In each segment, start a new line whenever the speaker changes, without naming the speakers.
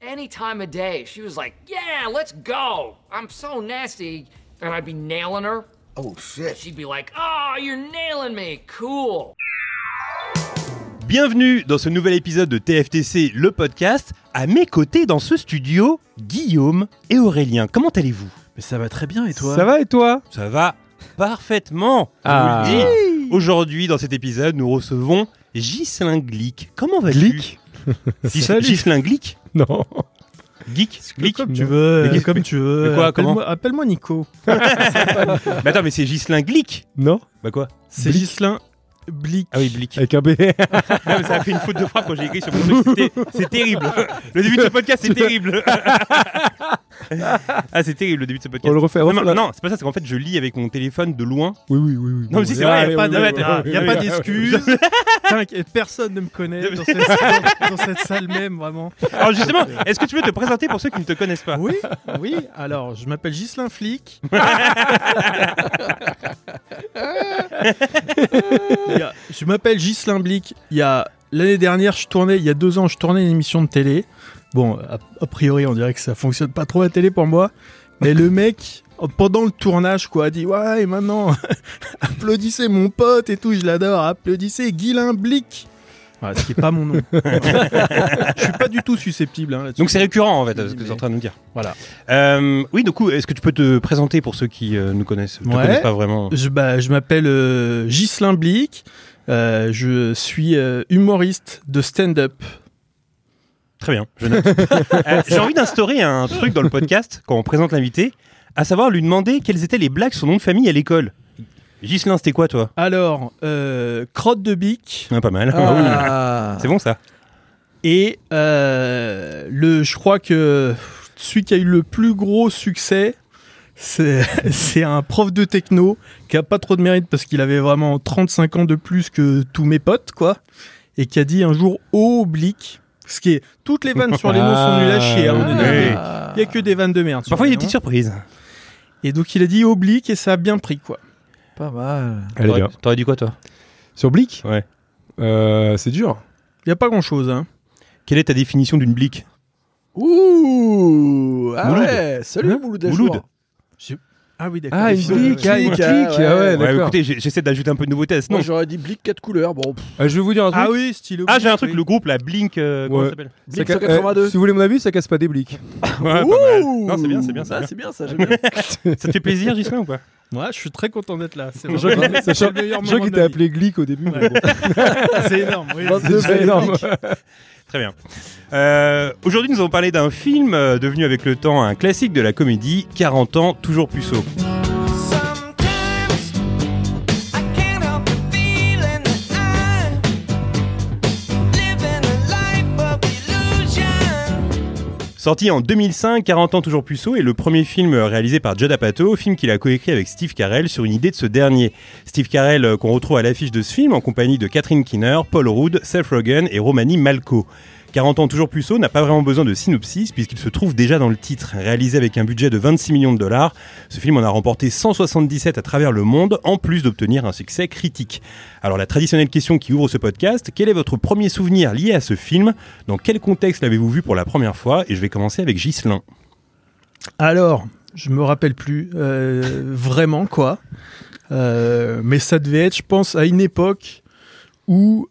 Any time of day, she was like, Yeah, let's go. I'm so nasty. And I'd be nailing her.
Oh shit.
She'd be like, Oh, you're nailing me. Cool.
Bienvenue dans ce nouvel épisode de TFTC, le podcast. À mes côtés dans ce studio, Guillaume et Aurélien. Comment allez-vous
Mais ça va très bien et toi
Ça va et toi
Ça va parfaitement. je
Ah.
vous le dis. Aujourd'hui, dans cet épisode, nous recevons Ghislain Glick. Comment vas-tu
Glick
Gis-
Salut.
Ghislain Glick
Non.
Geek Glick
Comme tu veux,
Mais
euh,
qu'est-ce-
comme tu veux.
mais quoi,
appelle-moi-
comment
Appelle-moi Nico.
Mais attends, mais c'est Ghislain Glick
Non
Bah quoi
C'est
Blic.
Gislin Blic.
Ah oui, Glick.
Avec un B.
Non, mais Ah ça a fait une faute de frappe quand j'ai écrit sur mon truc. C'était- C'est terrible. Le début de ce podcast, c'est terrible. ah, c'est terrible le début de ce
On
podcast.
le refait.
Non,
refais
non,
la-
non, c'est pas ça, c'est qu'en fait, je lis avec mon téléphone de loin.
Oui, oui, oui. oui
Non, mais si, c'est vrai,
il
y a pas de- y a pas d'excuses. T'inquiète, personne ne me connaît dans cette, dans cette salle même, vraiment.
Alors, justement, est-ce que tu veux te présenter pour ceux qui ne te connaissent pas
Oui, oui. Alors, je m'appelle Gislin Flic. Il y a- je m'appelle Gislin Blic. Il y a l'année dernière, je tournais, il y a deux ans, je tournais une émission de télé. Bon, a, a priori, on dirait que ça fonctionne pas trop la télé pour moi. Mais le mec, pendant le tournage, quoi, a dit ouais, et maintenant, applaudissez mon pote et tout, je l'adore. Applaudissez Guilin Blic. Voilà, ce qui est pas mon nom. je suis pas du tout susceptible hein, là-dessus.
Donc, c'est récurrent en fait, ce que tu es en train de nous dire.
Voilà.
Euh, oui, du coup, est-ce que tu peux te présenter pour ceux qui euh, nous connaissent te
Ouais.
connaissent pas vraiment.
Je, bah, je m'appelle euh, Ghislain Blic. Euh, je suis euh, humoriste de stand-up.
Très bien, je note. Euh, J'ai envie d'instaurer un truc dans le podcast quand on présente l'invité, à savoir lui demander quelles étaient les blagues sur nom de famille à l'école. Ghislain, c'était quoi toi
Alors, euh, crotte de bique
Ah, Pas mal.
Ah.
C'est bon ça
et euh, le, je crois que celui qui a eu le plus gros succès, c'est c'est un prof de techno qui a pas trop de mérite parce qu'il avait vraiment 35 ans de plus que tous mes potes, quoi, et qui a dit un jour oblique. Ce qui est toutes les vannes sur les noms sont nulles à chier. hein, on
Ah.
est
oui.
d'accord. Il y a que des vannes de merde. sur
Parfois il y a
les
des
noms.
petites surprises.
Et donc il a dit oblique et ça a bien pris quoi.
Pas mal.
T'aurais-
Allez, bien.
T'aurais dit quoi toi
Sur Blick
Ouais.
Euh, c'est dur.
Il y a pas grand chose hein.
Quelle est ta définition d'une blique
Ouh Ah
Mouloud.
ouais Salut Mouloud
Mouloud.
Mouloud
Ah oui d'accord.
Ah, une
une
Blick,
blique,
ah, une
blique,
clique.
ah, ouais.
Ah ouais,
Ouais,
d'accord.
écoutez, j'ai- j'essaie d'ajouter un peu de nouveauté à ce nom.
Moi j'aurais dit blic 4 couleurs, bon. pff,
Euh, je vais vous dire un truc.
Ah oui style.
Ah, j'ai un truc, le groupe, la Blink, euh, comment
Ouais.
ça s'appelle
Ça
Blic
ca-
182.
euh, si vous voulez mon avis, ça casse pas des Blick.
Ouais, pas mal.
ouh.
Non, c'est bien, c'est bien, c'est
Ah,
bien.
c'est bien ça, j'aime bien.
Ça te fait plaisir, Gislain, ou pas
Moi je suis très content d'être là. C'est
Sachant
vraiment- c'est le meilleur moment
qu'il
de
t'a
ma
appelé Glick au début. mais
Ouais.
bon.
vie. C'est énorme. oui.
22
C'est énorme.
Très bien. Euh, Aujourd'hui, nous allons parler d'un film euh, devenu avec le temps un classique de la comédie, 40 ans, toujours puceau.
Sometimes I can't help but feeling that I'm living a life of illusion.
Sorti en 2005, 40 ans toujours puceau est le premier film réalisé par Judd Apatow, film qu'il a coécrit avec Steve Carell sur une idée de ce dernier. Steve Carell euh, qu'on retrouve à l'affiche de ce film en compagnie de Catherine Keener, Paul Rudd, Seth Rogen et Romani Malco. 40 ans toujours puceau n'a pas vraiment besoin de synopsis puisqu'il se trouve déjà dans le titre. Réalisé avec un budget de 26 millions de dollars, ce film en a remporté 177 à travers le monde en plus d'obtenir un succès critique. Alors la traditionnelle question qui ouvre ce podcast, quel est votre premier souvenir lié à ce film dans quel contexte l'avez-vous vu pour la première fois Et je vais commencer avec Ghislain.
Alors je me rappelle plus euh, vraiment quoi. Euh, mais ça devait être je pense à une époque où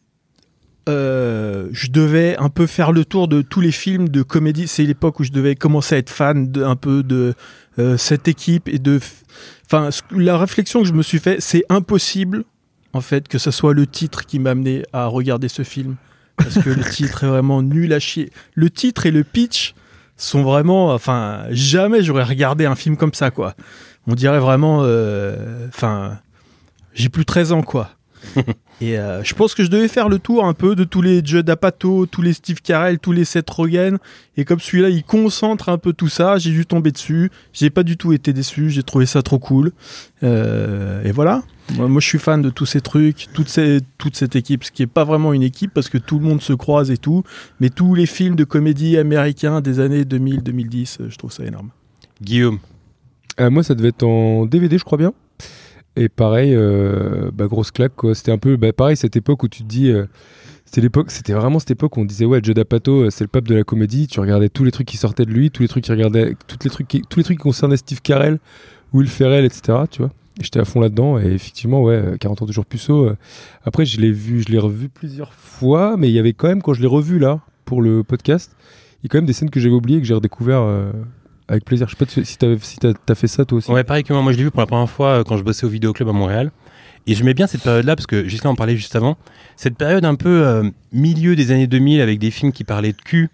euh, je devais un peu faire le tour de tous les films de comédie. C'est l'époque où je devais commencer à être fan de, un peu de euh, cette équipe et de. f- Enfin, ce que- la réflexion que je me suis fait, c'est impossible en fait que ce soit le titre qui m'a amené à regarder ce film parce que le titre est vraiment nul à chier. Le titre et le pitch sont vraiment. Enfin, jamais j'aurais regardé un film comme ça quoi. On dirait vraiment. euh, Enfin, j'ai plus 13 ans quoi. Et euh, je pense que je devais faire le tour un peu de tous les Judd Apatow, tous les Steve Carell, tous les Seth Rogen. Et comme celui-là, il concentre un peu tout ça, j'ai dû tomber dessus. J'ai pas du tout été déçu, j'ai trouvé ça trop cool. Euh, et voilà. Moi, moi, je suis fan de tous ces trucs, toute, ces- toute cette équipe, ce qui est pas vraiment une équipe parce que tout le monde se croise et tout. Mais tous les films de comédie américains des années 2000-2010, euh, je trouve ça énorme.
Guillaume.
Euh, moi, ça devait être en DVD, je crois bien. Et pareil, euh, bah, grosse claque, quoi. C'était un peu bah, pareil, cette époque où tu te dis, euh, C'était l'époque, c'était vraiment cette époque où on disait ouais, Judd Apatow, euh, c'est le pape de la comédie. Tu regardais tous les trucs qui sortaient de lui, tous les trucs qui regardaient, toutes les trucs qui, tous les trucs qui concernaient Steve Carell, Will Ferrell, etc. Tu vois. Et J'étais à fond là-dedans et effectivement ouais, euh, 40 ans toujours puceau. euh, Après je l'ai vu, je l'ai revu plusieurs fois, mais il y avait quand même quand je l'ai revu là pour le podcast, il y a quand même des scènes que j'avais oubliées et que j'ai redécouvert euh, avec plaisir. Je sais pas si si t'avais- si t'as as fait ça toi aussi.
Ouais, pareil que moi, moi je l'ai vu pour la première fois euh, quand je bossais au vidéoclub à Montréal. Et j'aimais bien cette période-là, parce que Gislain en parlait juste avant, cette période un peu euh, milieu des années 2000 avec des films qui parlaient de cul,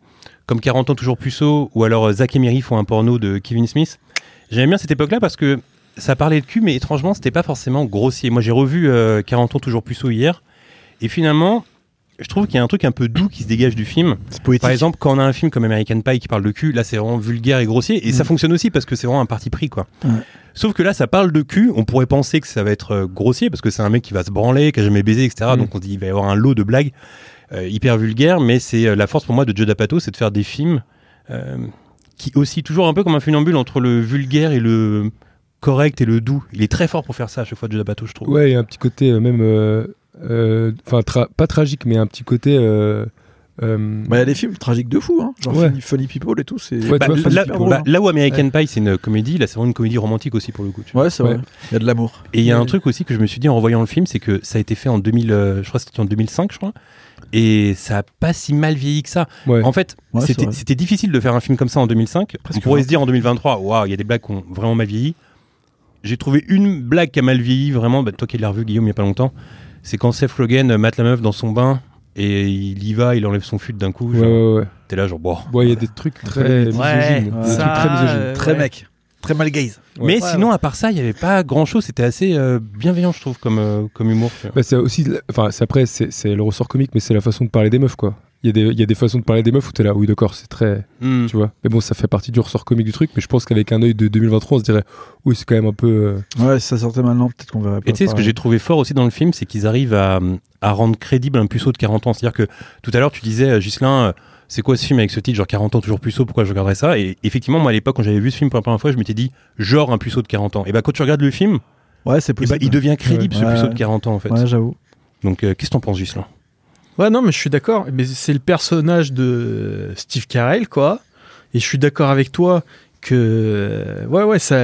comme 40 ans toujours puceau, ou alors euh, Zach et Miri font un porno de Kevin Smith. J'aimais bien cette époque-là parce que ça parlait de cul, mais étrangement, c'était pas forcément grossier. Moi j'ai revu euh, 40 ans toujours puceau hier, et finalement, je trouve qu'il y a un truc un peu doux qui se dégage du film.
C'est poétique.
Par exemple, quand on a un film comme American Pie qui parle de cul, là c'est vraiment vulgaire et grossier, et
Mm.
ça fonctionne aussi parce que c'est vraiment un parti pris, quoi.
Ouais.
Sauf que là, ça parle de cul, on pourrait penser que ça va être euh, grossier parce que c'est un mec qui va se branler, qui a jamais baisé, etc.
Mm.
Donc on se dit il va y avoir un lot de blagues euh, hyper vulgaires, mais c'est euh, la force pour moi de Joe D'Apato, c'est de faire des films euh, qui oscillent toujours un peu comme un funambule entre le vulgaire et le correct et le doux. Il est très fort pour faire ça à chaque fois, Joe D'Apato, je trouve.
Ouais, il y a un petit côté euh, même, euh, euh, enfin tra- pas tragique, mais un petit côté. euh, euh,
Bah, il y a des films tragiques de fou, hein. genre
Ouais.
Funny, Funny People et tout. C'est
Ouais,
Bah,
tu vois,
c'est
là,
super drôle,
bah,
hein.
là où American Pie c'est une comédie, là c'est vraiment une comédie romantique aussi pour le coup. tu vois.
Ouais, c'est vrai.
Ouais.
Il y a de l'amour.
Et il y a un truc aussi que je me suis dit en revoyant le film, c'est que ça a été fait en 2000, euh, je crois que c'était en 2005, je crois, et ça a pas si mal vieilli que ça.
ouais.
En fait,
Ouais, c'est
c'était
vrai.
c'était difficile de faire un film comme ça en 2005.
Presque
on pourrait
vingt.
se dire en 2023, waouh, il y a des blagues qui ont vraiment mal vieilli. J'ai trouvé une blague qui a mal vieilli, vraiment, bah, toi qui l'as revu, Guillaume, il n'y a pas longtemps. C'est quand Seth Rogen euh, mate la meuf dans son bain et il y va, il enlève son fut d'un coup.
Ouais,
genre,
ouais, ouais.
T'es là, genre, bon.
Bon, il y a des trucs très misogynes.
ouais.
des
Ça, euh,
trucs très misogynes.
Très mec. Très mal gaze.
Ouais.
Mais sinon, à part ça, il n'y avait pas grand chose. C'était assez euh, bienveillant, je trouve, comme, euh, comme humour.
Bah, c'est aussi, la- enfin, c'est après, c'est c'est le ressort comique, mais c'est la façon de parler des meufs, quoi. Il y, a des- il y a des façons de parler des meufs où t'es là, oui, d'accord, c'est très.
Hmm.
Tu vois. Mais bon, ça fait partie du ressort comique du truc, mais je pense qu'avec un œil de 2023, on se dirait, oui, c'est quand même un peu. euh,
Ouais, si ça sortait maintenant, peut-être qu'on verrait pas.
Et tu sais, ce que
pareil.
j'ai trouvé fort aussi dans le film, c'est qu'ils arrivent à, à rendre crédible un puceau de 40 ans. C'est-à-dire que tout à l'heure, tu disais, euh, Ghislain, euh, c'est quoi ce film avec ce titre, genre 40 ans, toujours puceau, pourquoi je regarderais ça Et effectivement, moi, à l'époque, quand j'avais vu ce film pour la première fois, je m'étais dit, genre un puceau de 40 ans. Et bah, quand tu regardes le film,
Ouais, c'est
eh
bah,
ben,
possible.
il devient crédible,
Ouais.
ce
Ouais,
puceau
ouais.
de 40 ans, en fait.
Ouais, j'avoue.
Donc, euh, qu'est-ce que t'en penses, Ghislain
Ouais, non, mais je suis d'accord. Mais c'est le personnage de Steve Carell, quoi. Et je suis d'accord avec toi que. euh, Ouais, ouais, ça.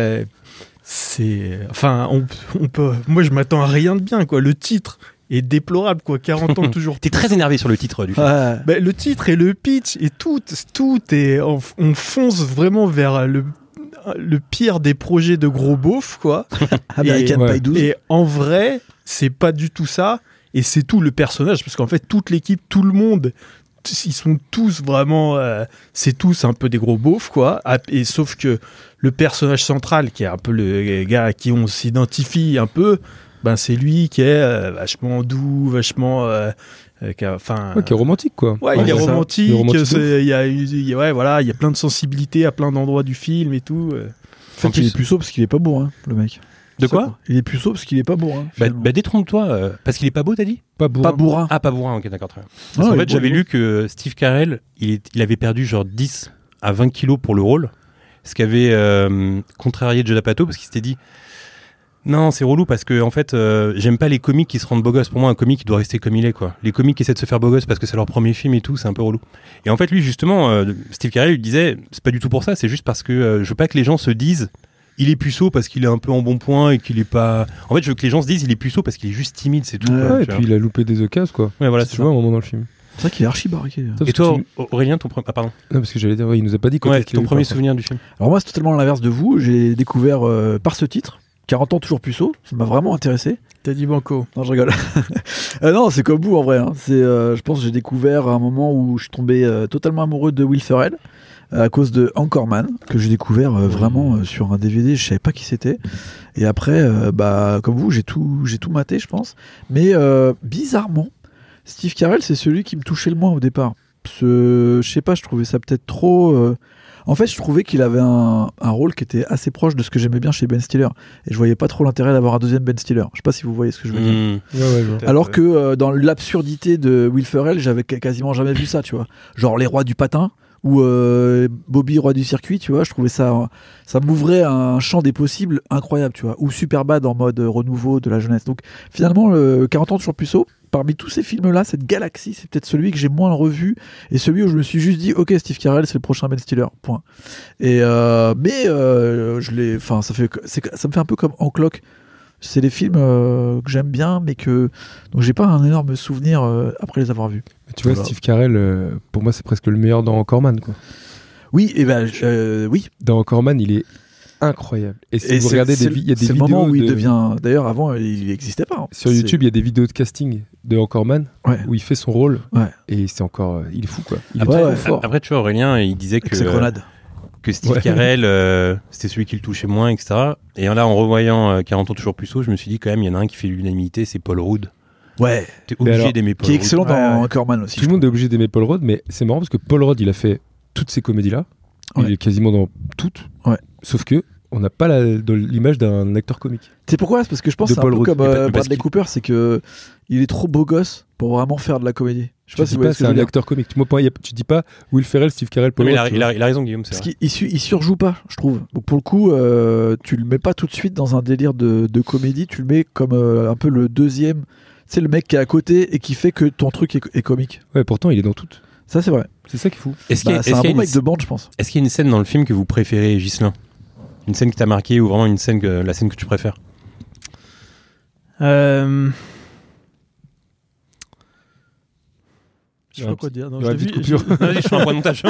C'est. Enfin, on, on peut. Moi, je m'attends à rien de bien, quoi. Le titre est déplorable, quoi. 40 ans toujours.
T'es très énervé sur le titre euh, du film.
Ouais. Ah,
Bah, le titre et le pitch et tout, tout est. On, on fonce vraiment vers le, le pire des projets de gros beauf, quoi.
American
ouais.
Pie 12.
Et en vrai, c'est pas du tout ça. Et c'est tout le personnage, parce qu'en fait, toute l'équipe, tout le monde, t- ils sont tous vraiment. euh, c'est tous un peu des gros beaufs, quoi. Ah, Et sauf que le personnage central, qui est un peu le gars à qui on s'identifie un peu, ben c'est lui qui est euh, vachement doux, vachement. euh, euh, qui a- Enfin.
ouais, qui est romantique, quoi.
Ouais, il, est
c'est ça.
romantique,
Il est romantique de
c'est- il y a, il y a- ouais, voilà, il y a plein de sensibilités à plein d'endroits du film et tout. euh.
En fait,
En
il est
plus-
puceau parce qu'il est pas bourrin, le mec.
De
Ça,
quoi
Il est puceau parce qu'il est pas bourrin.
bah,
finalement.
bah, détrompe-toi, euh, parce qu'il est pas beau, t'as dit
Pas bourrin.
Pas bourrin.
Ah, pas bourrin, ok, d'accord, très bien.
Ah,
en
il est
fait,
beau,
j'avais
il est
lu que Steve Carell, il, est- il avait perdu genre 10 à 20 kilos pour le rôle, ce qui avait euh, contrarié Judd Apatow parce qu'il s'était dit non, c'est relou parce que en fait, euh, j'aime pas les comiques qui se rendent beau gosse. Pour moi, un comique il doit rester comme il est quoi. Les comiques qui essaient de se faire beau gosse parce que c'est leur premier film et tout, c'est un peu relou. Et en fait, lui justement, euh, Steve Carell lui disait c'est pas du tout pour ça, c'est juste parce que euh, je veux pas que les gens se disent il est puceau parce qu'il est un peu en bon point et qu'il est pas. En fait, je veux que les gens se disent il est puceau parce qu'il est juste timide, c'est tout.
Ouais,
quoi,
Ouais, et
tu
puis il a loupé des occasions, quoi.
vois. Ouais, voilà,
tu
c'est
vois,
ça.
un moment dans le film.
C'est vrai qu'il est archi hein. barré.
Et toi, Aurélien, ton premier. Ah, pardon.
Non, parce que j'allais dire, ouais, il nous a pas dit quand
Ouais,
est-ce qu'il
ton
a eu
premier
peur.
souvenir du film.
Alors moi, c'est totalement l'inverse de vous. J'ai découvert euh, par ce titre, 40 ans toujours puceau, ça m'a vraiment intéressé.
T'as dit Banco.
Non, je rigole. Euh, non, c'est comme vous en vrai. hein. C'est, euh, je pense que j'ai découvert à un moment où je suis tombé euh, totalement amoureux de Will Ferrell à cause de Anchorman que j'ai découvert euh, vraiment euh, sur un DVD. Je savais pas qui c'était. Et après, euh, bah comme vous, j'ai tout, j'ai tout maté, je pense. Mais euh, bizarrement, Steve Carell, c'est celui qui me touchait le moins au départ. Ce, je sais pas, je trouvais ça peut-être trop. euh, En fait, je trouvais qu'il avait un, un rôle qui était assez proche de ce que j'aimais bien chez Ben Stiller. Et je voyais pas trop l'intérêt d'avoir un deuxième Ben Stiller. Je sais pas si vous voyez ce que je veux dire.
Hmm.
Ouais, ouais, je vois.
Alors que euh, dans l'absurdité de Will Ferrell, j'avais qu- quasiment jamais vu ça, tu vois. Genre les rois du patin, ou euh, Bobby roi du circuit, tu vois, je trouvais ça ça m'ouvrait un champ des possibles incroyable, tu vois, ou Superbad en mode euh, renouveau de la jeunesse. Donc finalement le 40 ans de Puceau, parmi tous ces films là, cette galaxie, c'est peut-être celui que j'ai moins revu et celui où je me suis juste dit OK, Steve Carell, c'est le prochain Ben Stiller. Point. Et euh, mais euh, je l'ai enfin ça fait c'est- ça me fait un peu comme En Clock. C'est des films euh, que j'aime bien mais que donc j'ai pas un énorme souvenir euh, après les avoir vus.
Mais Bah, Tu vois,
Voilà.
Steve Carell, euh, pour moi, c'est presque le meilleur dans Corman. Quoi.
Oui, et ben euh, oui,
Dans Corman, il est incroyable. Et si
Et
vous
c'est-
regardez, des
c'est-
vi- il y a des
c'est
vidéos
le moment où il
de-
devient. D'ailleurs, avant, il n'existait pas. hein.
sur
C'est-
YouTube, il y a des vidéos de casting de Anchorman
Ouais.
où il fait son rôle
Ouais.
et c'est encore, euh, il est fou quoi. Il est
Après,
trop
ouais.
fort.
Après, tu vois, Aurélien, il disait que,
avec sa grenade.
que Steve
Ouais.
Carell, euh, c'était celui qui le touchait moins, etc. Et là, en revoyant euh, 40 ans toujours puceau, je me suis dit, quand même, il y en a un qui fait l'unanimité, c'est Paul Rudd.
euh,
Ouais.
T'es
Mais
obligé
alors,
d'aimer Paul
Qui est
Rudd.
excellent dans Corman aussi.
Tout le monde est obligé d'aimer Paul Rudd, mais c'est marrant parce que Paul Rudd, il a fait toutes ces comédies là. Il
Ouais.
est quasiment dans toutes.
Ouais.
Sauf que on n'a pas la- dans l'image d'un acteur comique.
C'est pourquoi C'est parce que je pense
De
que c'est un
Paul
peu
Rudd.
comme
Et pas-
euh,
mais parce
Bradley
qu'il-
Cooper, c'est que il est trop beau gosse pour vraiment faire de la comédie. Je
Tu
sais pas si
dis
vous voyez
pas
ce que
c'est
je veux
un
dire.
acteur comique. Tu, moi, pas- il y a- tu dis pas Will Ferrell, Steve Carell, Paul
Mais il a,
Rudd. tu
il
vois.
a- il a raison, Guillaume. c'est
Parce
vrai.
qu'il il su- il surjoue pas, je trouve. Donc pour le coup, euh, tu le mets pas tout de suite dans un délire de, de comédie, tu le mets comme euh, un peu le deuxième. C'est le mec qui est à côté et qui fait que ton truc est, est comique.
Ouais, pourtant, il est dans toutes.
Ça, c'est vrai.
C'est ça qui est fou.
Est-ce qu'il y, a-
Bah, C'est
est-ce
un
qu'il y a
bon
une-
mec de bande, je pense.
est-ce qu'il y a une scène dans le film que vous préférez, Ghislain Une scène qui t'a marqué ou vraiment une scène que, la scène que tu préfères
Euh, Je sais
Ouais,
pas quoi dire. Non,
il y
je
aura
l'ai
une petite
vu,
coupure.
Vas-y, je fais un point de montage.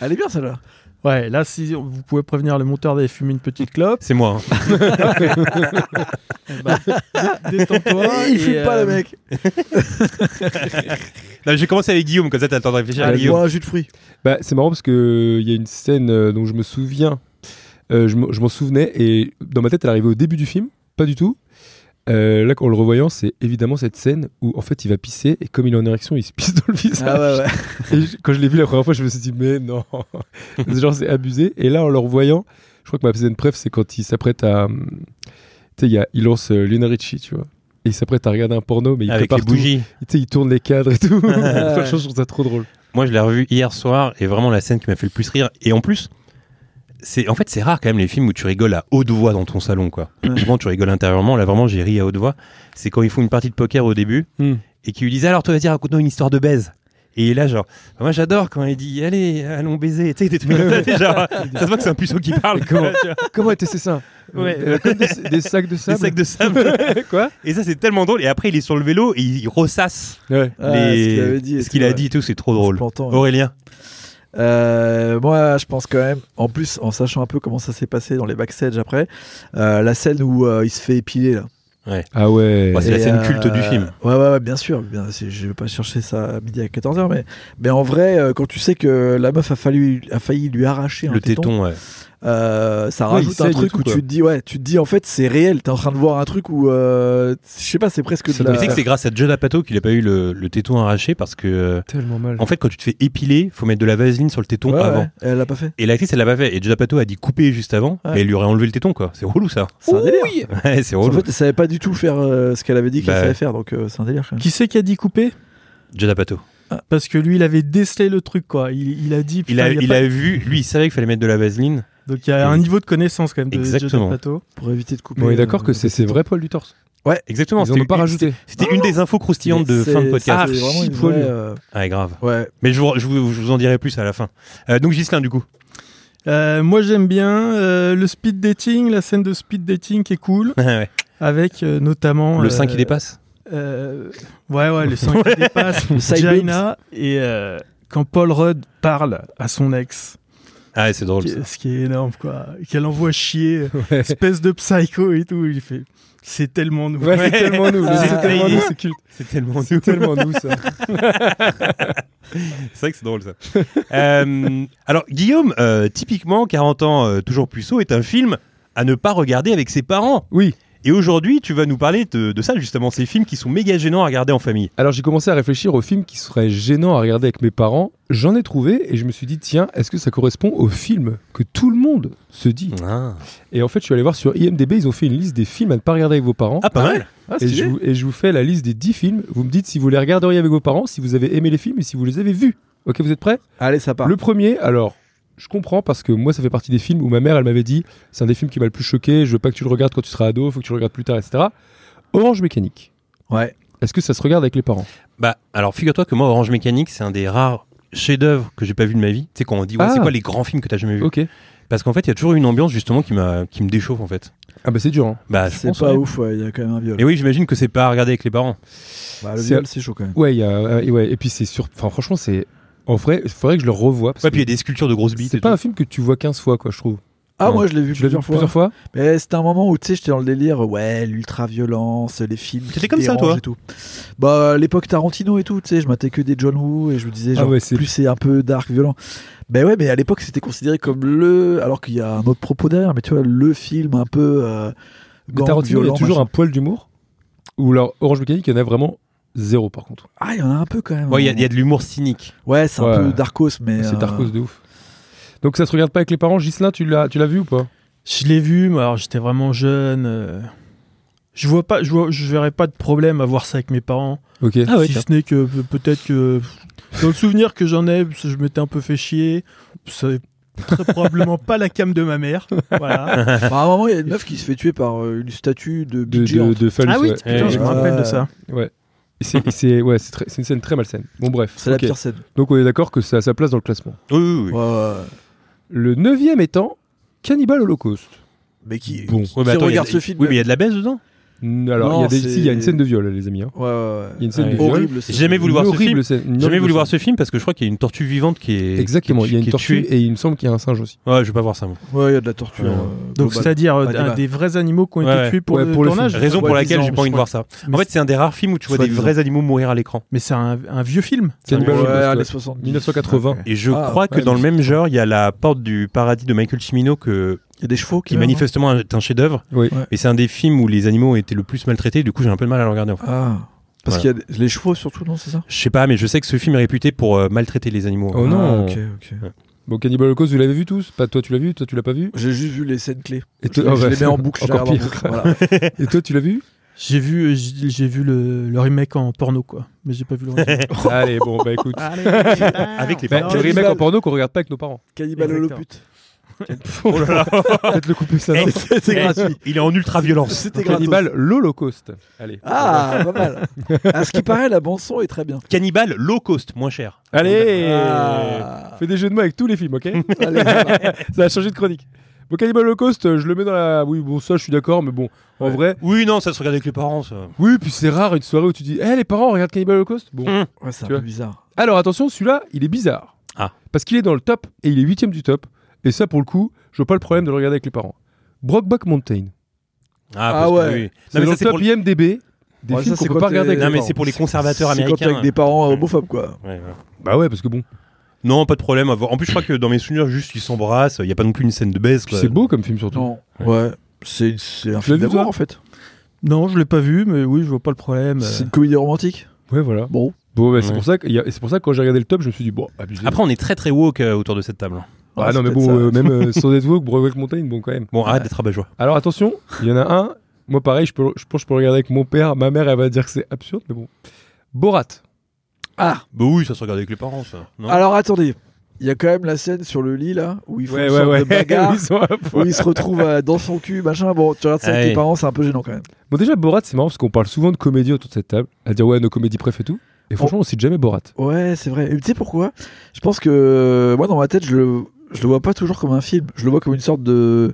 Elle est bien celle-là.
je- Ouais, là, si vous pouvez prévenir le monteur d'aller fumer une petite clope,
C'est moi. hein.
bah, détends-toi.
Il
et,
fume pas
euh,
le mec.
Non, J'ai commencé avec Guillaume, comme ça t'as le temps de réfléchir à
Il
Guillaume.
boit un jus de fruits.
Bah, c'est marrant parce que il y a une scène euh, dont je me souviens, euh, je m'en je m'en souvenais et dans ma tête elle arrivait au début du film, pas du tout. Euh, là, en le revoyant, c'est évidemment cette scène où en fait il va pisser et comme il est en érection, il se pisse dans le visage.
Ah ouais, ouais.
Et je- quand je l'ai vu la première fois, je me suis dit mais non, C'est genre c'est abusé. Et là, en le revoyant, je crois que ma scène préf, c'est quand il s'apprête à, hum, tu sais, il y a- il lance euh, Lionel Richie, tu vois. Et il s'apprête à regarder un porno, mais il
Avec les
prépare tout. Tu
bougies.
sais, il tourne les cadres et tout. Franchement, je trouve ça trop drôle.
Moi, je l'ai revu hier soir et vraiment la scène qui m'a fait le plus rire. Et en plus, c'est en fait c'est rare quand même les films où tu rigoles à haute voix dans ton salon quoi.
Ouais.
Souvent tu rigoles intérieurement. Là vraiment j'ai ri à haute voix. C'est quand ils font une partie de poker au début
Hmm.
et qu'ils lui disent alors toi vas-y raconte-nous une histoire de baise. Et là genre moi j'adore quand il dit allez allons baiser. Tu sais des trucs comme ça, t'es genre, ça se voit que c'est un puceau qui parle.
Comment-
tu vois.
Comment était c'est ça
Ouais.
Euh, comme des, des sacs de
Des
sable.
sacs de sable.
Quoi
et ça c'est tellement drôle. Et après il est sur le vélo et il ressasse
Ouais.
Ah,
les-
ce qu'il avait dit et
ce
tout,
qu'il a
ouais.
dit et tout. C'est trop
En se
drôle.
plantant, ouais.
Aurélien.
Euh, moi, je pense quand même, en plus, en sachant un peu comment ça s'est passé dans les backstage après, euh, la scène où euh, il se fait épiler là.
Ah ouais.
Bah, c'est- la
Et, euh,
scène culte du film.
Ouais, ouais, ouais, bien sûr. Bien, c'est- je vais pas chercher ça à midi à 14h, mais, mais en vrai, euh, quand tu sais que la meuf a, fallu, a failli lui arracher un
Le téton. ouais.
Euh, ça
Ouais, il
rajoute un
saigne et
truc
tout,
où
quoi.
tu te dis ouais tu te dis en fait c'est réel t'es en train de voir un truc où euh, je sais pas c'est presque de
Ça
la...
Mais tu sais que c'est grâce à Judd Apatow qu'il a pas eu le, le téton arraché parce que euh,
tellement mal.
en fait quand tu te fais épiler, faut mettre de la vaseline sur le téton
Ouais, ouais,
avant.
elle l'a pas fait
Et l'actrice elle l'a pas fait et Judd Apatow a dit couper juste avant
Ouais.
mais elle lui aurait enlevé le téton quoi. C'est relou ça.
c'est un délire
Ouais, c'est
en
relou.
fait elle savait pas du tout faire euh, ce qu'elle avait dit qu'elle
Bah.
savait faire donc euh, c'est un délire quand même.
Qui c'est qui a dit couper
Judd Apatow.
Parce que lui, il avait décelé le truc, quoi. Il, il a dit.
Il a,
putain, y a
il
pas-
a vu, lui il savait qu'il fallait mettre de la vaseline.
Donc il y a un niveau de connaissance quand même de
Exactement.
Exactement. plateau.
pour éviter de couper
Bon, on est
euh,
d'accord que c'est ses vrais poils du torse.
Exactement.
Ils en
C'était
ont pas
une-
rajouté. Ah,
C'était une des infos croustillantes de
c'est- ah,
fin de podcast.
c'est vraiment
Archi
une
poilu.
vraie, euh,
Ouais grave.
ouais
Mais je vous, je vous, je vous en dirai plus à la fin. Euh, donc Gislin du coup.
Euh, moi j'aime bien euh, le speed dating, la scène de speed dating qui est cool,
Ouais.
avec euh, notamment...
le
euh,
5 qui dépasse.
euh, Ouais ouais, le 5 qui dépasse,
side
Jaina, et euh, quand Paul Rudd parle à son ex,
Ah ouais, c'est drôle.
qui-
ça.
ce qui est énorme quoi, et qu'elle envoie chier,
Ouais.
espèce de psycho et tout, il fait... C'est tellement nous.
Ouais, c'est tellement nous.
Ah,
C'est tellement
il-
nous, c'est culte.
C'est tellement
C'est tellement nous, ça.
C'est vrai que c'est drôle ça. Euh, alors Guillaume, euh, typiquement 40 ans euh, toujours puceau est un film à ne pas regarder avec ses parents.
Oui.
Et aujourd'hui, tu vas nous parler de, de ça justement, ces films qui sont méga gênants à regarder en famille.
Alors j'ai commencé à réfléchir aux films qui seraient gênants à regarder avec mes parents. J'en ai trouvé et je me suis dit tiens est-ce que ça correspond au film que tout le monde se dit
Ah.
Et en fait je suis allé voir sur IMDb ils ont fait une liste des films à ne pas regarder avec vos parents.
Ah pas mal.
Ah,
et,
stylé.
je vous, et je vous fais la liste des 10 films. Vous me dites si vous les regarderiez avec vos parents, si vous avez aimé les films et si vous les avez vus. Ok, vous êtes prêts
Allez, ça part.
Le premier, alors, je comprends parce que moi, ça fait partie des films où ma mère, elle m'avait dit c'est un des films qui m'a le plus choqué, je veux pas que tu le regardes quand tu seras ado, faut que tu le regardes plus tard, etc. Orange Mécanique.
Ouais.
Est-ce que ça se regarde avec les parents
Bah, alors figure-toi que moi, Orange Mécanique, c'est un des rares chefs-d'œuvre que j'ai pas vu de ma vie. Tu sais, quand on dit, ouais, c'est
Ah.
quoi les grands films que t'as jamais vu
Ok.
Parce qu'en fait, il y a toujours une ambiance justement qui, m'a- qui me déchauffe en fait.
Ah bah c'est dur. hein.
Bah, je
C'est
pense.
pas
ouais.
ouf, ouais, il y a quand même un viol.
Et oui, j'imagine que c'est pas à regarder avec les parents.
Bah, le
C'est-
viol, c'est chaud quand même.
Ouais, il y a, euh, et ouais, et puis c'est sur. Enfin, franchement, c'est. En vrai, il faudrait que je le revoie. Parce
Ouais,
que
puis il y a des sculptures de grosses bites.
c'est
et
pas un
tout.
film que tu vois 15 fois, quoi, je trouve.
Ah,
Non.
moi, je l'ai vu
Tu l'as vu
plusieurs fois.
plusieurs fois
Mais c'était un moment où, tu sais, j'étais dans le délire, ouais, l'ultra-violence, les films. qui
T'étais comme ça,
dérangent
toi
et tout. Bah, à l'époque Tarantino et tout, tu sais, je m'attais que des John Woo et je me disais,
Ah
genre,
ouais, c'est-
plus c'est un peu dark, violent. Ben ouais, mais à l'époque, c'était considéré comme le. Alors qu'il y a un autre propos derrière, mais tu vois, le film un peu. Euh,
Mais
gang,
Tarantino, il y a
violent,
toujours
machin.
un poil d'humour. Ou alors Orange Mécanique, il y en a vraiment zéro par contre.
Ah, il y en a un peu quand même.
Ouais, il y a- il y, a de l'humour cynique.
Ouais, c'est
Ouais.
un peu Darkos, mais.
C'est
euh,
Darkos de ouf. Donc ça se regarde pas avec les parents. Ghislain, tu l'as, tu l'as vu ou pas
Je l'ai vu, mais alors j'étais vraiment jeune. euh, Je vois pas, je, vois, je verrais pas de problème à voir ça avec mes parents.
Ok.
si ce n'est que pe- peut-être que dans le souvenir que j'en ai, parce que je m'étais un peu fait chier. C'est très probablement pas la cam de ma mère. Voilà.
bah, à un moment, il y a une meuf qui se fait tuer par euh, une statue de.
De,
budget
de, de phallus,
ah oui,
ouais.
putain,
Eh,
je me
Ouais.
rappelle de ça.
Et C'est, et c'est- ouais, c'est, très- c'est une scène très malsaine. Bon bref.
C'est la
Ok.
pire scène.
Donc on est d'accord que ça a sa place dans le classement.
Oui, oui, oui.
Ouais, ouais.
Le neuvième étant Cannibal Holocaust.
Mais qui.
Bon.
Ouais, mais
Si on
attends, il y a-
regarde ce film-
Oui, mais il y a de la baisse dedans.
Mm, Alors
Non,
il y a des,
c'est-
si, il y a une scène de viol, les amis. hein.
Ouais, ouais,
Il y a
ouais.
une scène
Ouais.
de viol.
Horrible.
J'ai jamais voulu voir ce film.
Horrible scène. Une
J'ai jamais
horrible
voulu voir
scène.
ce film parce que je crois qu'il y a une tortue vivante qui est.
Exactement.
qui
Il y a
qui
une
est
tortue
tuée.
et il me semble qu'il y a un singe aussi.
Ouais, je vais pas voir ça. moi.
Ouais, il y a de la torture.
Ouais.
euh,
Donc
globale.
c'est-à-dire euh,
Pas
un
débat.
des vrais animaux qui ont
Ouais,
été
ouais.
tués pour
Ouais,
le
pour le
tournage.
film.
Raison pour laquelle
Soi-disant,
j'ai pas envie de voir ça. En fait, c'est un des rares films où tu vois des
Soi-disant.
vrais animaux mourir à l'écran.
Mais c'est un, un vieux film.
Cannibal
Ouais,
Holocaust.
années
ouais.
70.
1980.
Et je
Ah,
crois que
ouais,
dans le
mais
même genre, il y a la porte du paradis de Michael Cimino que
Il y a des chevaux
qui manifestement est un chef-d'œuvre.
Oui.
Ouais.
Et c'est un des films où les animaux ont été le plus maltraités. Du coup, j'ai un peu de mal à le regarder. en fait.
Ah. Parce
Voilà.
qu'il y a des- les chevaux surtout, non, c'est ça
Je sais pas, mais je sais que ce film est réputé pour euh, maltraiter les animaux.
Oh non.
Ah, ok, ok.
Bon, Cannibal Holocaust, vous l'avez vu tous Pas toi, tu l'as vu Toi, tu l'as pas vu
J'ai juste vu les scènes clés.
Et
Je,
toi- oh,
je
bah,
les mets en boucle. je les
Encore
regarde en
pire.
boucle, voilà.
Et toi, tu l'as vu
J'ai vu, euh, j'ai j'ai vu le, le remake en porno quoi, mais j'ai pas vu le remake.
Allez, bon, bah écoute.
Avec les
Bah,
parents.
c'est le remake en porno qu'on regarde pas avec nos parents.
Cannibal
Exactement.
Holopute.
Oh
Peut-être le couper ça.
Eh,
C'était gratuit.
Il est en ultra violence.
C'était gratuit.
Cannibal, l'Holocauste. Allez.
Ah, pas mal. À ce qui paraît, la bande-son est très bien.
Cannibal low cost, moins cher.
Allez
Ah.
Fais des jeux de mots avec tous les films, ok
Allez, ça va.
Ça a changé de chronique. Bon, Cannibal Holocaust, euh, je le mets dans la. Oui, bon, ça, je suis d'accord, mais bon, en vrai.
Oui, non, ça se regarde avec les parents. ça.
Oui, puis c'est rare une soirée où tu dis Eh, les parents, regarde Cannibal Holocaust Bon.
Mm.
Ouais, c'est
Tu
un peu
vois.
bizarre.
Alors attention, celui-là, il est bizarre.
Ah.
Parce qu'il est dans le top et il est huitième du top. Et ça, pour le coup, je vois pas le problème de le regarder avec les parents. Brockback Mountain.
Ah,
Ah
parce que
ouais.
oui.
C'est
Non, mais ça,
dans le
c'est
top
pour les-
IMDB. Des
Ouais,
films
ça,
qu'on
c'est
peut
quand
pas regarder
t'es-
avec les
Non,
parents.
mais c'est pour les conservateurs
C'est quand t'es
américains.
avec des parents homophobes, quoi.
Ouais, ouais.
Bah ouais, parce que bon,
Non, pas de problème. à voir. En plus, je crois que dans mes souvenirs, juste ils s'embrassent. Il n'y a pas non plus une scène de baisse.
puis c'est beau comme film surtout.
Non. Ouais. C'est c'est un
Tu l'as
film
vu,
d'amour,
toi
en fait.
non, je l'ai pas vu, mais oui, je vois pas le problème.
C'est
euh.
une comédie romantique.
Ouais, voilà.
Bon.
Bon, bah, c'est
Ouais.
pour ça que y a- et c'est pour ça que quand j'ai regardé le top, je me suis dit bon, abusé.
Après, on est très très woke euh, autour de cette table.
ah
Ouais,
non,
c'est
mais bon,
peut-être ça.
euh, même euh, sans être woke, Brockback Mountain, bon quand même.
Bon, arrête d'être abat-joie.
Alors attention, il y en a un. Moi, pareil, je, peux, je pense que je peux le regarder avec mon père. Ma mère, elle va dire que c'est absurde, mais bon. Borat.
Ah,
Bah oui, ça se regarde avec les parents, ça. Non
alors attendez. Il y a quand même la scène sur le lit, là, où ils font une sorte de bagarre.
Ils sont à poil.
où il se retrouve euh, dans son cul, machin. Bon, tu regardes ça avec
Ah oui.
tes parents, c'est un peu gênant quand même.
Bon, déjà, Borat, c'est marrant parce qu'on parle souvent de comédie autour de cette table. À dire, ouais, nos comédies préf et tout. Et franchement, on cite jamais Borat.
Ouais, c'est vrai. Et tu sais pourquoi Je pense que euh, moi, dans ma tête, je le, je le vois pas toujours comme un film. Je le vois comme une sorte de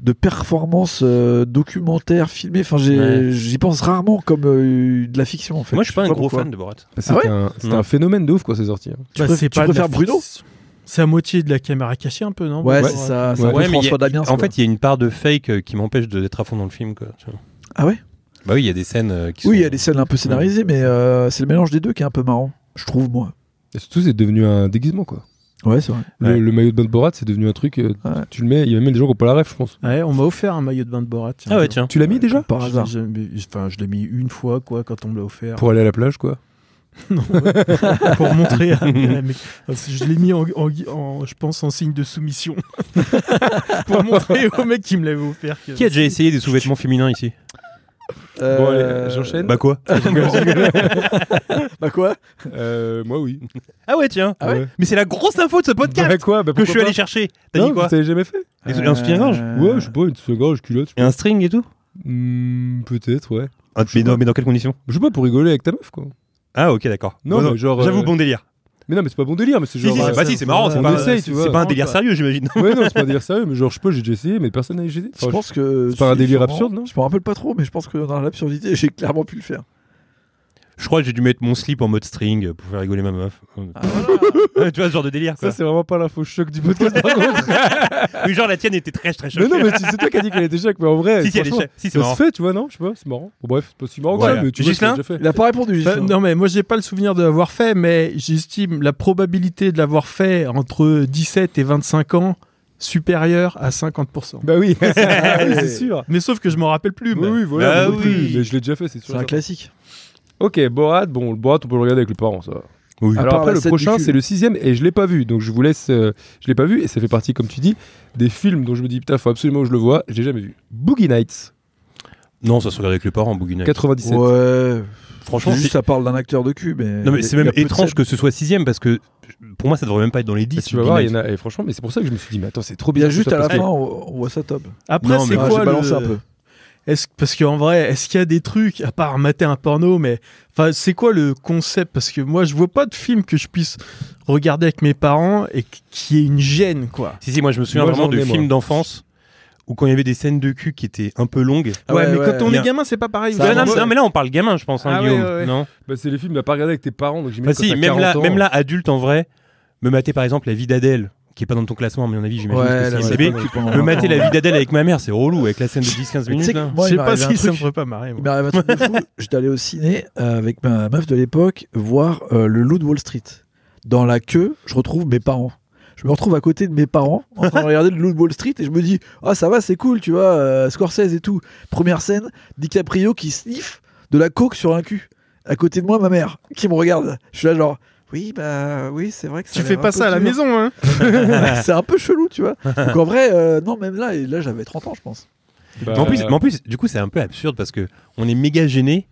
de performance euh, documentaire filmée. Enfin, j'ai-
Ouais.
j'y pense rarement comme euh, de la fiction en fait.
Moi, je suis pas un gros
pourquoi.
fan de Borat.
Bah, C'est
Ah ouais
un, c'est
Non.
un phénomène de ouf quand c'est sorti. hein.
Bah,
préf-
c'est
tu
pas de la
préfères Bruno
fiction. C'est à moitié de la caméra cachée un peu, non
Ouais,
Bon,
c'est ça. C'est un
Ouais,
peu
mais
François
il y a-
Damiens.
En
quoi.
fait, il y a une part de fake euh, qui m'empêche de- d'être à fond dans le film. Quoi, tu vois.
ah ouais.
Bah oui, il y a des scènes euh, qui
Oui,
sont-
il y a des scènes un peu scénarisées, mais euh, c'est le mélange des deux qui est un peu marrant, je trouve moi.
Et surtout, c'est devenu un déguisement, quoi.
Ouais, c'est vrai.
Le,
Ouais.
le maillot de bain de Borat, c'est devenu un truc. euh,
Ouais.
Tu le mets, il y a même des gens qui ont pas la ref, je pense.
Ouais, on m'a offert un maillot de bain de Borat. tiens.
Ah ouais, tiens.
Tu l'as mis déjà
Par
Je-
hasard.
je- je- Enfin, je l'ai mis une fois, quoi, quand on me l'a offert.
Pour aller à la plage, quoi.
pour montrer à à- mais- euh, je l'ai mis en, en- en- je pense en signe de soumission pour montrer au mec qui me l'avait offert que-
Qui a déjà essayé des sous-vêtements féminins ici
Bon, allez,
Euh,
j'enchaîne.
Bah quoi
Bah quoi
Euh, moi, oui.
Ah ouais, tiens.
Ah ouais
Ouais.
Mais c'est la grosse info de ce podcast
Bah quoi Bah
que
pourquoi
je suis allé
pas
chercher.
Euh,
T'as
Non,
dit quoi
Vous savez jamais fait
Des- Un soutien-gorge
Euh,
Ouais, je sais pas, une soutien-gorge, culotte. je-
Et un string et tout
Hmm, Peut-être, ouais.
Ah, mais, dans, mais dans quelles conditions
Je sais pas, pour rigoler avec ta meuf, quoi.
Ah ok, d'accord.
Non,
Bon,
mais genre,
J'avoue,
euh,
bon délire.
Mais non, mais c'est pas bon délire, mais c'est
Si,
genre.
si, c'est
euh,
pas si, c'est marrant. C'est
on
pas,
essaye, tu
c'est-
vois.
c'est pas un délire sérieux, j'imagine.
Ouais, non, c'est pas un délire sérieux, mais genre, je sais pas, j'ai déjà essayé, mais personne n'a essayé.
je
Enfin,
pense que.
Oh, c'est pas un délire
sûrement-
absurde, non
Je me rappelle pas trop, mais je pense que dans l'absurdité, j'ai clairement pu le faire.
Je crois que j'ai dû mettre mon slip en mode string pour faire rigoler ma meuf. Ouais, tu vois, ce genre de délire,
Ça,
quoi.
c'est vraiment pas l'info choc du podcast, par contre.
Oui, genre, la tienne était très, très
mais
choquée.
non, mais tu- c'est toi qui as dit qu'elle était choc, mais en vrai.
si, si, elle est
franchement,
chouette. Si, c'est
Ça
marrant.
se fait, tu vois, non Je sais pas, c'est marrant. Bon, bref, c'est pas si marrant,
Voilà.
quoi, mais tu vois,
Ghislain
c'est déjà fait.
Il a pas répondu,
Bah,
Justin.
non mais moi j'ai pas le souvenir de l'avoir fait mais j'estime la probabilité de l'avoir fait entre 17 et 25 ans supérieure à 50%.
Bah oui,
ouais.
c'est sûr.
Mais sauf que je m'en rappelle plus.
Oui,
mais-
oui, voilà.
Bah
moi non plus,
oui.
Mais je l'ai déjà fait, c'est
C'est
sûr.
un classique.
Ok, Borat, bon, le Borat, on peut le regarder avec les parents, ça. va.
Oui.
Alors
part
après,
la
le
scène
prochain,
du cul.
c'est le sixième, et je l'ai pas vu, donc je vous laisse. euh, je l'ai pas vu, et ça fait partie, comme tu dis, des films dont je me dis putain, faut absolument que je le vois. J'ai jamais vu. Boogie Nights,
Non, ça se regarde avec les parents, Bouguinet.
97.
Ouais.
Franchement,
juste,
c'est-
ça parle d'un acteur de cul, mais.
Non, mais c'est même
il y a peu de
étrange
scènes.
que ce soit sixième parce que pour moi, ça devrait même pas être dans les
Et
10.
tu vas voir, il y en a. Et franchement, mais c'est pour ça que je me suis dit, mais attends, c'est trop
Il y
bizarre.
a juste
tout ça,
à la
parce
fin,
que-
on, on voit ça top.
Après
Non,
c'est
mais-
Ah,
quoi
j'ai
le...
balancé un peu.
Est-ce parce qu'en vrai, est-ce qu'il y a des trucs à part mater un porno mais enfin c'est quoi le concept parce que moi je vois pas de film que je puisse regarder avec mes parents et qu- qui ait une gêne quoi.
Si, si, moi, je me souviens
Moi,
vraiment
j'en
de
ai, moi.
films d'enfance où quand il y avait des scènes de cul qui étaient un peu longues.
Ah ouais,
ouais, mais
ouais,
quand on
bien.
est gamin, c'est pas pareil.
Ça
Ouais,
a
non,
vraiment-
mais- non, mais là, on parle gamin, je pense, hein,
Ah ouais,
Guillaume.
ouais, ouais.
Non
Bah, c'est les films à pas regarder avec tes parents, donc j'imagine.
Bah, si, même là, même là, adulte en vrai, me mater par exemple la vie d'Adèle, qui est pas dans ton classement, à mon avis, j'imagine
Ouais,
que
là,
c'est
c'est
IMDb.
pas- tu peux en-
Me mater la vie d'Adèle avec ma mère, c'est relou, avec la scène de 10-15
Tu
minutes.
sais que
là.
moi, il
je sais pas
m'arrive un
si ça me
truc-
ferait pas marrer. moi.
Il m'arrive un truc de fou. J'étais allé au ciné euh, avec ma meuf de l'époque voir euh, Le Loup de Wall Street. Dans la queue, je retrouve mes parents. Je me retrouve à côté de mes parents en train de regarder Le Loup de Wall Street et je me dis Ah, ça va, c'est cool, tu vois, euh, Scorsese et tout. Première scène, DiCaprio qui sniffe de la coke sur un cul. À côté de moi, ma mère qui me regarde. Je suis là, genre. Oui, bah oui, c'est vrai que ça
Tu
a
fais
l'air un
pas
peu
ça à la
dur.
maison hein.
c'est un peu chelou, tu vois. Donc en vrai, euh, non, même là, et là j'avais 30 ans, je pense.
Bah,
Mais en, plus, mais en plus, du coup, c'est un peu absurde parce que on est méga gêné,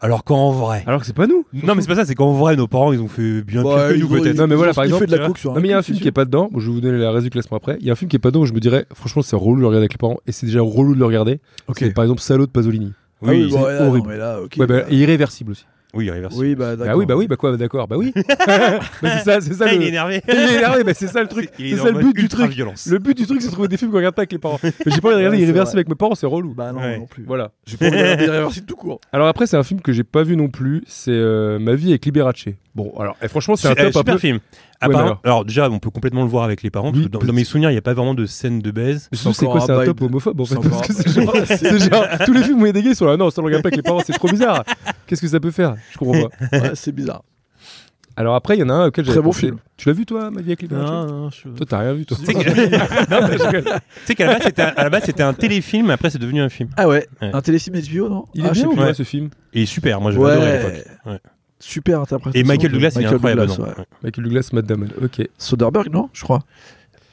alors qu'en vrai.
Alors que c'est pas nous.
non, mais c'est pas ça, c'est qu'en vrai, nos parents, ils ont fait bien
Bah,
pire que
ils
nous,
ont-
peut-être.
ils-
Non, mais
ils
voilà,
ont
par
sniffé
exemple,
de la coke sur
Non, mais il y a un
cul,
film
c'est
qui est pas dedans. Bon, je vais vous donner la résu classement après. Il y a un film qui est pas dedans où je me dirais, franchement, c'est relou de le regarder avec les parents. Et c'est déjà relou de le regarder.
sûr. Ok.
C'est par exemple Salaud de Pasolini.
Ah oui,
Oui,
bon,
c'est
ouais, non,
horrible.
mais là, ok.
Ouais, bah, et irréversible aussi.
oui, réversible.
Oui, bah d'accord.
Bah bah. oui, bah oui, bah quoi, bah d'accord, bah oui. bah c'est ça, c'est ça.
Ah,
le...
il est énervé.
Il est énervé, bah c'est ça le truc.
Il est
C'est
en
ça le
mode
but du
ultra
truc.
violence.
Le but du truc, c'est de trouver des films qu'on regarde pas avec les parents. Mais J'ai pas envie de
Ouais,
regarder
c'est
irréversible
vrai.
avec mes parents, c'est relou.
Bah non,
Ouais.
non plus.
Voilà.
J'ai pas envie de regarder Irréversible tout court.
Alors après, c'est un film que j'ai pas vu non plus. C'est euh, Ma vie avec Liberace. Bon, alors, eh, franchement, c'est un
Su- euh,
top un
super
peu-
film.
mais
Apparemment-
alors.
alors. déjà, on peut complètement le voir avec les parents. parce
Oui,
que dans, dans mes souvenirs, il n'y a pas vraiment de scène de baise.
Mais surtout, c'est quoi,
encore
c'est
un
un
vibe.
top homophobe en fait
C'est
parce
encore
que
un-
c'est genre, c'est genre, tous les films où il y a des gays sont là, non, ça ne regarde pas avec les parents, c'est trop bizarre. Qu'est-ce que ça peut faire Je comprends pas.
Ouais, c'est bizarre.
Alors après, il y en a un auquel
Très
j'avais
bon
pensé.
film.
Tu l'as vu toi, Ma vie avec Liberace
Non, non, je-
Toi, t'as rien vu toi.
Tu sais que-
Non, mais je rigole.
tu sais qu'à la base, c'était un- à la base, c'était un téléfilm, après, c'est devenu un film.
Ah ouais,
Ouais.
un téléfilm HBO, non
Il est
Ah, je sais
bien ou
plus.
pas
ouais.
ce film
Et super, moi, j'avais adoré à
Ouais.
l'époque. Ouais.
Super interprétation.
Et Michael
de
Douglas, il est
Michael
incroyable.
Douglas,
non
ouais.
Michael Douglas, Matt Damon. Ok. Et
Soderbergh, non Je crois.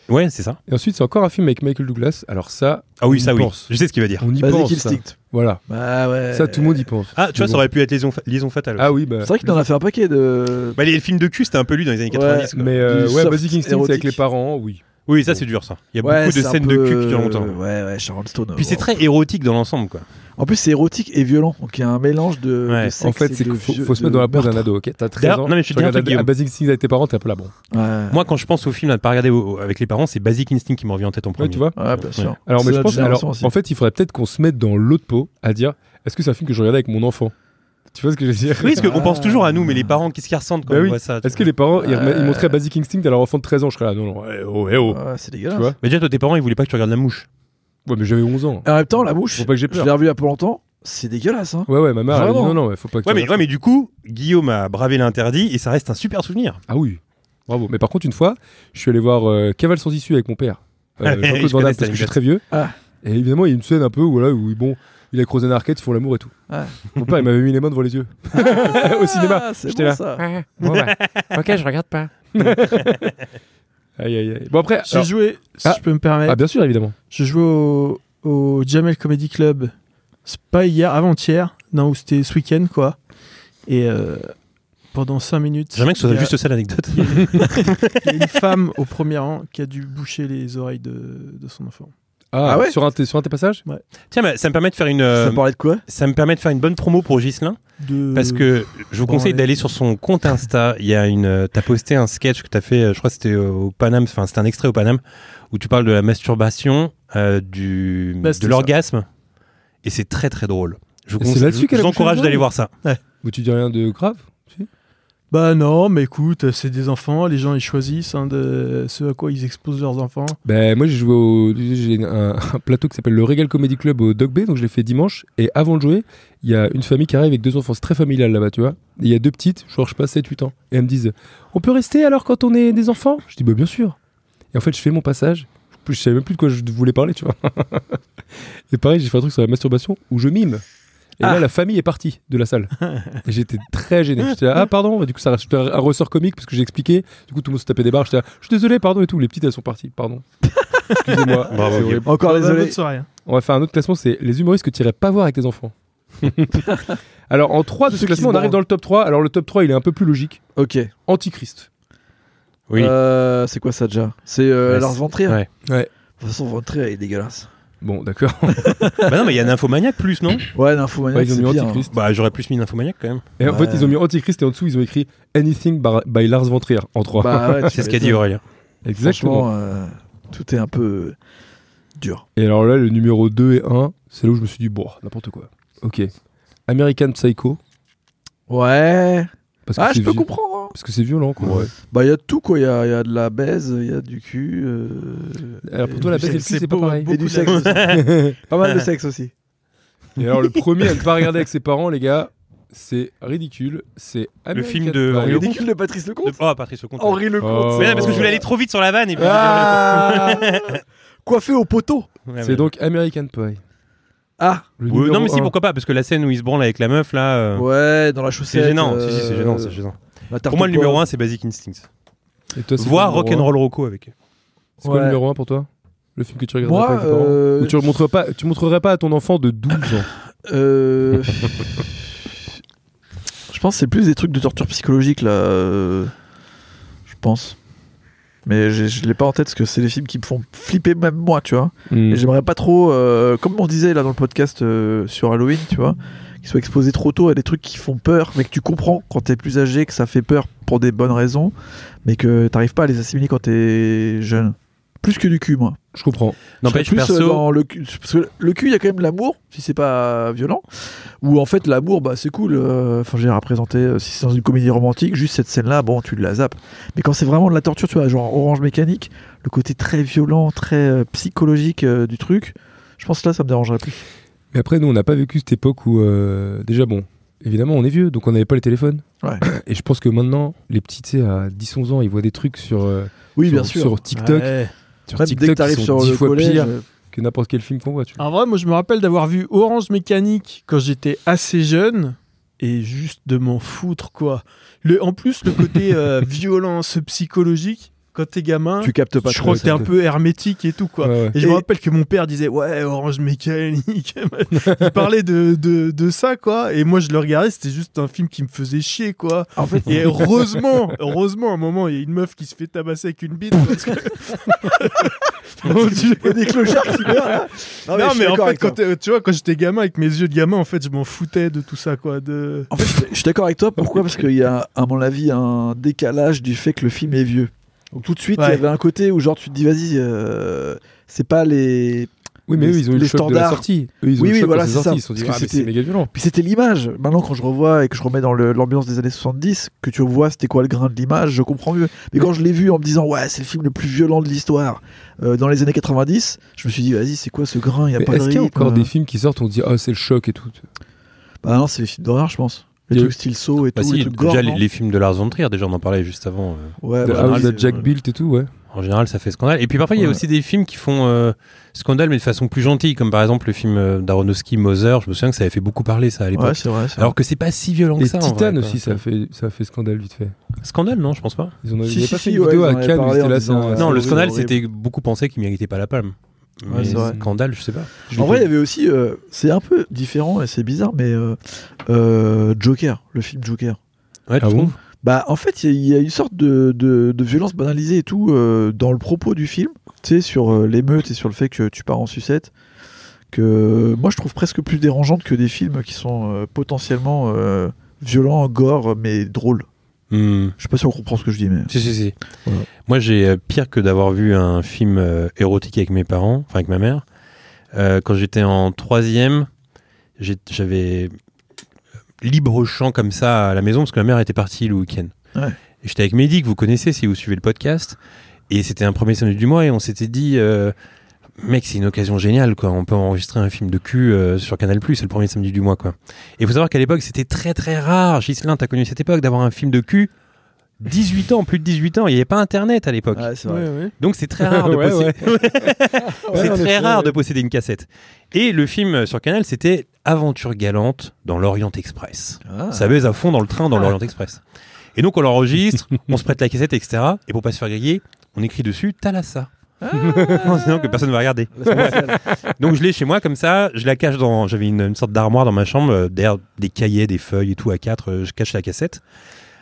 Ouais, c'est ça.
ensuite, c'est encore un film avec Michael Douglas. Alors ça,
Ah
On
oui, ça
y
oui.
pense.
Je sais ce qu'il va dire.
on y
Basic
pense. ça. Euh,
Instinct.
Voilà.
Bah ouais.
Ça, tout le monde y pense.
Ah, tu vois,
Mais
ça aurait pu être Liaison, fa- Liaison Fatale.
bon. Ah oui, bah.
C'est vrai qu'il en a fait un paquet de.
Bah, les films de cul, c'était un peu lui dans les années 90. quoi.
Mais euh,
Du
ouais,
soft
Basic Instinct,
érotique.
c'est avec les parents, oui.
Oui, ça, c'est dur, ça. Il y a
Ouais,
beaucoup de
c'est un
scènes
peu-
de cul qui durent longtemps.
Ouais, ouais, Sharon Stone.
Puis c'est
bon.
très érotique dans l'ensemble, quoi.
En plus, c'est érotique et violent. Donc il y a un mélange de.
Ouais.
de
En
sexe
En fait,
et
c'est
de
qu'il faut,
vieux-
faut se
de
mettre dans la peau d'un
meurtre.
ado, ok T'as 13
D'ailleurs,
ans.
non, mais je te
tu
dis un
regardes
truc,
à- à
Guillaume.
Basic Instinct avec tes parents, t'es un peu là, bon.
Ouais.
Moi, quand je pense au film à ne pas regarder au- avec les parents, c'est Basic Instinct qui me revient en tête en premier.
Ouais, tu vois
Ouais, bien sûr.
Alors,
C'est
mais je
notre
pense,
génération
alors,
aussi.
en fait, il faudrait peut-être qu'on se mette dans l'autre peau à dire est-ce que c'est un film que je regardais avec mon enfant Tu vois ce que je veux dire
Oui, parce qu'on pense
Ah.
toujours à nous, mais les parents, qu'est-ce qu'ils ressentent quand
Bah
on
oui.
voit ça tu
Est-ce que
vois
les parents, ils, rem-
Euh.
ils montraient Basic Instinct à leur enfant de 13 ans Je serais là, non, non, eh oh, eh oh.
Ouais, c'est dégueulasse.
Tu vois
Mais déjà, toi, tes parents, ils voulaient pas que tu regardes la mouche.
Ouais, mais j'avais 11 ans.
Et en même temps, la mouche,
Faut pas que j'ai
je
peur.
l'ai revue il y a pas longtemps, c'est dégueulasse. Hein.
Ouais, ouais, ma mère, elle a dit,
Vraiment
non, non, ouais, faut pas que
Ouais
tu
mais,
regardes.
ouais, mais du coup, Guillaume a bravé l'interdit et ça reste un super souvenir.
Ah oui, bravo. Mais par contre, une fois, je suis allé voir euh, Cavale sans issue avec mon père. Euh,
Je
Jean-Claude Van
connais
Damme,
cette
parce que je suis
anecdote.
très vieux.
Ah.
Et évidemment, il y a une scène un peu où, là, où bon, il a croisé un arcade, ils font l'amour et tout.
Ah.
Mon père, il m'avait mis les mains devant les yeux. Au cinéma.
Ah, c'est
j'étais
bon
là.
ça.
ok, je regarde pas.
Aïe, aïe, aïe. Bon, après,
J'ai
alors-
joué, si
Ah.
je peux me permettre,
ah, bien sûr, évidemment.
je jouais au, au Jamel Comedy Club c'est pas hier, avant-hier, non, ou c'était ce week-end, quoi. Et euh, pendant 5 minutes.
J'aimerais que ce
il y
soit
a-
juste ça l'anecdote.
Il y a une femme au premier rang qui a dû boucher les oreilles de, de son enfant.
Ah,
Ah ouais
sur, un, t- sur un de tes passages
Tiens, mais ça me permet de faire une.
Ça
euh,
parlait de quoi
Ça me permet de faire une bonne promo pour Gislin
De...
Mmh.
parce que je vous
bon,
conseille
allez.
d'aller sur son compte Insta. Il y a une, euh, t'as posté un sketch que t'as fait, euh, je crois que c'était euh, au Paname, enfin c'était un extrait au Paname où tu parles de la masturbation, euh, du,
Bah,
de
c'était
l'orgasme, et c'est très très drôle. Je vous,
Et c'est
conseille-
là-dessus
je
qu'elle a
vous
couché
encourage
les
d'aller
oreilles
voir ça.
Ou tu dis rien de grave si
Bah non, mais écoute, c'est des enfants, les gens ils choisissent hein, de ce à quoi ils exposent leurs enfants.
Ben moi j'ai joué au j'ai un, un plateau qui s'appelle le Regal Comedy Club au Dog Bay donc je l'ai fait dimanche et avant de jouer il y a une famille qui arrive avec deux enfants c'est très familial là-bas tu vois Et il y a deux petites genre je sais pas 7 8 ans et elles me disent on peut rester alors quand on est des enfants je dis bah bien sûr et en fait je fais mon passage je savais même plus de quoi je voulais parler tu vois et pareil j'ai fait un truc sur la masturbation où je mime et là, la famille est partie de la salle. Et j'étais très gêné. J'étais là, ah, pardon. Et du coup, ça rajoutait un un ressort comique parce que j'ai expliqué. Du coup, tout le monde se tapait des barres. J'étais là, je suis désolé, pardon et tout. Les petites, elles sont parties, pardon. Excusez-moi.
Bravo,
C'est
Guillaume.
horrible.
Encore
Bah,
désolé.
bonne soirée. hein.
On va faire un autre classement c'est les humoristes que tu irais pas voir avec tes enfants. Alors, en 3 de ce
Ceux qui
classement,
se
on arrive
branlent.
dans le top 3. Alors, le top 3, il est un peu plus logique.
Ok.
Antichrist.
Oui.
Euh, c'est quoi ça déjà C'est euh,
Ouais,
Lars von Trier
ouais.
Ouais.
De toute façon, Ventrier est dégueulasse.
Bon, d'accord.
bah non, mais il y a Nymphomaniac plus, non
Ouais, Nymphomaniac,
Ouais, ils ont
c'est
mis
pire.
Antichrist.
Bah j'aurais plus mis Nymphomaniac quand même.
Et en
Ouais.
fait, ils ont mis Antichrist et en dessous, ils ont écrit Anything by, by Lars von Trier en 3.
hein. Bah
Ah,
ouais, tu
C'est ce qu'a dit
m'étonnes.
Aurélien.
Exactement.
Franchement, euh, tout est un peu dur.
Et alors là, le numéro 2 et 1, c'est là où je me suis dit, bon, n'importe quoi. Ok. American Psycho.
Ouais.
Parce que
Ah,
c'est
je peux
vi-
comprendre.
Parce que c'est violent, quoi.
Bah, il y a de tout, quoi. Il y a, il y a de la baise, il y a du cul. euh,
Alors pour toi, la
et du
baise et le
sexe.
cul, c'est pas
beau,
pareil.
Et du sexe aussi. Pas mal de sexe aussi.
Et alors, le premier à ne pas regarder avec ses parents, les gars, c'est ridicule. C'est American
film de-
Pie.
Le
Ridicule de Patrice Lecomte
Oh, Patrice Lecomte.
Henri Lecomte.
Oh.
Mais non, parce que je voulais aller trop vite sur la vanne et puis.
Ah Coiffé au poteau.
Ouais,
Ah,
mais-
C'est donc American Pie.
Ah
Le
Ouais,
numéro
non mais si
un.
pourquoi pas parce que la scène où il se branle avec la meuf là euh,
Ouais, dans la chaussette.
c'est gênant
euh,
si, si, c'est gênant c'est gênant
la tarte
pour moi
aux
le numéro
pommes.
1 c'est Basic Instinct
Et toi, c'est
Voir
quoi le numéro un
Rock'n'Roll Rocco avec eux.
C'est quoi le
Ouais.
numéro 1 pour toi Le film que tu regarderais pas
Moi,
avec tes parents
euh,
Ou tu, le montrerais pas, tu montrerais pas à ton enfant de 12 ans
Euh, je pense que c'est plus des trucs de torture psychologique là. euh, Je pense. Mais j'ai- je l'ai pas en tête parce que c'est des films qui me font flipper même moi, tu vois.
Hmm.
Hmm.
Et j'aimerais pas trop, euh, comme on disait là dans le podcast euh, sur Halloween, tu vois, qu'ils soient exposés trop tôt à des trucs qui font peur, mais que tu comprends quand t'es plus âgé que ça fait peur pour des bonnes raisons, mais que t'arrives pas à les assimiler quand t'es jeune. Plus que du cul, moi.
Je comprends.
Je
N'empêche
serais plus euh,
perso
dans le cul, parce que le cul, il y a quand même l'amour, si c'est pas violent. Ou en fait, l'amour, bah c'est cool. euh, Enfin, j'ai représenté euh, si c'est dans une comédie romantique, juste cette scène-là, bon, tu la zappes. Mais quand c'est vraiment de la torture, tu vois, genre Orange Mécanique, le côté très violent, très euh, psychologique euh, du truc. Je pense que là, ça me dérangerait plus.
Mais après, nous, on n'a pas vécu cette époque où, euh, déjà, bon, évidemment, on est vieux, donc on n'avait pas les téléphones.
Ouais.
Et je pense que maintenant, les petits, tu sais, à 10-11 ans, ils voient des trucs sur, euh,
Oui,
sur,
bien sûr.
sur TikTok,
Ouais.
sur
Même dès que
TikTok qui
t'arrives
sont
sur
10
le
fois
collège,
pire
euh,
que n'importe quel film qu'on voit. Tu vois.
En vrai, moi je me rappelle d'avoir vu Orange Mécanique quand j'étais assez jeune et juste de m'en foutre quoi. Le, en plus, le côté euh, violence psychologique, quand t'es gamin,
tu captes pas.
Ah, je
trop.
crois que t'es un peu hermétique et tout quoi.
Ouais, ouais.
Et je me
Et-
rappelle que mon père disait ouais Orange Mécanique, il parlait de, de, de ça quoi. Et moi je le regardais, c'était juste un film qui me faisait chier quoi.
En fait,
Et heureusement, heureusement, à un moment il y a une meuf qui se fait tabasser avec une bite. parce que- Mon Dieu.
il y a des clochards qui meurent, là.
Non,
je
mais,
suis
en
d'accord
fait
avec toi.
quand t'es- tu vois quand j'étais gamin avec mes yeux de gamin en fait je m'en foutais de tout ça quoi. De...
En fait, je suis d'accord avec toi. Pourquoi Parce qu'il y a, à mon avis, un décalage du fait que le film est vieux. Donc tout de suite, il
Ouais.
y avait un côté où genre tu te dis, vas-y, euh, c'est pas les.
Oui, mais
les-
eux, ils ont eu le
les
choc de la
standards.
sortie. Eux, ils ont
Oui,
eu le
oui,
choc
voilà,
quand c'est
c'est ça.
sorti. Ils se sont dit,
Parce que
ah, mais c'est
c'était-
méga violent.
Puis c'était l'image. Maintenant, quand je revois et que je remets dans le- l'ambiance des années 70, que tu vois c'était quoi le grain de l'image, je comprends mieux. Mais quand je l'ai vu en me disant, ouais, c'est le film le plus violent de l'histoire euh, dans les années 90, je me suis dit, vas-y, c'est quoi ce grain Il y a
Mais
pas de hein.
Est-ce qu'il y a
rythme.
encore des films qui sortent, on dit, ah, c'est le choc et tout
Bah non, c'est les films d'horreur, je pense.
Il
Les
y a
trucs style saut et
Bah
tout,
si,
les trucs gore.
déjà les,
non
les films de Lars von Trier déjà on en parlait juste avant euh,
Ouais,
The
bah,
House
oui,
that Ah Jack
euh,
Built et tout, ouais.
en général ça fait scandale et puis parfois il y a
Ouais.
aussi des films qui font euh, scandale mais de façon plus gentille comme par exemple le film euh, d'Aronofsky Mother je me souviens que ça avait fait beaucoup parler ça à l'époque
Ouais, c'est vrai. c'est vrai.
alors que c'est pas si violent
Et
que ça en vrai,
Titan
quoi.
aussi, ça a fait, ça a fait scandale vite fait.
scandale non je pense pas
Ils en avaient
Si,
ils avaient
si,
pas fait
si,
une
ouais,
vidéo
ils en
à
avaient
Cannes,
parlé
ils étaient
en
là, Ah, c'est
disant,
un-
euh,
c'est
non le
horrible,
scandale
horrible.
c'était beaucoup pensé qu'il méritait pas la palme Mais
Ouais, c'est vrai.
Scandale, je sais pas. Je
En
l'ai
vrai, il
pas
y avait aussi. euh, c'est un peu différent et c'est bizarre, mais euh, euh, Joker, le film Joker.
vu. Ouais, tu
Ah bon
trouves
Bah, en fait, il y, a- il y a une sorte de, de- de violence banalisée et tout euh, dans le propos du film. Tu sais, sur euh, l'émeute et sur le fait que tu pars en sucette. Que euh, moi, je trouve presque plus dérangeante que des films qui sont euh, potentiellement euh, violents, gore, mais drôles.
Hmm.
Je sais pas si on comprend ce que je dis, mais.
Si, si, si.
Ouais.
Moi, j'ai euh, pire que d'avoir vu un film euh, érotique avec mes parents, enfin avec ma mère. Euh, quand j'étais en troisième, j'ai- j'avais euh, libre champ comme ça à la maison parce que ma mère était partie le week-end.
Ouais.
Et J'étais avec Mehdi, que vous connaissez si vous suivez le podcast. Et c'était un premier samedi du mois et on s'était dit, euh, mec, c'est une occasion géniale, quoi. On peut enregistrer un film de cul euh, sur Canal+, c'est le premier samedi du mois, quoi. Et il faut savoir qu'à l'époque, c'était très très rare. Ghislain, t'as connu cette époque d'avoir un film de cul 18 ans, plus de 18 ans, il n'y avait pas internet à l'époque.
Ouais, c'est
Ouais, ouais.
Donc c'est très rare de
Ouais,
posséder.
Ouais,
c'est
en
très
effet,
rare
ouais.
de posséder une cassette. Et le film euh, sur Canal, c'était Aventure galante dans l'Orient Express.
Ah.
Ça baise à fond dans le train
Ah.
dans l'Orient Express. Et donc on l'enregistre, on se prête la cassette, etc. Et pour pas se faire griller, on écrit dessus Talassa.
Ah.
en disant que personne ne va regarder. Donc je l'ai chez moi comme ça, je la cache dans. J'avais une, une sorte d'armoire dans ma chambre, euh, derrière des cahiers, des feuilles et tout à quatre, euh, je cache la cassette.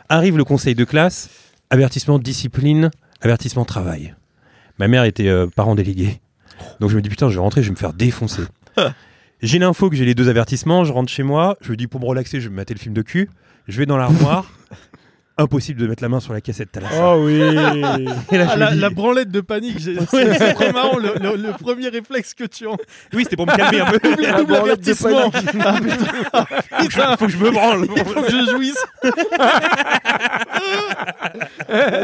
Arrive le conseil de classe, avertissement discipline, avertissement travail. Ma mère était euh, parent délégué. Donc je me dis putain, je vais rentrer, je vais me faire défoncer. j'ai l'info que j'ai les deux avertissements, je rentre chez moi, je me dis pour me relaxer, je vais me mater le film de cul, je vais dans l'armoire. Impossible de mettre la main sur la cassette, t'as la
Oh oui
Et là, je
Ah,
me
la,
dis-
la branlette de panique, j'ai- c'est c'est trop marrant le, le- le premier réflexe que tu as.
Oui, c'était pour me calmer un peu.
Double, double avertissement.
Faut que je me branle.
Il faut que je jouisse.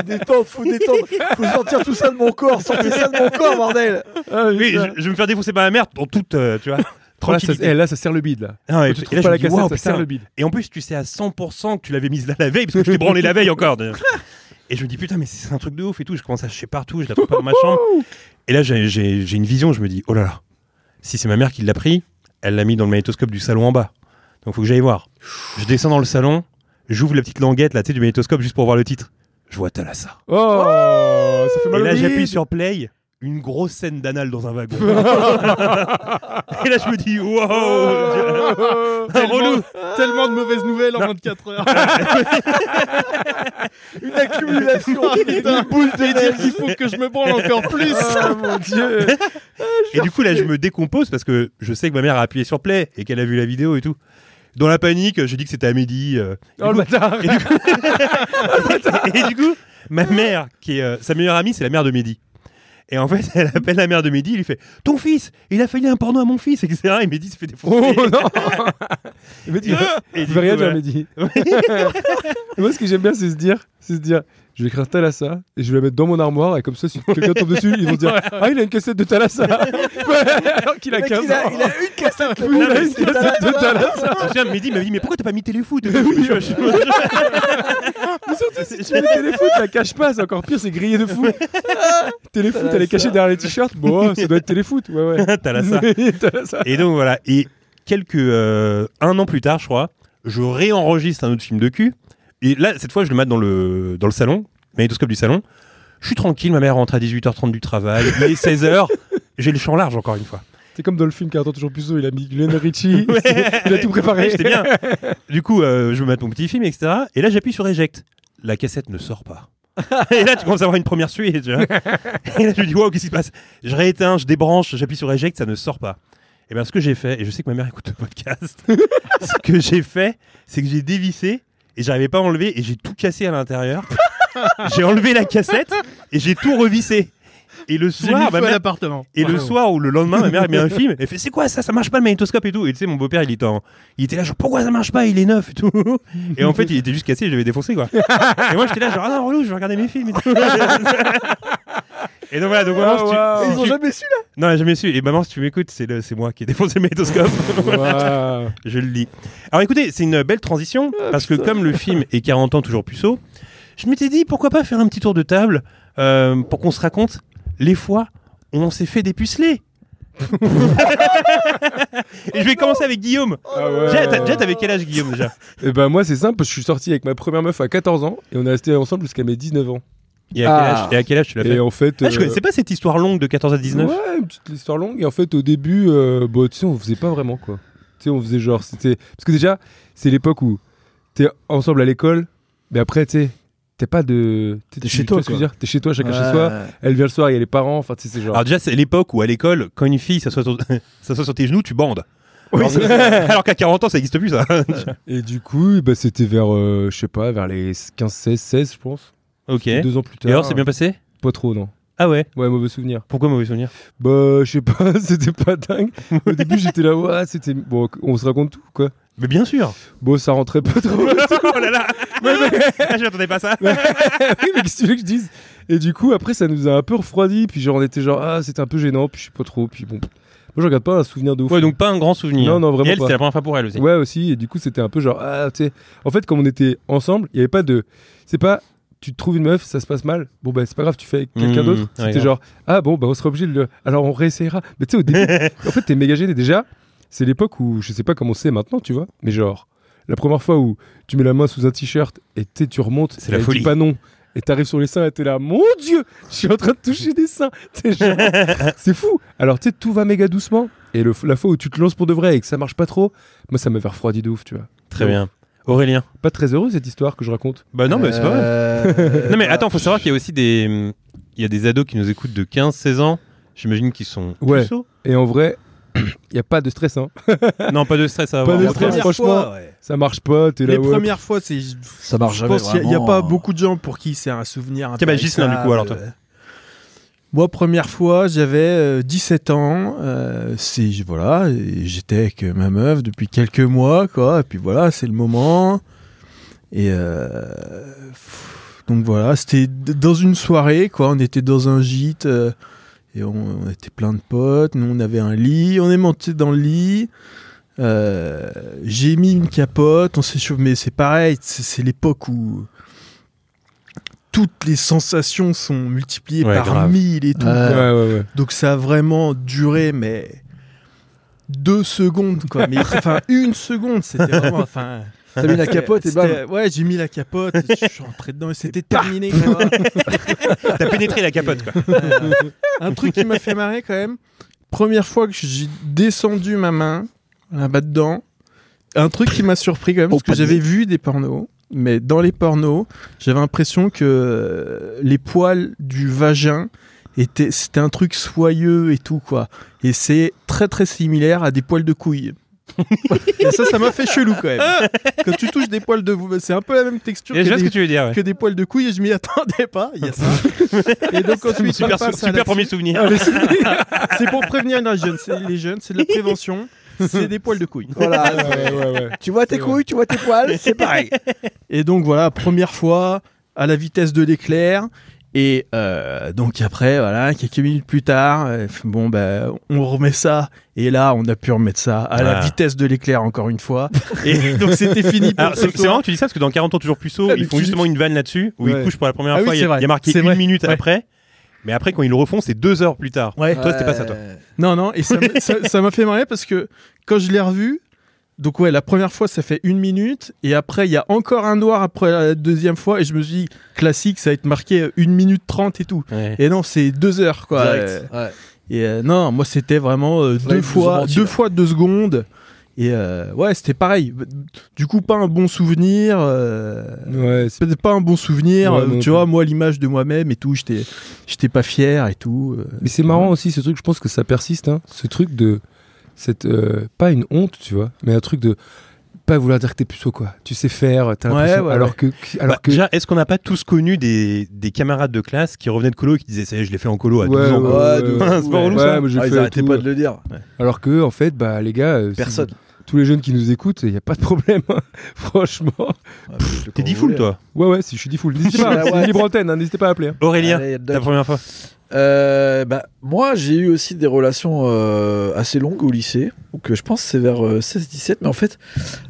détendre, faut détendre, faut sortir tout ça de mon corps, sortez ça de mon corps, bordel.
Oui, je, je vais me faire défoncer par la merde dans toute, euh, tu vois.
là ça,
Tranquillité.
eh, là, ça serre le bide là.
Ah ouais,
Quand tu
et
trouves
là,
pas
je
la
me dis,
cassette,
waouh,
ça serre
putain.
le bide.
Et en plus, tu sais à 100% que tu l'avais mise là la veille, parce que je t'ai branlé la veille encore. d'ailleurs. Et je me dis, putain, mais c'est un truc de ouf et tout. Je commence à chercher partout, je la trouve pas dans ma chambre. Et là, j'ai- j'ai j'ai une vision, je me dis, oh là là, si c'est ma mère qui l'a pris, elle l'a mis dans le magnétoscope du salon en bas. Donc faut que j'aille voir. Je descends dans le salon, j'ouvre la petite languette là, tu sais, du magnétoscope juste pour voir le titre. Je vois Talassa.
Oh Ça fait
Et
mal
là,
au bide.
j'appuie sur play, une grosse scène d'anal dans un wagon. et là, je me dis,
Oh,
wow
Oh. Tellement, tellement de mauvaises nouvelles en 24 heures.
Une accumulation,
Putain,
boule
et dire qu'il faut que je me branle encore plus.
mon dieu.
Et du coup, là, je me décompose parce que je sais que ma mère a appuyé sur play et qu'elle a vu la vidéo et tout. Dans la panique, j'ai dit que c'était à midi. euh, du
Oh le
coup-
bâtard Oh,
et du coup, ma mère, qui est euh, sa meilleure amie, c'est la mère de Mehdi. Et en fait, elle appelle la mère de Mehdi, il lui fait Ton fils, il a failli un porno à mon fils, etc. Et Mehdi se fait
Oh
défoncer.
non Mais tu
Et du
veux rien
coup,
dire,
voilà.
Mehdi. Moi, ce que j'aime bien, c'est se dire, c'est se dire, je vais écrire Talassa et je vais la mettre dans mon armoire et comme ça, si quelqu'un tombe dessus, ils vont se dire, ah, il a une cassette de Talassa. Alors qu'il a 15
Il a,
ans.
il a une cassette.
Oui, il a une cassette de Talassa.
Je me souviens, Mehdi m'a dit Mais pourquoi t'as pas mis téléfoot Je- je-
Mais surtout, si tu mets téléfoot, la cache pas, c'est encore pire, c'est grillé de fou. téléfoot, elle est cachée derrière les t-shirts. Bon, ouais, ça doit être téléfoot, ouais, ouais.
je- Talassa.
Talassa.
Et donc voilà. Et quelques euh, un an plus tard, je crois, je réenregistre un autre film de cul. Et là, cette fois, je le mate dans le dans le salon, magnétoscope du salon. Je suis tranquille. Ma mère rentre à 18h30 du travail. Il est 16h. J'ai le champ large encore une fois.
C'est comme dans le film qu'attend toujours Puceau, il a mis Glenn Ritchie, il a tout
Ouais,
préparé.
J'étais bien. Du coup, euh, je me mate mon petit film, etc. Et là, j'appuie sur eject. La cassette ne sort pas. et là, tu commences à avoir une première suite. tu vois. et là, je me dis, waouh, qu'est-ce qui se passe Je rééteins, je débranche, j'appuie sur eject, ça ne sort pas. Et bien, ce que j'ai fait, et je sais que ma mère écoute le podcast, ce que j'ai fait, c'est que j'ai dévissé et j'arrivais pas à enlever et j'ai tout cassé à l'intérieur. j'ai enlevé la cassette et j'ai tout revissé. Et le
J'ai mis
soir, bah, ma
feu à
mère-
l'appartement.
et le soir ou le lendemain, ma mère elle met un film, elle fait c'est quoi ça, ça marche pas le magnétoscope et tout. Et tu sais, mon beau-père il était, en- il était là, genre pourquoi ça marche pas, il est neuf et tout. Et en fait, il était juste cassé, je l'avais défoncé quoi. Et moi j'étais là, genre ah non, relou, je vais regarder mes films et tout. Et donc voilà, donc maman, si tu-
Ah,
si
Ils ont
tu-
jamais su là.
Non, j'ai jamais su. Et maman, si tu m'écoutes, c'est le- c'est moi qui ai défoncé le magnétoscope.
Waouh.
Je le lis. Alors écoutez, c'est une belle transition
Ah,
parce que comme le film est 40 ans toujours puceau, je m'étais dit pourquoi pas faire un petit tour de table euh, pour qu'on se raconte les fois où on s'est fait dépuceler. Et je vais commencer avec Guillaume.
Ah ouais.
Déjà, t'as- déjà, t'avais quel âge Guillaume déjà
Eh ben moi c'est simple, je suis sorti avec ma première meuf à 14 ans et on est resté ensemble jusqu'à mes 19 ans.
Et à, quel
Ah.
âge, et à quel âge tu l'as fait
Et en fait.
Ah, Je
euh,
connaissais pas cette histoire longue de 14 à 19.
Ouais, une petite histoire longue. Et en fait, au début, euh, bah, tu sais, on faisait pas vraiment quoi. Tu sais, on faisait genre, c'était parce que déjà, c'est l'époque où t'es ensemble à l'école, mais après, tu sais, t'es pas de, tu-
T'es
tu-
chez
tu
toi,
vois ce que je veux dire T'es chez toi, chacun chez
Ouais.
soi. Elle vient le soir, il y a les parents. Enfin, tu sais, c'est genre.
Alors déjà, c'est l'époque où à l'école, quand une fille s'assoit sur, s'assoit sur tes genoux, tu bandes.
Oui,
alors,
c'est
alors qu'à 40 ans, ça n'existe plus ça.
Et du coup, bah, c'était vers, euh, je sais pas, vers les 15, 16, 16, je pense.
ok.
Et
Et
Deux ans plus tard.
alors, c'est bien passé
Pas trop, non.
Ah ouais.
Ouais, mauvais souvenir.
Pourquoi mauvais souvenir
Bah, je sais pas, c'était pas dingue. Au début, j'étais là, ouais, c'était. Bon, on se raconte tout, quoi.
Mais bien sûr.
Bon, ça rentrait pas trop.
oh là là. Ah, Je m'attendais pas à ça.
oui, mais qu'est-ce que tu veux que je dise Et du coup, après, ça nous a un peu refroidi. Puis, genre, on était genre, ah, c'était un peu gênant. Puis, je sais pas trop. Puis, bon. Moi, je regarde pas un souvenir de ouf.
Ouais, donc pas un grand souvenir.
Non, non, vraiment
Et elle,
pas.
c'était la première fois pour elle aussi.
Ouais, aussi. Et du coup, c'était un peu genre, ah, tu sais. En fait, comme on était ensemble, il y avait pas de. C'est pas. Tu te trouves une meuf, ça se passe mal. Bon, bah, c'est pas grave, tu fais avec quelqu'un
Mmh,
d'autre.
ouais,
C'était
grave.
genre, ah, bon, bah, on sera obligé de le. Alors, on réessayera. Mais tu sais, au début, en fait, t'es méga gêné. Déjà, c'est l'époque où, je sais pas comment c'est maintenant, tu vois, mais genre, la première fois où tu mets la main sous un t-shirt et tu sais, tu remontes,
C'est la
et elle
folie.
dit pas non. Et t'arrives sur les seins et t'es là, mon dieu, je suis en train de toucher des seins. T'es genre, C'est fou. Alors tu sais, tout va méga doucement. Et le- la fois où tu te lances pour de vrai et que ça marche pas trop, moi ça m'avait refroidi de ouf, tu vois.
Très bien. Aurélien.
Pas très heureux cette histoire que je raconte.
Bah non, mais c'est pas mal.
mal.
Euh, Non mais attends, faut savoir qu'il y a aussi des hum, il y a des ados qui nous écoutent de 15 16 ans. J'imagine qu'ils sont
Ouais.
puceaux.
Et en vrai, il y a pas de stress, hein.
Non, pas de stress à
Pas
avoir.
de
Après,
stress. franchement, Ça marche pas, t'es là,
Les
ouais.
premières fois, c'est.
Ça marche
Je
jamais. hein.
pense qu'il n'y a,
euh,
pas beaucoup de gens pour qui c'est un souvenir.
Tiens, bah, Ghislain, du coup, alors, toi.
impérissable. Moi, première fois, j'avais euh, 17 ans. euh, c'est voilà, et j'étais avec euh, ma meuf depuis quelques mois, quoi. Et puis voilà, c'est le moment. Et euh, pff, donc voilà, c'était d- dans une soirée, quoi. On était dans un gîte euh, et on, on était plein de potes. Nous, on avait un lit. On est monté dans le lit. Euh, j'ai mis une capote, on s'est chauffé, mais c'est pareil, c'est c'est l'époque où toutes les sensations sont multipliées
Ouais,
par
grave.
mille et tout.
Ouais,
quoi.
ouais, ouais.
Donc ça a vraiment duré, mais deux secondes, quoi. Mais enfin, une seconde, c'était vraiment. Enfin,
T'as mis la capote et bam. bah.
c'était- Ouais, j'ai mis la capote, et je suis rentré dedans et c'était terminé. quoi.
T'as pénétré la capote quoi.
Euh, un truc qui m'a fait marrer quand même. Première fois que j'ai descendu ma main là-bas dedans. Un truc qui m'a surpris quand même,
Au
parce que
panier.
j'avais vu des pornos, mais dans les pornos, j'avais l'impression que euh, les poils du vagin étaient, c'était un truc soyeux et tout quoi. Et c'est très très similaire à des poils de couilles. et ça, ça m'a fait chelou quand même. Quand tu touches des poils de, c'est un peu la même texture.
Et
que
je vois ce
des-
que tu veux dire. ouais.
que des poils de couilles et je m'y attendais pas. Il y a ça. et donc ensuite, on
Super,
passe à
super
la
premier
suite.
souvenir.
Ah, mais c'est- c'est pour prévenir les jeunes, c'est les jeunes, c'est de la prévention. C'est des poils de couilles.
Voilà.
Ouais, ouais, ouais.
Tu vois tes couilles, tu vois tes poils, c'est pareil.
Et donc voilà, première fois à la vitesse de l'éclair. Et euh, donc après, voilà, quelques minutes plus tard, euh, bon ben, on remet ça. Et là, on a pu remettre ça à la
Ah.
vitesse de l'éclair encore une fois.
Et donc c'était fini.
pour ce
C'est c'est
soir.
marrant que tu dis ça parce que dans 40 ans toujours puceau,
Ah, mais
ils font
tu-
justement une vanne là-dessus où
Ouais.
ils couchent pour la première
Ah oui,
fois. il y
c'est
a-
vrai.
il y a marqué
C'est
une
vrai.
minute
Ouais.
après. Mais après quand ils le refont, c'est deux heures plus tard.
Ouais.
Toi c'était pas ça toi.
Non, non, et ça m- ça ça m'a fait marrer parce que quand je l'ai revu, donc ouais, la première fois ça fait une minute, et après il y a encore un noir après la deuxième fois, et je me suis dit, classique, ça va être marqué euh, une minute trente et tout.
Ouais.
Et non, c'est deux heures quoi. Euh,
Direct. Ouais.
Et euh, non, moi c'était vraiment euh,
Ouais,
deux,
ils nous ont
fois,
menti,
deux
là.
fois deux secondes. Et euh, ouais, c'était pareil. Du coup, pas un bon souvenir. euh,
Ouais, c'est-
c'est peut-être pas un bon souvenir.
Ouais,
euh,
non,
tu
non.
vois, moi, l'image de moi-même et tout, j'étais j'étais pas fier et tout. euh.
Mais c'est marrant aussi ce truc, je pense que ça persiste, hein, ce truc de cette euh, pas une honte, tu vois, mais un truc de pas vouloir dire que t'es puceau quoi. Tu sais faire, t'as
Ouais,
l'impression
ouais,
alors
ouais.
que que- alors
Bah,
que
Déjà, est-ce qu'on n'a pas tous connu des, des camarades de classe qui revenaient de colo et qui disaient ça y est, je l'ai fait en colo à 12 ans.
ouais.
quoi.
de
fou, C'est pas relou,
euh, Ouais,
ça
moi, j'ai
Ah,
fait
ils arrêtaient
tout.
pas de le dire.
Alors que en fait bah les gars, euh, si-
Personne.
tous les jeunes qui nous écoutent, il y a pas de problème hein, franchement.
T'es dit full toi.
Ouais ouais, si je suis dit full, n'hésitez
Ouais,
pas, c'est
ouais.
une libre antenne, hein, n'hésitez pas à appeler. hein.
Aurélien,
Allez,
ta
Doc.
première fois.
Euh, bah, moi, j'ai eu aussi des relations euh, assez longues au lycée. Donc, euh, je pense que c'est vers 16-17. Mais en fait,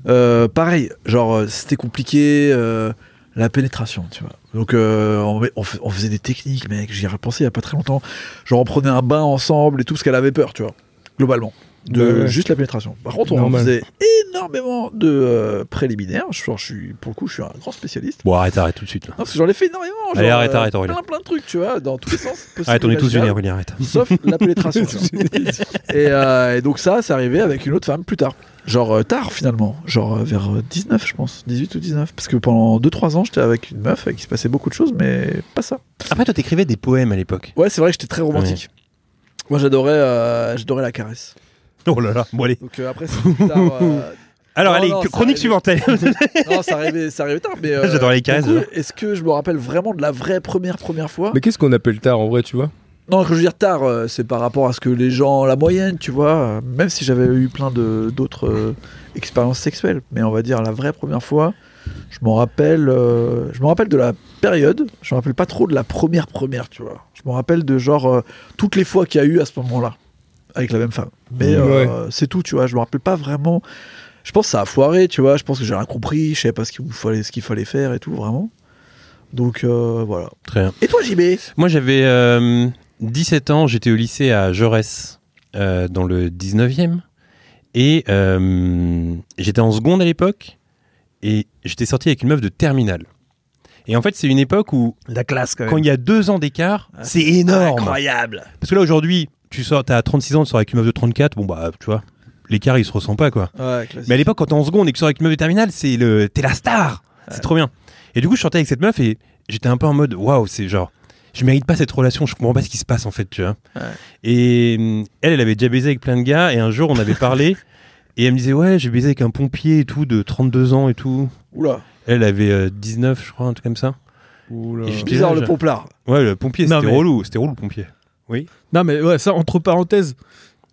euh, pareil, genre, euh, c'était compliqué euh, la pénétration, tu vois. Donc, euh, on, on f- on faisait des techniques, mec. J'y ai repensé il y a pas très longtemps. Genre, on prenait un bain ensemble et tout, parce qu'elle avait peur, tu vois, globalement. de
Bah ouais.
juste la pénétration. Par contre, on
Normal.
faisait énormément de euh, préliminaires. Je, genre, je suis, pour le coup, je suis un grand spécialiste.
Bon, arrête, arrête tout de suite là.
Non, parce que j'en ai fait énormément. Genre,
Allez, arrête,
euh,
arrête, Aurélien.
plein, plein de trucs, tu vois, dans tous les sens. possibles
Arrête, on est tous
imaginables,
vénères, Aurélien, arrête.
Sauf la pénétration. tu vois. et, euh, et donc, ça, c'est arrivé avec une autre femme plus tard. Genre euh, tard, finalement. Genre euh, vers euh, 19, je pense. 18 ou 19. Parce que pendant 2-3 ans, j'étais avec une meuf avec qui se passait beaucoup de choses, mais pas ça.
Après, toi, t'écrivais des poèmes à l'époque.
Ouais, c'est vrai que j'étais très romantique. Moi, j'adorais euh, j'adorais la caresse.
Oh là là, bon allez.
Donc euh, après, c'est plus tard. euh,
Alors,
Non,
allez,
non,
que-
ça
chronique
arrive.
suivante. allez.
non, ça arrivait, ça arrivait tard. Mais euh,
J'adore les
du
cases,
coup,
là.
Est-ce que je me rappelle vraiment de la vraie première première fois
Mais qu'est-ce qu'on appelle tard en vrai, tu vois
Non, que je veux dire tard, euh, c'est par rapport à ce que les gens, la moyenne, tu vois. euh, Même si j'avais eu plein de d'autres euh, expériences sexuelles, mais on va dire la vraie première fois. Je m'en rappelle, euh, je me rappelle de la période. Je me rappelle pas trop de la première première, tu vois. Je me rappelle de genre euh, toutes les fois qu'il y a eu à ce moment-là avec la même femme. Mais euh, c'est tout, tu vois. Je me rappelle pas vraiment. Je pense que ça a foiré, tu vois. Je pense que j'ai rien compris. Je savais pas ce qu'il fallait, ce qu'il fallait faire et tout, vraiment. Donc euh, voilà.
Très bien.
Et toi, JB
Moi, j'avais euh, 17 ans, j'étais au lycée à Jaurès, euh, dans le 19e. Et euh, j'étais en seconde à l'époque. Et j'étais sorti avec une meuf de terminale. Et en fait, c'est une époque où,
La classe,
quand il y a deux ans d'écart, c'est énorme.
Incroyable.
Parce que là, aujourd'hui, tu sors, t'as 36 ans, tu sors avec une meuf de 34. Bon, bah, tu vois, l'écart, il se ressent pas, quoi.
Ouais, classique.
Mais à l'époque, quand t'es en seconde et que tu sors avec une meuf de terminale, c'est le, t'es la star. C'est trop bien. Et du coup, je sortais avec cette meuf et j'étais un peu en mode, waouh, c'est genre, je mérite pas cette relation. Je comprends pas ce qui se passe en fait, tu vois.
Ouais.
Et hum, elle, elle avait déjà baisé avec plein de gars et un jour, on avait parlé et elle me disait, ouais, j'ai baisé avec un pompier et tout de 32 ans et tout.
Oula,
Elle avait euh, 19, je crois, un truc comme ça. Et j'étais
bizarre
là,
le
je-
pomplard.
Ouais, le pompier,
Non,
c'était
mais-
relou, c'était relou le pompier.
Non, mais ouais, ça, entre parenthèses,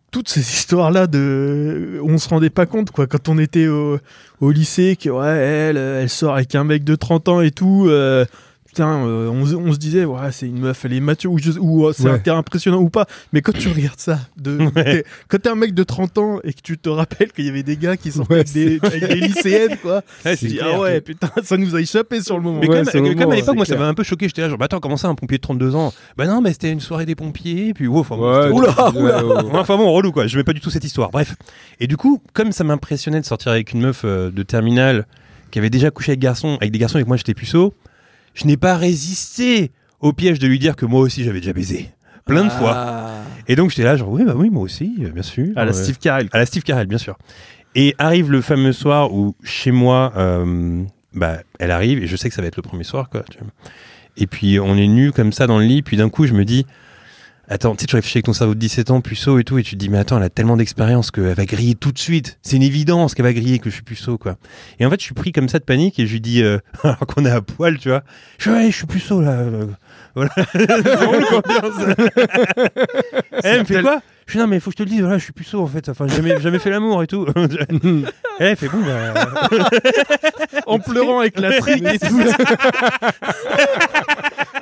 toutes ces histoires-là de. On se rendait pas compte, quoi. Quand on était au, au lycée, que, ouais, elle, euh, elle sort avec un mec de 30 ans et tout. euh, Putain, euh, on, se- on se disait, ouais, c'est une meuf, elle est mature, ou, je- ou, euh, c'est
Ouais.
un terrain impressionnant ou pas. Mais quand tu regardes ça, de,
Ouais.
t'es- quand t'es un mec de 30 ans et que tu te rappelles qu'il y avait des gars qui sortaient
Ouais,
avec, des, avec des lycéennes, quoi, tu dis, ah ouais, putain, ça nous a échappé sur le moment.
Mais
Ouais,
quand
c'est
même,
le
quand même
moment,
à l'époque,
c'est
moi, ça
clair.
m'a un peu choqué. J'étais là, genre, bah attends, comment ça, un pompier de 32 ans Bah non, mais c'était une soirée des pompiers, puis wow, enfin, bon, c'était relou.
oula, oula.
Ouais, Enfin bon, relou quoi, je mets pas du tout cette histoire. Bref. Et du coup, comme ça m'impressionnait de sortir avec une meuf euh, de terminale qui avait déjà couché avec, garçon, avec des garçons et que moi j'étais puceau, je n'ai pas résisté au piège de lui dire que moi aussi j'avais déjà baisé. Plein
Ah.
de fois. Et donc j'étais là, genre, oui, bah oui, moi aussi, euh, bien sûr.
À Ah, la
Euh,
Steve Carell.
à la Steve Carell, bien sûr. Et arrive le fameux soir où, chez moi, euh, bah, elle arrive et je sais que ça va être le premier soir, quoi. tu vois. Et puis, on est nus comme ça dans le lit. Puis d'un coup, je me dis, attends, tu sais, tu réfléchis avec ton cerveau de 17 ans, puceau et tout. Et tu te dis, mais attends, elle a tellement d'expérience qu'elle va griller tout de suite. C'est une évidence qu'elle va griller que je suis puceau, quoi. Et en fait, je suis pris comme ça de panique et je lui dis, euh, alors qu'on est à poil, tu vois, je, ouais, je suis puceau, là. euh, voilà. C'est relou, quoi, bien, ça. Elle me fait quoi je suis non mais faut que je te le dise voilà je suis puceau en fait enfin j'ai jamais jamais fait l'amour et tout elle fait bon bah
En pleurant avec la trique et tout.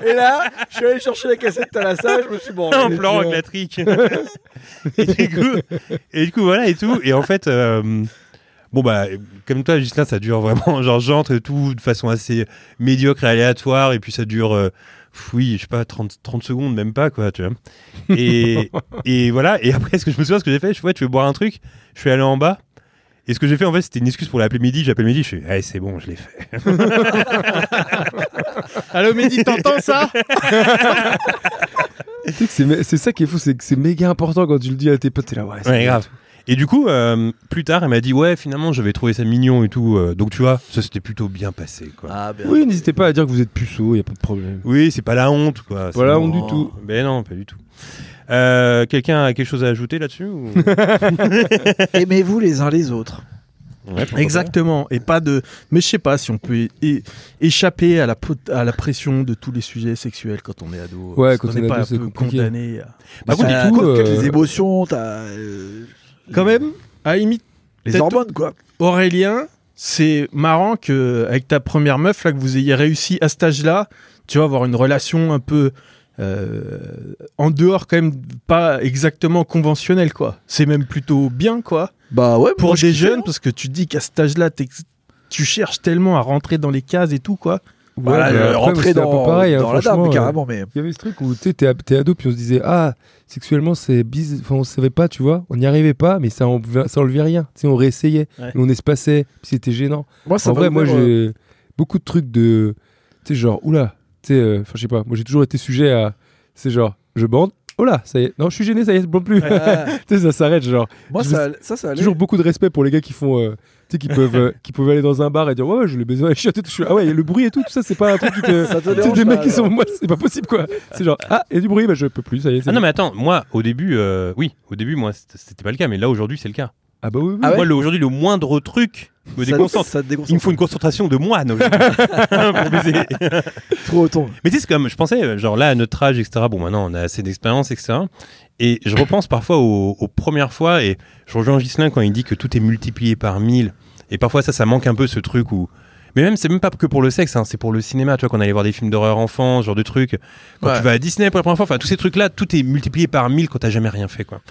Et là, je suis allé chercher la cassette à la salle, je me suis mangé.
en pleurant avec la trique et du coup et du coup voilà et tout et en fait euh, bon bah comme toi juste là ça dure vraiment genre j'entre et tout de façon assez médiocre et aléatoire et puis ça dure euh, pff, oui je sais pas 30, 30 secondes même pas quoi tu vois et, et voilà et après ce que je me souviens ce que j'ai fait je fais, ouais tu veux boire un truc je suis allé en bas et ce que j'ai fait en fait c'était une excuse pour l'appeler midi j'appelle midi je suis ah c'est bon je l'ai fait
Allô, Mehdi, t'entends ça
Tu sais que c'est mé- C'est ça qui est fou, c'est que c'est méga important quand tu le dis à tes potes, t'es là, ouais. c'est
Ouais,
bien.
grave. Et du coup, euh, plus tard, elle m'a dit ouais, finalement, j'avais trouvé ça mignon et tout. euh, donc tu vois, ça c'était plutôt bien passé, quoi.
Ah, bien.
Oui, n'hésitez pas à dire que vous êtes puceau, y a pas de problème.
Oui, c'est pas la honte, quoi. C'est
Pas la
bon.
honte du tout.
Mais non, pas du tout. Euh, Quelqu'un a quelque chose à ajouter là-dessus ou- Ouais,
Aimez-vous les uns les autres.
pourquoi pas.
Exactement, et pas de. Mais je sais pas si on peut é- échapper à la, po- à la pression de tous les sujets sexuels quand on est ado.
Ouais,
Parce
quand
qu'on
on
n'est
est
pas
ado,
un
c'est
peu
compliqué.
condamné. à-
Bah,
T'as-
du tout,
quoi,
euh,
les émotions, t'as euh,
Quand même, à la limite,
les
Peut-être-
hormones, quoi.
Aurélien, c'est marrant que avec ta première meuf là que vous ayez réussi à cet âge-là, tu vas avoir une relation un peu euh, en dehors quand même pas exactement conventionnelle quoi. C'est même plutôt bien quoi.
Bah ouais,
pour
moi, je
des
kiffais,
jeunes
hein.
parce que tu dis qu'à cet âge-là t'ex- tu cherches tellement à rentrer dans les cases et tout quoi
Ouais,
Voilà,
mais
euh,
après,
rentrer
c'était un peu
dans,
pareil, hein,
dans la dame,
franchement, euh,
carrément. Mais
Il y avait ce truc où tu sais, t'es ab- t'es ado, puis on se disait, ah, sexuellement, c'est bizarre. Enfin, on savait pas, tu vois. On n'y arrivait pas, mais ça, enlevait- ça enlevait rien. Tu sais, on réessayait.
Ouais.
Et on espacait. Puis c'était gênant.
moi, ça
en
m'a
vrai, moi,
ouvert, euh,
j'ai beaucoup de trucs de. Tu sais, genre, oula. Tu sais, euh, enfin, je sais pas. Moi, j'ai toujours été sujet à. C'est genre, je bande. Oh là, ça y est. Non, je suis gêné, ça y est, je bande plus.
Ah,
tu sais, ça s'arrête, genre.
moi,
Je
ça, ça, ça allait.
Toujours beaucoup de respect pour les gars qui font. euh, tu sais, qui peuvent, euh, qui peuvent aller dans un bar et dire, ouais, ouais, je l'ai baisé, ouais, je suis à tête, je suis- Ah ouais, et le bruit et tout, tout ça, c'est pas un truc qui te.
Ça te
Tu sais,
dérange
des
pas,
mecs qui
alors.
sont. Moi, c'est pas possible, quoi. C'est genre, ah, il y a du bruit, bah je peux plus, ça y est. c'est
Ah non,
bon.
mais attends, moi, au début, euh, oui, au début, moi, c'était c'était pas le cas, mais là, aujourd'hui, c'est le cas.
Ah bah oui, oui.
Ah ouais
moi, le- aujourd'hui, le moindre truc me
Ça-
déconcentre.
Ça
Il
te
me
déconcentre.
faut une concentration de moine aujourd'hui. pour baiser.
Trop autant.
Mais tu sais, c'est comme, je pensais, euh, genre là, à notre âge, etc., bon, maintenant, on a assez d'expérience, etc. Et je repense parfois aux, aux premières fois, et je rejoins Gislin quand il dit que tout est multiplié par 1000. Et parfois, ça, ça manque un peu ce truc où. Mais même, c'est même pas que pour le sexe, hein, c'est pour le cinéma, tu vois, qu'on allait voir des films d'horreur enfant, ce genre de trucs. Quand
Ouais.
tu vas à Disney pour la première fois, enfin, tous ces trucs-là, tout est multiplié par 1000 quand t'as jamais rien fait, quoi.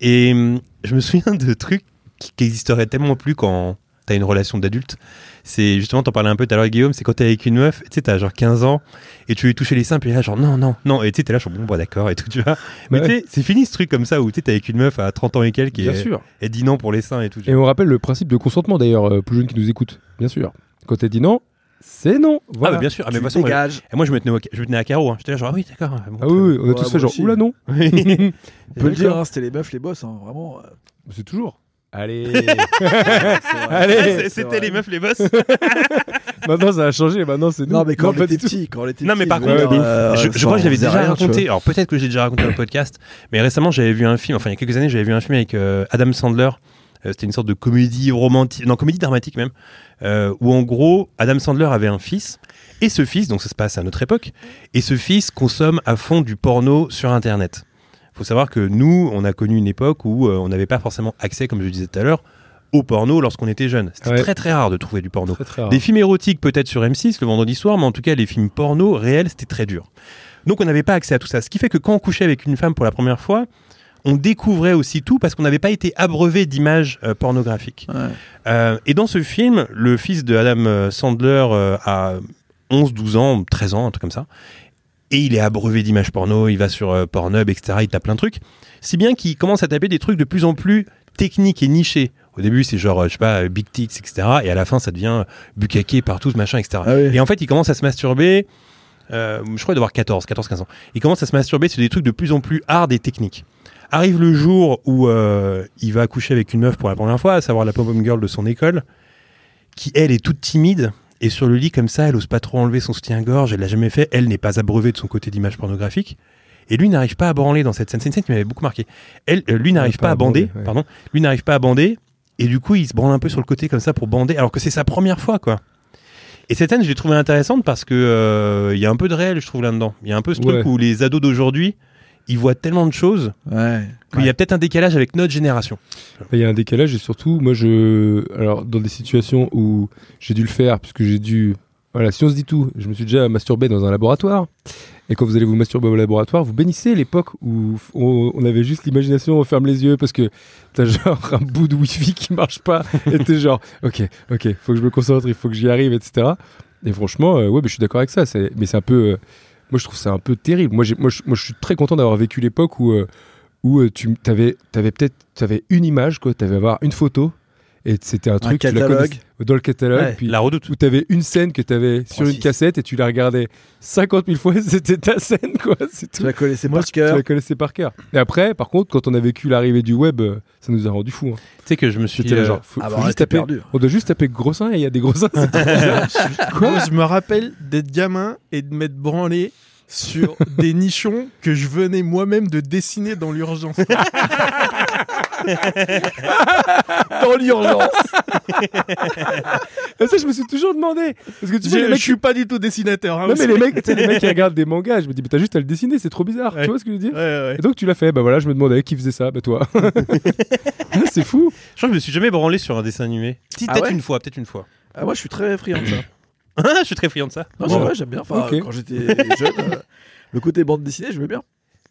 Et hum, je me souviens de trucs qui qui existeraient tellement plus quand t'as une relation d'adulte. C'est justement, t'en parlais un peu tout à l'heure, Guillaume, c'est quand t'es avec une meuf, tu sais, t'as genre 15 ans, et tu lui touches les seins, puis elle est là, genre non, non, non, et tu sais, t'es là, genre bon, bah d'accord, et tout, tu vois. Mais
Ouais.
tu sais, c'est fini ce truc comme ça où tu sais, t'es avec une meuf à 30 ans et quelques,
Bien
et
sûr.
elle dit non pour les seins et tout.
Et on rappelle le principe de consentement d'ailleurs, euh, plus jeunes qui nous écoutent. Bien sûr. Quand elle dit non, c'est non.
Ah,
Voilà.
bah, bien sûr, ah, mais de toute façon, moi,
Dégage.
et moi, je me tenais, au- je me tenais à carreau, hein. j'étais là, genre ah oui, d'accord. bon,
Ah oui, Ah oui, on a
Ouais,
tous fait
moi
genre,
aussi.
oula non.
très bien.
On peut le dire,
D'accord.
hein, c'était les meufs, les boss, hein, vraiment. euh,
C'est toujours. Allez.
c'est vrai.
Allez.
c'est
Ah,
vrai.
C'était les meufs, les boss.
maintenant ça a changé, maintenant c'est nous.
Non, mais quand on
pas
était
du tout.
petit, quand on était
Non, mais
petit,
par
je veux
contre,
dire,
de ouf.
euh,
je, je
ça,
crois que
on
je l'avais
faisait
déjà
rien, tu
raconté. Alors peut-être que j'ai déjà raconté dans le podcast, mais récemment j'avais vu un film. Enfin, il y a quelques années, j'avais vu un film avec euh, Adam Sandler. Euh, C'était une sorte de comédie romantique, non comédie dramatique même, euh, où en gros Adam Sandler avait un fils et ce fils, donc ça se passe à notre époque, et ce fils consomme à fond du porno sur Internet. Faut savoir que nous, on a connu une époque où euh, on n'avait pas forcément accès, comme je disais tout à l'heure, au porno lorsqu'on était jeune. C'était
Ouais.
très très rare de trouver du porno.
Très, très rare.
Des films érotiques peut-être sur M6 le vendredi soir, mais en tout cas les films porno réels, c'était très dur. Donc on n'avait pas accès à tout ça. Ce qui fait que quand on couchait avec une femme pour la première fois, on découvrait aussi tout parce qu'on n'avait pas été abreuvé d'images euh, pornographiques.
Ouais.
Euh, et dans ce film, le fils de Adam euh, Sandler euh, a 11, 12 ans, 13 ans, un truc comme ça. Et il est abreuvé d'images porno, il va sur euh, Pornhub, etc. Il tape plein de trucs. Si bien qu'il commence à taper des trucs de plus en plus techniques et nichés. Au début, c'est genre, euh, je sais pas, euh, Big Tits, etc. Et à la fin, ça devient euh, bucaqué partout, ce machin, etc.
Ah oui.
Et en fait, il commence à se masturber. euh, je crois d'avoir 14, 14, 15 ans. Il commence à se masturber sur des trucs de plus en plus hard et techniques. Arrive le jour où euh, il va coucher avec une meuf pour la première fois, à savoir la pom-pom girl de son école, qui elle est toute timide et sur le lit comme ça, elle ose pas trop enlever son soutien-gorge, elle l'a jamais fait, elle n'est pas abreuvée de son côté d'image pornographique. Et lui n'arrive pas à branler dans cette scène. C'est une scène qui m'avait beaucoup marqué. Elle, euh, lui n'arrive
pas
pas,
à
à bander,
bander, ouais.
pardon. Lui n'arrive pas à bander, et du coup, il se branle un peu sur le côté comme ça pour bander, alors que c'est sa première fois, quoi. Et cette scène, je l'ai trouvée intéressante parce que euh, il y a un peu de réel, je trouve, là-dedans. Il y a un peu ce
Ouais.
truc où les ados d'aujourd'hui, ils voient tellement de choses
Ouais.
qu'il y a peut-être un décalage avec notre génération.
Il y a un décalage et surtout, moi, je. Alors, dans des situations où j'ai dû le faire, puisque j'ai dû. Voilà, si on se dit tout, je me suis déjà masturbé dans un laboratoire. Et quand vous allez vous masturber au laboratoire, vous bénissez l'époque où f- on, on avait juste l'imagination, on ferme les yeux parce que t'as genre un bout de wifi qui marche pas. Et t'es genre, ok, ok, faut que je me concentre, il faut que j'y arrive, etc. Et franchement, euh, ouais, mais je suis d'accord avec ça. c'est- Mais c'est un peu. euh, moi, je trouve ça un peu terrible. Moi, j'ai- moi, je, moi, je suis très content d'avoir vécu l'époque où. euh, où euh, tu avais, peut-être t'avais une image, quoi. Tu avais avoir une photo et c'était un truc. tu la
catalogue.
connaissais- dans le catalogue.
Ouais.
Puis
La redoute.
où tu avais une scène que tu avais sur une
Francis.
cassette et tu la regardais 50 000 fois. C'était ta scène, quoi. C'est
Tu
tout.
la connaissais
Moi,
par
Tu
cœur.
la connaissais par cœur. Et après, par contre, quand on a vécu l'arrivée du web, euh, ça nous a rendu fous. hein.
Tu sais que je me suis
J'étais là,
euh,
genre, faut-
Ah
faut
bah, on
juste
était
taper-
perdu.
on doit juste taper gros seins et il y a des gros seins. c'est tout.
Moi, je me rappelle d'être gamin et de m'être branlé sur des nichons que je venais moi-même de dessiner dans l'urgence.
Dans l'urgence.
Et ça, je me suis toujours demandé. Parce que tu vois, les
Je je
mecs
suis pas du tout dessinateur. hein,
Non,
vous
mais les
savez.
mecs, tu sais, les mecs qui regardent des mangas, je me dis, mais t'as juste à le dessiner, c'est trop bizarre.
Ouais.
Tu vois ce que je veux dire
Ouais, ouais.
Et donc tu l'as fait, bah voilà, je me demandais qui faisait ça, bah toi. Ah, c'est fou.
Je crois que je me suis jamais branlé sur un dessin animé. Si,
Ah
peut-être
ouais
une fois, peut-être une fois.
Ah, moi, je suis très friand de ça.
je suis très friand de ça.
Non, c'est
Ouais.
vrai, j'aime bien. Enfin,
Ok.
quand j'étais jeune, euh, le côté bande dessinée, je veux bien.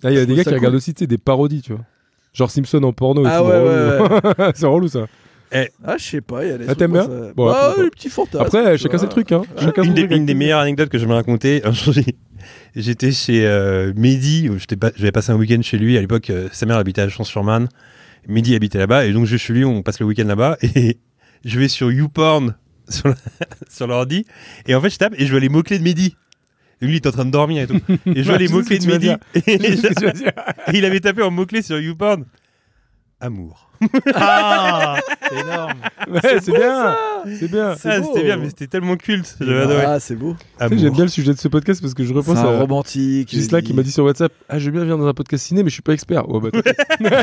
Ah, Il y a
Je
des
trouve
gars
ça
qui regardent
cool.
aussi tu sais, des parodies, tu vois. Genre Simpson en porno. et
Ah
tout,
ouais,
relou. c'est relou ça.
Eh.
Ah, je sais pas, il y a des
Ah,
trucs
t'aimes
comme
bien
ça.
Bon,
Bah,
pourquoi
les petits fantasmes.
Après,
tu
chacun
vois.
ses trucs. Hein. Chacun
Une
son
des,
truc.
une des meilleures anecdotes que je me raconter, un jour j'ai- j'étais chez euh, Mehdi, où j'étais pas- j'avais passé un week-end chez lui, à l'époque euh, sa mère habitait à Champs-sur-Marne, Mehdi habitait là-bas, et donc je suis chez lui, on passe le week-end là-bas, et je vais sur YouPorn, sur la- sur l'ordi, et en fait je tape et je vois les mots-clés de Mehdi. Et lui il est en train de dormir et tout. Et je vois
Je
les
sais
mots-clés
ce
de
que tu
Mehdi,
vas
et,
C'est ce que tu vas dire.
il avait tapé en mots-clés sur YouPorn, amour.
Ah Énorme
Ouais, c'est bien. C'est bien.
C'est
Ah,
beau.
c'était bien, mais c'était tellement culte, j'avais adoré.
Ah, c'est beau.
Tu sais, J'aime
Amour.
bien le sujet de ce podcast parce que je
C'est
repense
un
à
romantique.
Gisela qui m'a dit sur WhatsApp Ah, je veux bien venir dans un podcast ciné, mais je suis pas expert. Oh, bah, t'inquiète.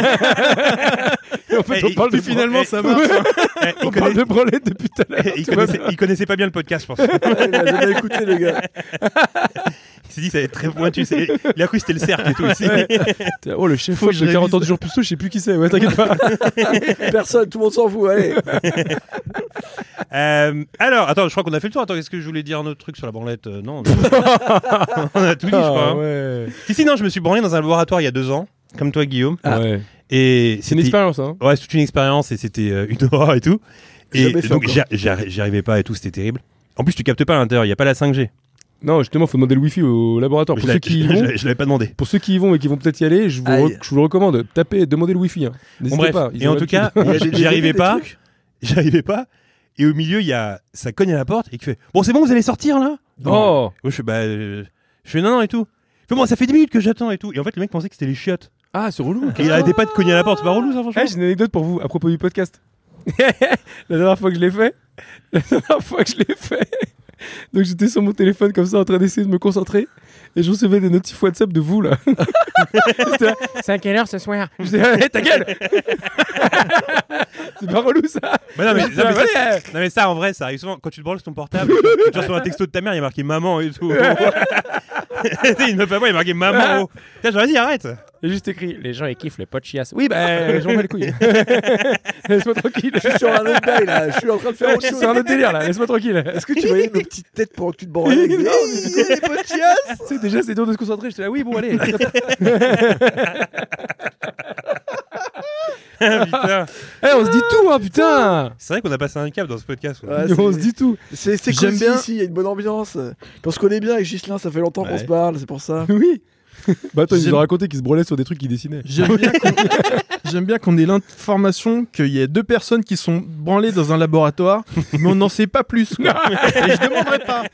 Et en fait,
Et-
on parle
et
de
finalement, ça
marche.
Eh, il
on parle
connaît-
de branlette depuis tout à l'heure.
il
tout va
connaissait- il connaissait pas bien le podcast, je pense.
Il a jamais écouté, le gars.
Il s'est dit que ça allait être très pointu. c'est- Il a cru que c'était le cercle et tout aussi.
Ouais. bien. Oh, le chef
Faut
op
que je
de 40 ans
révise.
toujours plus tôt, je sais plus qui c'est. Ouais, t'inquiète pas.
Personne, tout le monde s'en fout, allez.
Euh, alors, attends, je crois qu'on a fait le tour. Attends, est-ce que je voulais dire un autre truc sur la branlette Euh, Non. on a- on a tout dit, je crois.
Ah,
hein.
ouais.
Si, si, non, je me suis branlé dans un laboratoire il y a deux ans, comme toi, Guillaume.
Ah.
Ouais.
Et
C'est une
c'était-
expérience, hein.
Ouais, c'est toute une expérience et c'était euh, une horreur et tout.
J'ai
Et
jamais fait
donc,
encore.
j'y j'y arri- j'y arrivais pas et tout, c'était terrible. En plus, tu captes pas à l'intérieur, il n'y a pas la 5G.
Non, justement, faut demander le wifi au laboratoire.
Je
Pour
l'ai-
ceux qui y
je-
vont,
je- je l'avais pas demandé.
pour ceux qui y vont et qui vont peut-être y aller, je vous,
Aïe.
re- je vous le recommande. Tapez, demandez le wifi. hein. N'hésitez
Bon, bref.
pas. ils
et
ont
en tout
l'habitude.
cas,
Il y a des
j'y arrivais
DVD,
pas.
des trucs
J'y arrivais pas. Et au milieu, il y a, ça cogne à la porte et qui fait Bon, c'est bon, vous allez sortir là
Oh
Moi, je fais, bah, euh, je fais non, non et tout. Il fait, moi, ça fait 10 minutes que j'attends et tout. Et en fait, le mec pensait que c'était les chiottes.
Ah, c'est relou.
Et il arrêtait pas de cogner à la porte. C'est pas relou, ça, franchement.
Eh, j'ai une anecdote pour vous à propos du podcast. la dernière fois que je l'ai fait, la dernière fois que je l'ai fait, donc j'étais sur mon téléphone comme ça en train d'essayer de me concentrer et je recevais des notifs WhatsApp de vous là. J'étais là, c'est à quelle heure ce soir Je disais, Hey, ta gueule C'est pas relou ça eh,
Bah, non, mais, non,
J'étais là,
mais ça,
Allez,
non, mais ça, en vrai, ça arrive souvent. Quand tu te branles sur ton portable, tu te sur un texto de ta mère, il y a marqué maman et tout. T'sais, une meuf à moi, il y a marqué maman. oh. Putain, j'aurais dit arrête.
Et juste écrit, les gens ils kiffent les potes chiasses. Oui, bah, les gens les couilles. Laisse-moi tranquille.
Je suis sur un autre bail, là. Je suis en train de faire autre
Je suis
chose.
sur un autre délire là, laisse-moi tranquille.
Est-ce que tu voyais nos petites têtes pendant que tu te branlais avec nous Non, on est des gros, des potes chiasses.
Tu sais, déjà, c'est dur de se concentrer. J'étais là, oui, bon, allez. Eh,
Putain.
Eh, on se dit tout, hein, putain
C'est vrai qu'on a passé un câble dans ce podcast. quoi.
Ouais. Ah,
On
c'est-
se dit tout.
C'est c'est
J'aime
cool
bien.
ici, il y a une bonne ambiance. Puis On se connaît bien avec Gislin, ça fait longtemps qu'on
Ouais.
se parle, c'est pour ça.
Oui. Bah, attends, ils
J'aime-
nous ont raconté qu'ils se brûlaient sur des trucs qu'ils dessinaient.
J'aime bien qu'on- j'aime bien qu'on ait l'information qu'il y a deux personnes qui sont branlées dans un laboratoire, mais on n'en sait pas plus. Quoi. Et je demanderai pas.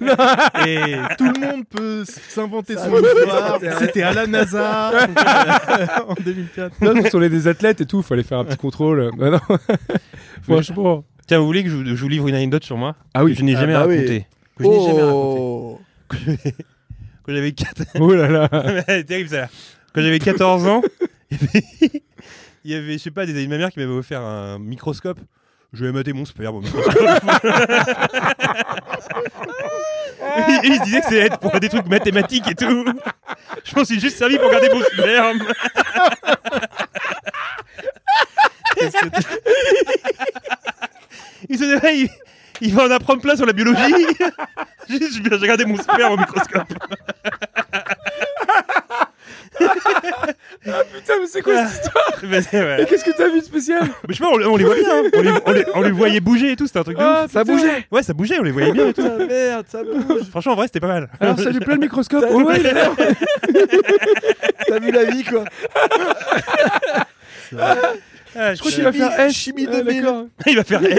Et
Tout le monde peut s'inventer
Ça
son
va,
histoire.
c'est vrai.
C'était à la NASA euh, en 2004.
Là, on est des athlètes et tout, fallait faire un petit contrôle. Bah, non. Franchement.
Tiens, vous voulez que je, vous- je vous livre une anecdote sur moi
Ah
que je n'ai
Ah
jamais
bah oui.
racontée Que je n'ai jamais racontée.
Oh.
Quand j'avais 4
Oh là là.
Ouais, terrible ça. Quand j'avais 14 ans, il y avait- il y avait, je sais pas, des amis de ma mère qui m'avaient offert un microscope. Je vais mater mon sperme. au microscope. Ils ils disaient que c'était pour des trucs mathématiques et tout. Je pense qu'il est juste servi pour garder mon sperme. Il se disaient, il, il va en apprendre plein sur la biologie. Juste, je vais regarder mon sperme au microscope.
Putain, mais c'est quoi cette histoire
Bah, c'est- ouais.
Ah. Et qu'est-ce que t'as vu de spécial
Mais je sais pas, on, on les voyait, hein. on, les, on les- on les voyait bouger et tout, c'était un truc de ouf.
Ça bougeait
Ouais, ça bougeait, on les voyait bien et tout.
Putain, merde, ça bouge.
Franchement, en vrai, c'était pas mal.
Alors, ça lui plaît le microscope
Oh,
ouais,
T'as vu la vie, quoi.
Ah, je crois
crois
qu'il
qu'il va
va,
faire
Chimie-
S.
Chimie
Ah,
2000,
d'accord.
il va faire S.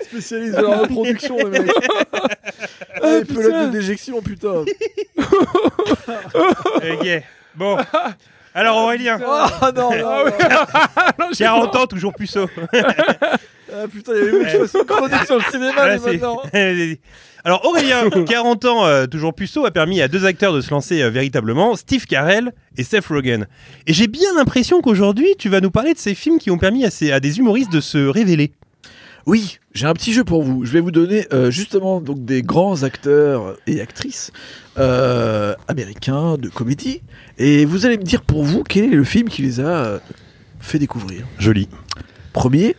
spécialiste de la reproduction, le mec. Ah, les
putain.
pelotes de déjection, putain.
ok, bon. Alors, Aurélien,
Oh,
Ah non, non, non.
40 ans, toujours puceau.
Ah putain, il y avait une chose chronique sur le
Ah,
cinéma,
Voilà,
mais
c'est-
maintenant.
Alors, Aurélien, 40 ans, euh, toujours puceau, a permis à deux acteurs de se lancer euh, véritablement, Steve Carell et Seth Rogen. Et j'ai bien l'impression qu'aujourd'hui, tu vas nous parler de ces films qui ont permis à, ces- à des humoristes de se révéler.
Oui, j'ai un petit jeu pour vous. Je vais vous donner euh, justement donc des grands acteurs et actrices euh, américains de comédie, et vous allez me dire pour vous quel est le film qui les a euh, fait découvrir.
Joli.
Premier,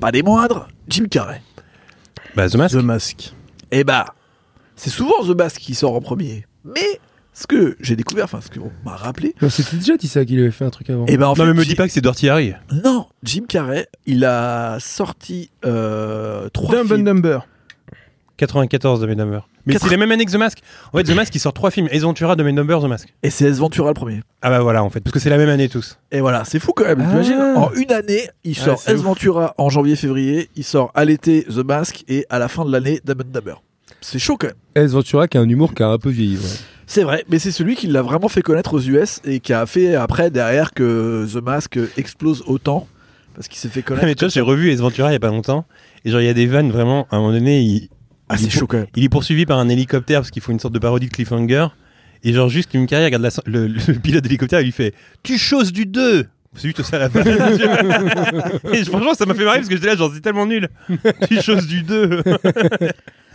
pas des moindres, Jim Carrey.
Bah, The Mask.
Mask.
Eh bah, c'est souvent The Mask qui sort en premier, mais ce que j'ai découvert, enfin ce qu'on m'a rappelé,
Non, c'était déjà dit ça qu'il avait fait un truc avant.
et ben en fait,
non, mais me
j'ai-
dis pas que c'est Dirty Harry.
non, Jim Carrey, il a sorti euh, trois
Dumb and
films.
Dumber.
94 de Number. Mais
Quatre-
c'est la même année que The Mask. En fait, The Mask, il sort trois films. Ace de Number, The Mask.
Et c'est S. Ventura le premier.
Ah bah voilà, en fait, parce que c'est la même année tous.
Et voilà, c'est fou quand même.
Ah.
T'imagines En une année, il
Ah,
sort
c'est
S.
ouf.
Ventura en janvier-février, il sort à l'été The Mask et à la fin de l'année Dumb and Dumber. C'est chaud quand même.
Ace Eh, Ventura qui a un humour qui a un peu vieilli. ouais.
C'est vrai, mais c'est celui qui l'a vraiment fait connaître aux US et qui a fait après derrière que The Mask explose autant parce qu'il s'est fait connaître.
mais tu vois, j'ai revu Ace Ventura il y a pas longtemps. Et genre, il y a des vannes vraiment, à un moment donné, il,
Ah, c'est
il-
chaud quand même.
il est poursuivi par un hélicoptère parce qu'il faut une sorte de parodie de cliffhanger. Et genre, juste, Jim Carrey regarde la so- le, le pilote d'hélicoptère et lui fait Tu choses du 2 c'est juste ça la fin. et franchement, ça m'a fait marrer parce que j'étais là, genre, c'est tellement nul. Tu choses du 2.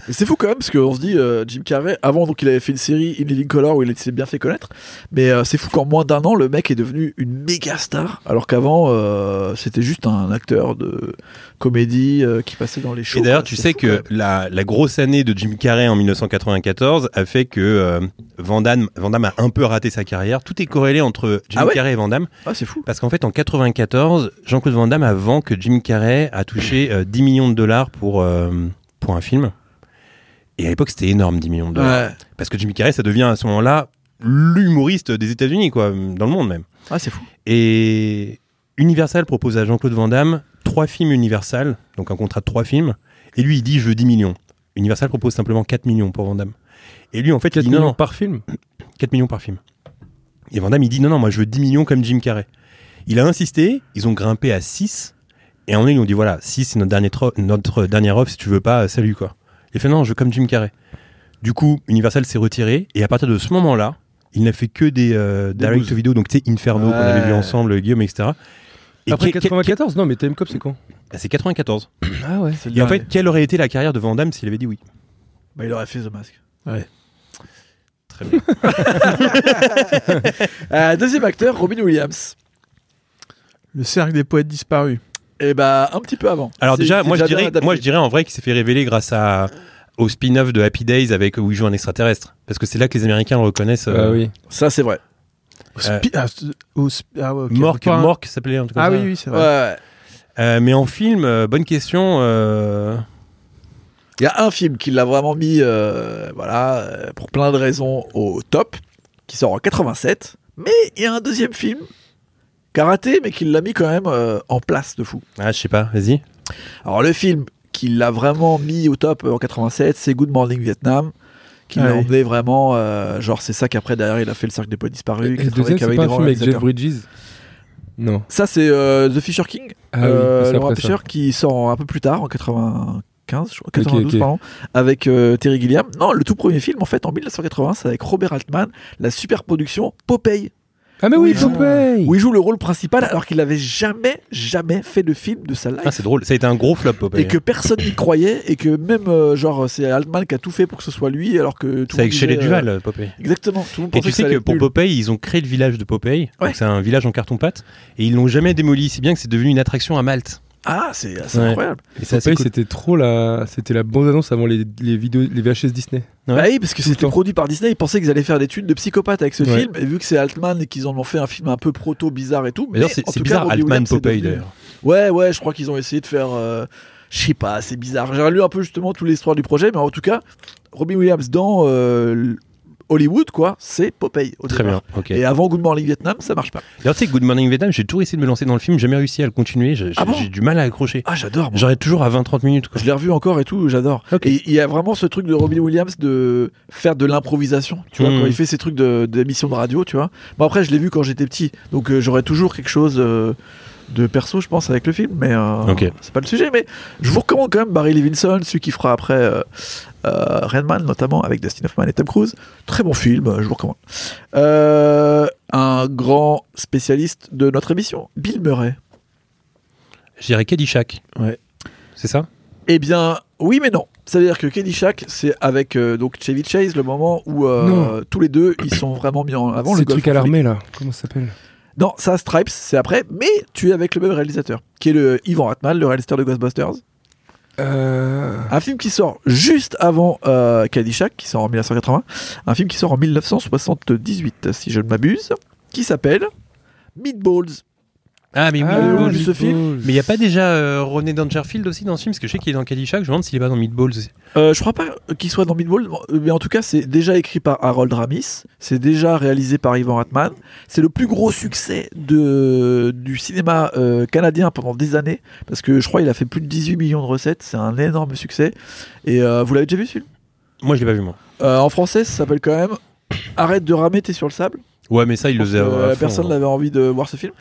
Et C'est fou quand même, parce qu'on se dit, euh, Jim Carrey, avant, donc il avait fait une série In Living Color où il s'est bien fait connaître, mais euh, c'est fou qu'en moins d'un an, le mec est devenu une méga star, alors qu'avant, euh, c'était juste un acteur de comédie euh, qui passait dans les shows.
Et d'ailleurs,
quoi.
tu
C'est
sais
fou, quand
que
même.
la, la grosse année de Jim Carrey en 1994 a fait que euh, Van, Damme, Van Damme a un peu raté sa carrière. Tout est corrélé entre Jim
Ah ouais
Carrey et Van Damme.
Ah, c'est fou.
Parce qu'en fait, en 94, Jean-Claude Van Damme, avant que Jim Carrey a touché euh, 10 millions de dollars pour, euh, pour un film. Et à l'époque, c'était énorme, 10 millions de dollars.
Ouais.
Parce que Jim Carrey, ça devient à ce moment-là l'humoriste des États-Unis, quoi, dans le monde même.
Ah, c'est fou.
Et Universal propose à Jean-Claude Van Damme trois films Universal, donc un contrat de trois films, et lui il dit je veux 10 millions. Universal propose simplement 4 millions pour Van Damme. Et lui en fait il
4
dit non,
millions
non,
par film.
4 millions par film. Et Van Damme il dit non, non, moi je veux 10 millions comme Jim Carrey. Il a insisté, ils ont grimpé à 6, et en un, ils ont dit voilà, 6 c'est notre dernier, tro- notre dernier offre, si tu veux pas, euh, salut quoi. Il a fait non, je veux comme Jim Carrey. Du coup, Universal s'est retiré, et à partir de ce moment-là, il n'a fait que des, euh,
Des
direct
bouses.
vidéo, donc tu sais, Inferno qu'on avait vu
Ouais.
ensemble, Guillaume, etc. Et
Après
que- que-
94 Non, mais Time Cop, c'est quand
ah, C'est 94.
Ah ouais.
C'est le
Et en
dernier.
fait, quelle aurait été la carrière de Van Damme s'il avait dit oui
Bah, il aurait fait The Mask.
Très bien.
Euh, deuxième acteur, Robin Williams.
Le cercle des poètes disparus.
Et bah, un petit peu avant.
Alors
C'est-
déjà,
c'est
moi je,
bien
dirais,
adapté.
moi je dirais en vrai qu'il s'est fait révéler grâce à, au spin-off de Happy Days avec où il joue un extraterrestre. Parce que c'est là que les Américains le reconnaissent.
Ah
Euh,
oui.
Ça, c'est vrai.
Au spi- ah, s- au spi- ah, ouais, ok.
Mork,
Pas un-
Mork s'appelait en tout cas.
Ah oui, oui, c'est
Ouais.
vrai.
ouais.
mais en film, euh, bonne question. euh,
Il y a un film qui l'a vraiment mis, euh, voilà, euh, pour plein de raisons, au top, qui sort en 87. Mais il y a un deuxième film, Karaté, mais qui l'a mis quand même euh, en place de fou.
Ah, je sais pas, vas-y.
Alors le film qui l'a vraiment mis au top euh, en 87, c'est Good Morning Vietnam, qui
Ah
l'a
oui.
emmené vraiment, euh, genre c'est ça qu'après derrière il a fait le cercle des poids disparus.
Et
qu'il
le
a
deuxième,
travaillé
c'est
qu'avec
pas un
des
film avec Jeff
réalisateurs.
Bridges Non.
Ça c'est euh, The Fisher King,
Ah
euh,
oui, c'est
Laurent
après
Fisher
ça.
qui sort un peu plus tard en 95, je crois, 92
ok.
pardon, avec euh, Terry Gilliam. Non, le tout premier film en fait en 1980, c'est avec Robert Altman, la super production Popeye,
Ah mais
oui,
oui,
je-
Popeye
où il joue le rôle principal alors qu'il n'avait jamais jamais fait de film de sa life.
Ah, c'est drôle. Ça a été un gros flop, Popeye.
et que personne n'y croyait et que même euh, genre c'est Altman qui a tout fait pour que ce soit lui alors que tout
C'est avec
chez
Shelley
les
Duval, euh, Popeye.
exactement tout le monde
Et
pensait
tu sais
ça
que
allait
pour
être nul.
Popeye, ils ont créé le village de Popeye.
Ouais.
Donc C'est un village en carton-pâte. Et ils l'ont jamais démoli, si bien que c'est devenu une attraction à Malte.
ah c'est c'est
Ouais.
incroyable
Et c'est assez
Popeye,
cool.
c'était trop la... C'était la bande-annonce avant les, les vidéos, les VHS Disney.
Ouais.
Bah oui parce que
Tout le
c'était
temps.
produit par Disney ils pensaient qu'ils allaient faire des tudes de psychopathe avec ce
Ouais.
film et vu que c'est Altman et qu'ils en ont fait un film un peu proto bizarre et tout mais
D'ailleurs, c'est
en
c'est
tout cas,
bizarre,
Robbie
Altman
Williams, c'est
Popeye,
devenu-
d'ailleurs.
ouais ouais je crois qu'ils ont essayé de faire euh, je sais pas c'est bizarre j'ai lu un peu justement toute l'histoire du projet mais en tout cas Robin Williams dans euh, Hollywood quoi c'est Popeye au
Très
départ.
bien, ok.
et avant Good Morning Vietnam ça marche pas
D'ailleurs, tu sais, Good Morning Vietnam, j'ai toujours essayé de me lancer dans le film, j'ai jamais réussi à le continuer, j'ai j'ai-
Ah bon
j'ai du mal à accrocher.
ah j'adore moi.
J'aurais toujours à 20-30 minutes, quoi.
Je l'ai revu encore et tout, j'adore.
Ok.
Et il y a vraiment ce truc de Robin Williams de faire de l'improvisation, tu vois,
Mm.
quand il fait ces trucs de- d'émissions de, radio, tu vois. Bon, après, je l'ai vu quand j'étais petit, donc euh, j'aurais toujours quelque chose euh, de perso, je pense, avec le film, mais euh,
Ok.
c'est pas le sujet. Mais je vous recommande quand même Barry Levinson, celui qui fera après euh, euh, Redman, notamment avec Dustin Hoffman et Tom Cruise. Très bon film, euh, je vous recommande. Euh, un grand spécialiste de notre émission, Bill Murray.
Je dirais Caddyshack.
Ouais.
C'est ça
Eh bien, oui, mais non. C'est-à-dire que Caddyshack, c'est avec euh, donc Chevy Chase le moment où euh,
Non.
tous les deux ils sont vraiment mis en avant.
C'est
le
le
golf
truc à
en fait.
l'armée, là. Comment ça s'appelle
Non, ça Stripes, c'est après, mais tu es avec le même réalisateur, qui est le Ivan Ratman, le réalisateur de Ghostbusters.
Euh,
Un film qui sort juste avant euh, Caddyshack, qui sort en 1980. Un film qui sort en 1978, si je ne m'abuse, qui s'appelle Meatballs.
Ah, mais oui.
ah,
le nom de ce
Meatballs.
film,
Mais il n'y a pas déjà euh, René Dangerfield aussi dans ce film Parce que je sais qu'il est dans Caddyshack, je me demande s'il est pas dans Meatballs aussi.
Euh, je crois pas qu'il soit dans Meatballs, mais en tout cas, c'est déjà écrit par Harold Ramis, c'est déjà réalisé par Ivan Reitman. C'est le plus gros succès de, du cinéma euh, canadien pendant des années, parce que je crois qu'il a fait plus de 18 millions de recettes, c'est un énorme succès. Et euh, vous l'avez déjà vu ce film
Moi, je l'ai pas vu, moi.
Euh, En français, ça s'appelle quand même Arrête de ramer, t'es sur le sable.
Ouais, mais ça, il le
pense
faisait.
que,
à- à
euh,
fond,
personne
hein.
n'avait envie de voir ce film.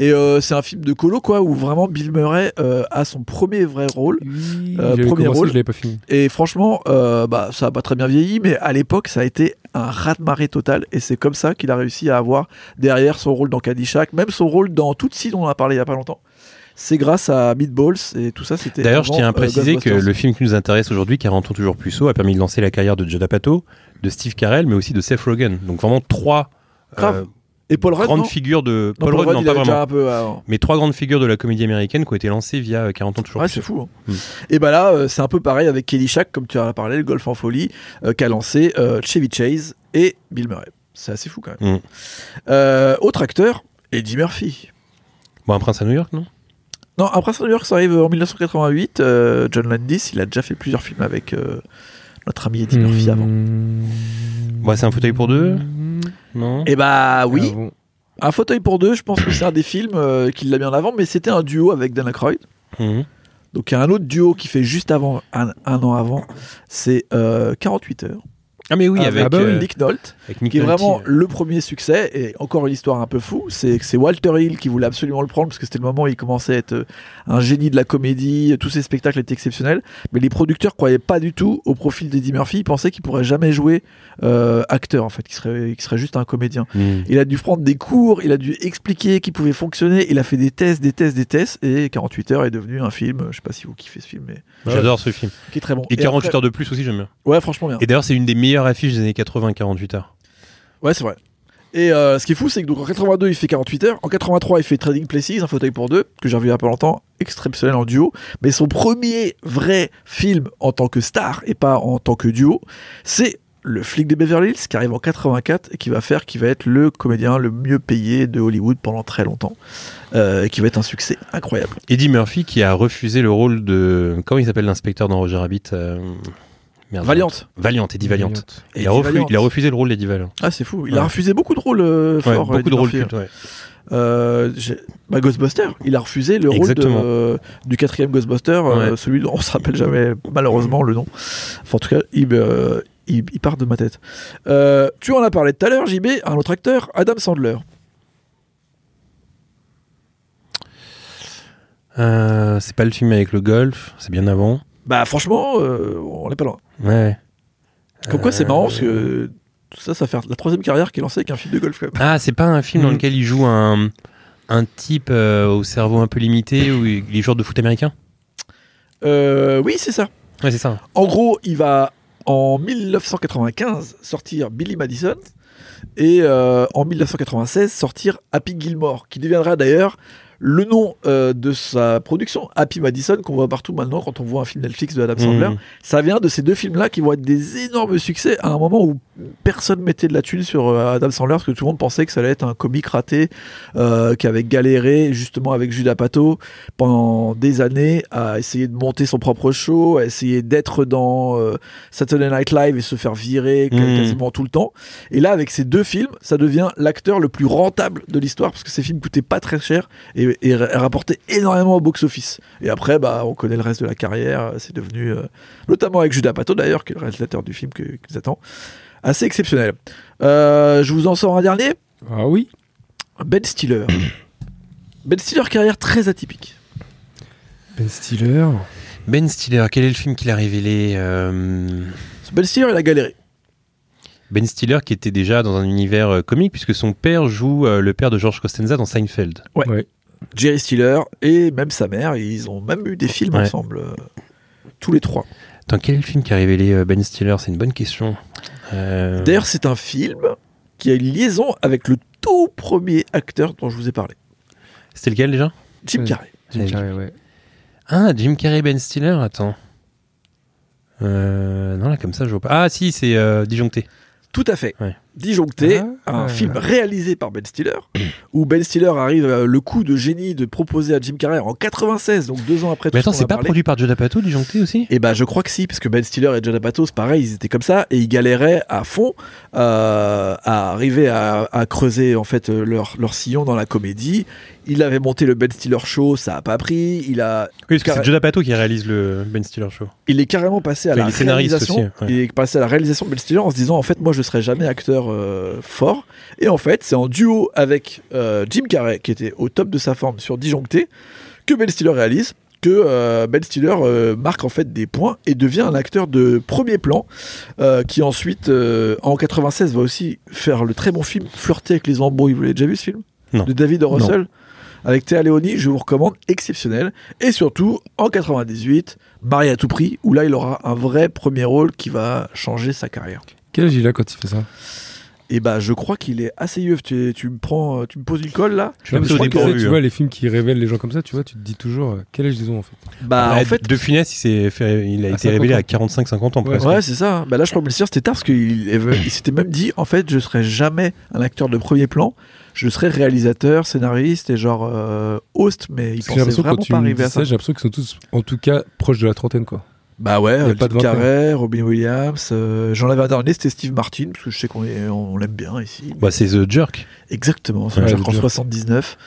Et euh, c'est un film de colo, quoi, où vraiment Bill Murray euh, a son premier vrai rôle. Euh,
j'avais
premier
commencé,
rôle.
je l'avais pas fini.
Et franchement, euh, bah, ça a pas très bien vieilli, mais à l'époque, ça a été un raz-de-marée total. Et c'est comme ça qu'il a réussi à avoir derrière son rôle dans Caddyshack, même son rôle dans Tootsie, dont on a parlé il y a pas longtemps. C'est grâce à Meatballs et tout ça, c'était.
D'ailleurs, je
avant,
tiens à
euh,
préciser que
Ghostbusters.
le film qui nous intéresse aujourd'hui, 40 ans toujours puceau, a permis de lancer la carrière de Judd Apatow, de Steve Carell, mais aussi de Seth Rogen. Donc vraiment trois euh,
Grave. Et Paul Rudd, non
grandes figures de
Non,
Paul Rudd, non
il
pas
avait déjà
vraiment,
un peu euh, avant.
mais trois grandes figures de la comédie américaine qui ont été lancées via euh, 40 ans toujours
Ouais,
puceau.
c'est fou. hein.
Mm.
Et bah là, euh, c'est un peu pareil avec Kelly Shack, comme tu en as parlé, le golf en folie, euh, qu'a lancé euh, Chevy Chase et Bill Murray. C'est assez fou quand même.
Mm.
Euh, autre acteur, Eddie Murphy.
Bon, un prince à New York, non
Non, après ça, d'ailleurs, ça arrive en 1988. euh, John Landis, il a déjà fait plusieurs films avec euh, notre ami Eddie
Hmm.
Murphy avant.
Bon, c'est un fauteuil pour deux Non
Et bah oui,
Ah bon.
Un fauteuil pour deux, je pense que c'est un des films euh, qui l'a mis en avant, mais c'était un duo avec Dan Aykroyd.
Mhm.
Donc il y a un autre duo qui fait juste avant, un, un an avant, c'est euh, 48 heures.
Ah, mais oui,
Ah,
avec,
bah oui.
euh,
Nick Nolte.
avec Nick
qui est
Nolte.
vraiment le premier succès et encore une histoire un peu fou c'est que c'est Walter Hill qui voulait absolument le prendre parce que c'était le moment où il commençait à être euh, un génie de la comédie tous ses spectacles étaient exceptionnels mais les producteurs croyaient pas du tout au profil d'Eddie Murphy ils pensaient qu'il pourrait jamais jouer euh, acteur en fait qu'il serait, qu'il serait juste un comédien
Mhm.
il a dû prendre des cours il a dû expliquer qu'il pouvait fonctionner il a fait des tests des tests des tests et 48 heures est devenu un film euh, je sais pas si vous kiffez ce film mais
J'adore ce film.
qui est très bon
Et 48
après-
heures de plus aussi, j'aime bien.
ouais franchement bien
Et d'ailleurs, c'est une des meilleures affiches des années 80, 48 heures.
Ouais, c'est vrai. Et euh, ce qui est fou, c'est que donc en 82, il fait 48 heures. En 83, il fait Trading Places, un fauteuil pour deux, que j'ai revu il y a pas longtemps, exceptionnel en duo. Mais son premier vrai film en tant que star et pas en tant que duo, c'est Le flic de Beverly Hills, qui arrive en 84 et qui va faire, qui va être le comédien le mieux payé de Hollywood pendant très longtemps, euh, et qui va être un succès incroyable.
Eddie Murphy qui a refusé le rôle de. Comment il s'appelle l'inspecteur dans Roger Rabbit euh, merde.
Valiante.
Valiant, Eddie Valiant. Il,
Eddie
a refusé,
Valiant.
il a refusé le rôle d'Eddie Valiant.
Ah, c'est fou. Il
Ouais.
a refusé beaucoup de rôles euh,
Ouais,
forts.
beaucoup
Eddie
de rôles
Murphy.
cultes, ouais.
Euh, j'ai- bah, Ghostbuster, il a refusé le rôle de-
Exactement.
euh, du quatrième Ghostbuster, euh,
Ouais.
celui dont on se rappelle jamais malheureusement le nom. Enfin, en tout cas, il, euh, il- il part de ma tête. Euh, tu en as parlé tout à l'heure, JB, un autre acteur, Adam Sandler.
Euh, c'est pas le film avec le golf, c'est bien avant.
Bah franchement, euh, on n'est pas loin.
Ouais.
Comme quoi, c'est
Euh,
marrant parce que tout ça, ça fait la troisième carrière qui est lancée avec un film de golf. Quand même.
Ah, c'est pas un film dans
Mm.
lequel il joue un, un type euh, au cerveau un peu limité où il il est joueur de foot américain
Euh, oui, c'est ça.
Ouais, c'est ça.
En gros, il va en 1995 sortir Billy Madison et euh, en 1996 sortir Happy Gilmore, qui deviendra d'ailleurs le nom euh, de sa production, Happy Madison, qu'on voit partout maintenant quand on voit un film Netflix de Adam Sandler.
Mm.
Ça vient de ces deux films-là qui vont être des énormes succès à un moment où personne mettait de la thune sur euh, Adam Sandler parce que tout le monde pensait que ça allait être un comique raté euh, qui avait galéré justement avec Judas Pato pendant des années à essayer de monter son propre show, à essayer d'être dans euh, Saturday Night Live et se faire virer qu-
Mhm.
quasiment tout le temps. Et là, avec ces deux films, ça devient l'acteur le plus rentable de l'histoire parce que ces films coûtaient pas très cher et, et ra- rapportaient énormément au box-office. Et après, bah, on connaît le reste de la carrière. C'est devenu, euh, notamment avec Judas Pato d'ailleurs, qui est le réalisateur du film que, qui nous attend, assez exceptionnel. Euh, je vous en sors un dernier.
Ah oui.
Ben Stiller. ben Stiller, carrière très atypique.
Ben Stiller.
Ben Stiller, quel est le film qu'il a révélé euh,
Ben Stiller, il a galéré.
Ben Stiller qui était déjà dans un univers euh, comique puisque son père joue euh, le père de George Costanza dans Seinfeld.
Jerry Stiller et même sa mère, ils ont même eu des films
Ouais. Euh.
ensemble. euh, tous les trois.
Dans quel est le film qui a révélé euh, Ben Stiller C'est une bonne question. Euh,
D'ailleurs, c'est un film qui a une liaison avec le tout premier acteur dont je vous ai parlé,
C'était lequel déjà
Jim
Ouais.
Carrey.
Jim Carrey, ouais.
Ah, Jim Carrey, Ben Stiller, attends. Euh, non, là, comme ça, je vois pas. Ah, si, c'est euh, disjoncté.
Tout à fait.
Ouais.
Disjoncté,
Ah,
un
ouais.
film réalisé par Ben Stiller, où Ben Stiller arrive euh, le coup de génie de proposer à Jim Carrey en 96, donc deux ans après.
Mais
tout
attends,
ce
c'est
qu'on a
pas
parlé.
produit par Joe D'Apato, disjoncté aussi
Et ben je crois que si, parce que Ben Stiller et John Apatos, pareil, ils étaient comme ça et ils galéraient à fond euh, à arriver à, à creuser en fait euh, leur, leur sillon dans la comédie. Il avait monté le Ben Stiller Show, ça a pas pris. Il a,
Oui, parce que
Carré-
c'est Joe D'Apato qui réalise le Ben Stiller Show.
il est carrément passé à
Enfin,
la
il est scénariste
réalisation.
aussi, ouais.
Il est passé à la réalisation de Ben Stiller en se disant en fait moi je serai jamais acteur euh, fort. Et en fait c'est en duo avec euh, Jim Carrey qui était au top de sa forme sur Disjoncté que Ben Stiller réalise que euh, Ben Stiller euh, marque en fait des points et devient un acteur de premier plan euh, qui ensuite euh, en 96 va aussi faire le très bon film Flirter avec les embrouilles. Vous l'avez déjà vu ce film
Non.
de David O. Russell avec Théa Léoni, je vous recommande, exceptionnel. Et surtout, en 98, Marié à tout prix, où là, il aura un vrai premier rôle qui va changer sa carrière.
Quel âge il a quand il fait ça
Et bah, je crois qu'il est assez vieux. Tu, tu me prends, euh, tu me poses une colle là
Je suis un
Non,
peu
mais je
au
crois que,
dépourvu,
Tu
hein.
vois, les films qui révèlent les gens comme ça, tu vois, tu te dis toujours euh, quel âge ils ont en fait.
Bah,
Bah,
en fait,
De Funès, il, s'est fait- il a
À
été révélé
50
à 45-50 ans
Ouais.
presque.
ouais, c'est ça. Bah là, je crois que c'était tard parce qu'il il s'était même dit, en fait, je serai jamais un acteur de premier plan. Je serai réalisateur, scénariste et genre euh, host, mais il
Parce que
pensait vraiment
quand tu
pas
me dis
arriver à
ça,
ça.
j'ai l'impression qu'ils sont tous, en tout cas, proches de la trentaine, quoi.
Bah ouais,
a
euh,
pas de vingtaine.
Jim Carrey, Robin Williams. euh, J'en avais un dernier, c'était Steve Martin, parce que je sais qu'on est- on l'aime bien ici.
Bah, c'est The Jerk.
Exactement, c'est
Ouais,
Jack
le
en
Jack.
79,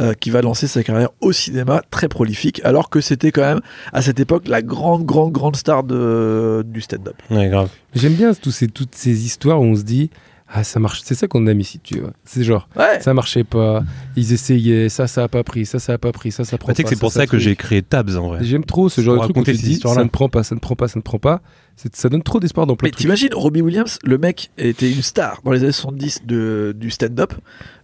euh, qui va lancer sa carrière au cinéma très prolifique, alors que c'était quand même à cette époque la grande, grande, grande star de, du stand-up.
Ouais, grave.
J'aime bien tous ces, toutes ces histoires où on se dit ah ça marche, c'est ça qu'on aime ici, tu vois. C'est genre
Ouais,
ça marchait pas, ils essayaient, ça ça a pas pris, ça ça a pas pris, ça ça prend
Bah, tu sais
pas,
que c'est pour ça que
truc.
j'ai créé Tabs en vrai.
J'aime trop ce
Pour
genre de truc où
raconter
tu
ces
te dis
histoires-là.
ça ne prend pas, ça ne prend pas, ça ne prend pas. C'est- Ça donne trop d'espoir dans plein
mais
de trucs.
t'imagines, Robbie Williams, le mec était une star dans les années 70 de, du stand-up.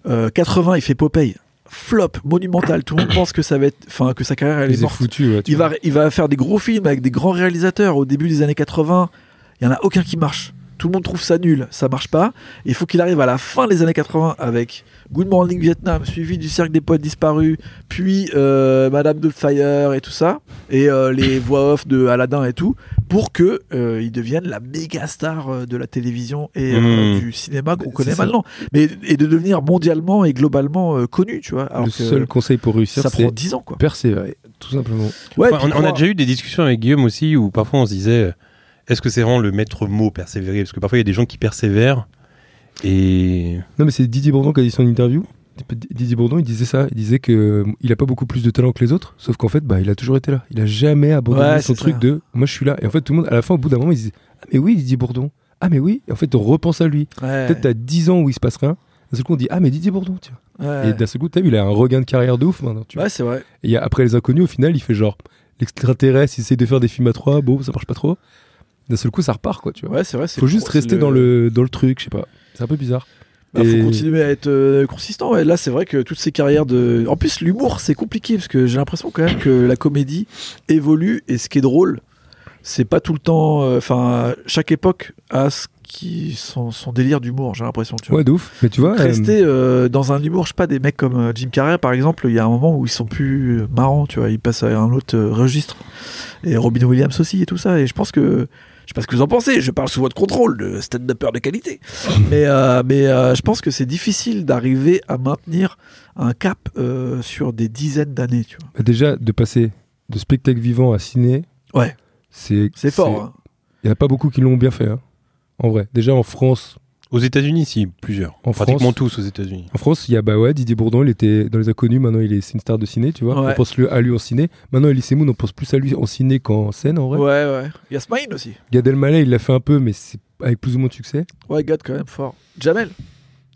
Euh, 80, il fait Popeye. Flop, monumental. Tout le monde pense que, ça va être, enfin, que sa carrière elle est
Ils est
morte.
foutu. ouais, tu
Il
vois.
va, il va faire des gros films avec des grands réalisateurs au début des années 80. Il n'y en a aucun qui marche. Tout le monde trouve ça nul, ça marche pas. Il faut qu'il arrive à la fin des années 80 avec Good Morning Vietnam, suivi du Cercle des Poètes Disparus, puis euh, Madame de Fire et tout ça, et euh, les voix off de Aladdin et tout, pour que euh, il devienne la méga star euh, de la télévision et euh,
Mmh.
du cinéma qu'on
Hmm. C'est
connaît
ça.
maintenant. Mais, et de devenir mondialement et globalement euh, connu, tu vois. Alors
Le
que
seul conseil pour réussir,
ça prend
c'est
10 ans, quoi.
persévérer, tout simplement.
Ouais,
Enfin,
puis
on, on a
croire.
déjà eu des discussions avec Guillaume aussi où parfois on se disait euh, est-ce que c'est vraiment le maître mot persévérer Parce que parfois il y a des gens qui persévèrent et.
Non, mais c'est Didier Bourdon qui a dit son interview. Didier Bourdon, il disait ça. Il disait que euh, il a pas beaucoup plus de talent que les autres, sauf qu'en fait, bah, il a toujours été là. Il a jamais abandonné
Ouais,
son
c'est
truc
ça.
de moi, je suis là. Et en fait, tout le monde, à la fin, au bout d'un moment, il disait ah mais oui, Didier Bourdon. Ah mais oui. Et en fait, on repense à lui.
Ouais.
Peut-être t'as 10 ans où il se passe rien. D'un seul coup, on dit ah mais Didier Bourdon, tiens.
Ouais.
Et d'un seul coup, t'as vu, il a un regain de carrière de ouf maintenant. Tu vois.
Ouais, c'est vrai.
Et il y a- après les inconnus, au final, il fait genre l'extraterrestre, il essaie de faire des films à trois, bon, ça marche pas trop. D'un seul coup, ça repart quoi, tu vois.
Ouais, c'est vrai. c'est
Faut juste
pro- c'est
rester dans le dans le truc, je sais pas. C'est un peu bizarre.
Bah,
Et-
Faut continuer à être euh, consistant. Et là, c'est vrai que toutes ces carrières de. En plus, l'humour, c'est compliqué parce que j'ai l'impression quand même que la comédie évolue et ce qui est drôle, c'est pas tout le temps. euh, Enfin, chaque époque a ce qui son, son délire d'humour. J'ai l'impression. Tu vois.
Ouais, de ouf. Mais tu vois, euh,
Rester euh, dans un humour, je sais pas, des mecs comme euh, Jim Carrey par exemple, il y a un moment où ils sont plus euh, marrants, tu vois, ils passent à un autre euh, registre. Et Robin Williams aussi et tout ça. Et je pense que. Je sais pas ce que vous en pensez, je parle sous votre contrôle de stand-upper de qualité. Mais, euh, mais euh, je pense que c'est difficile d'arriver à maintenir un cap euh, sur des dizaines d'années, tu vois.
Bah, déjà, de passer de spectacle vivant à ciné.
Ouais.
C'est
C'est fort. hein.
Il n'y en a pas beaucoup qui l'ont bien fait. hein. En vrai. Déjà en France.
Aux États-Unis, si, plusieurs.
En
Pratiquement
France
tous aux États-Unis.
En France, il y a bah ouais, Didier Bourdon, il était dans les inconnus, maintenant il est, c'est une star de ciné, tu vois.
Ouais.
On pense le, à lui en ciné. Maintenant, Elie Semoun, on pense plus à lui en ciné qu'en scène, en vrai.
hein. Ouais, ouais. Il y a Smile aussi.
Gad Elmaleh, il l'a fait un peu, mais c'est avec plus ou moins de succès.
Ouais, God, quand même fort. Jamel.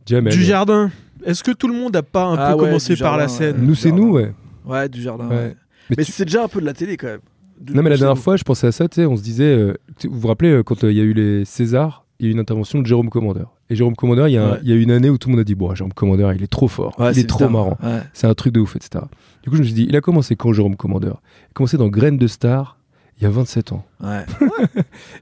Jamais.
Du jardin. Est-ce que tout le monde a pas un
Ah
peu
ouais,
commencé
du
par la
jardin,
scène
Nous, c'est nous, ouais.
Ouais, du jardin.
Ouais.
ouais.
Mais
Mais,
tu-
c'est déjà un peu de la télé quand même. Du-
Non, mais la
du-
dernière fois, je pensais à ça, tu sais, on se disait, euh, tu- vous vous rappelez, euh, quand euh, il y a eu les Césars, il y a eu une intervention de Jérôme Commandeur. Et Jérôme Commandeur, il y, a un-
Ouais.
il y a une année où tout le monde a dit, bon, Jérôme Commandeur, il est trop fort,
Ouais,
il
c'est
est trop
bizarre.
marrant,
Ouais.
c'est un truc de ouf, etc. Du coup, je me suis dit, il a commencé quand Jérôme Commandeur Il a commencé dans Graines de Star il y a 27 ans.
Ouais.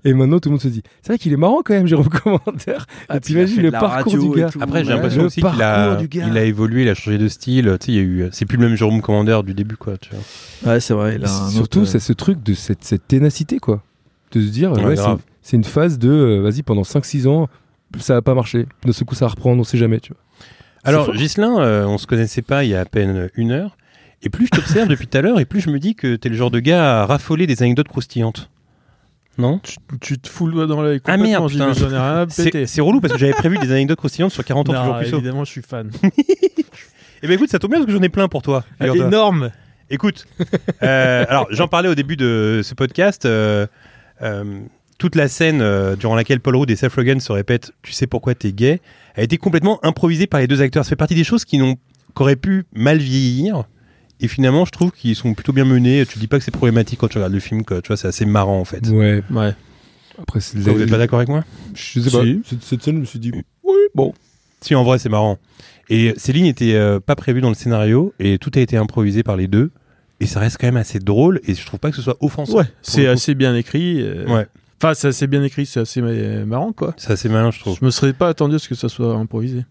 Et maintenant, tout le monde se dit, c'est vrai qu'il est marrant quand même, Jérôme Commentaire.
Ah, puis il a
t'imagines
fait de
le
la
parcours
radio
du
et
gars.
tout.
Après, j'ai
Ouais.
l'impression
Le
aussi qu'il a,
parcours du gars.
il a évolué, il a changé de style. Tu sais, il y a eu, c'est plus le même Jérôme Commandeur du début, quoi. Tu vois.
Ouais, c'est vrai. il a un autre,
Surtout,
euh,
c'est ce truc de cette, cette ténacité, quoi. De se dire,
Ouais,
ouais, c'est,
grave.
c'est une phase de, euh, vas-y, pendant 5-6 ans, ça n'a pas marché. De ce coup, ça reprend, on sait jamais, tu vois.
Alors,
fort.
Ghislain, euh, on se connaissait pas il y a à peine une heure. Et plus je t'observe depuis tout à l'heure, et plus je me dis que t'es le genre de gars à raffoler des anecdotes croustillantes. Non
Tu, tu te fous le doigt dans l'œil
Ah,
complètement,
merde,
Gilles,
putain.
mais j'en ai rien à péter.
C'est c'est relou parce que j'avais prévu des anecdotes croustillantes sur 40 ans
Non,
toujours plus haut.
évidemment, je suis fan.
Eh ben écoute, ça tombe bien parce que j'en ai plein pour toi.
Ah,
Yorda.
Énorme
Écoute, euh, alors j'en parlais au début de ce podcast. euh, euh, toute la scène euh, durant laquelle Paul Rudd et Seth Rogen se répètent "Tu sais pourquoi t'es gay" a été complètement improvisée par les deux acteurs. Ça fait partie des choses qui n'ont qu'auraient pu mal vieillir. Et finalement, je trouve qu'ils sont plutôt bien menés. Tu dis pas que c'est problématique quand tu regardes le film, quoi. Tu vois, c'est assez marrant en fait.
Ouais.
Ouais.
Après, c'est
Vous n'êtes pas d'accord avec moi
Je sais pas.
Si.
Cette, cette scène, je me suis dit, oui, bon.
Si, en vrai, c'est marrant. Et Céline n'était euh, pas prévue dans le scénario et tout a été improvisé par les deux. Et ça reste quand même assez drôle et je trouve pas que ce soit offensant.
Ouais, c'est
le coup.
assez bien écrit. euh,
Ouais.
Enfin, c'est assez bien écrit, c'est assez ma- marrant, quoi.
C'est assez malin, je trouve.
Je me serais pas attendu à ce que ça soit improvisé.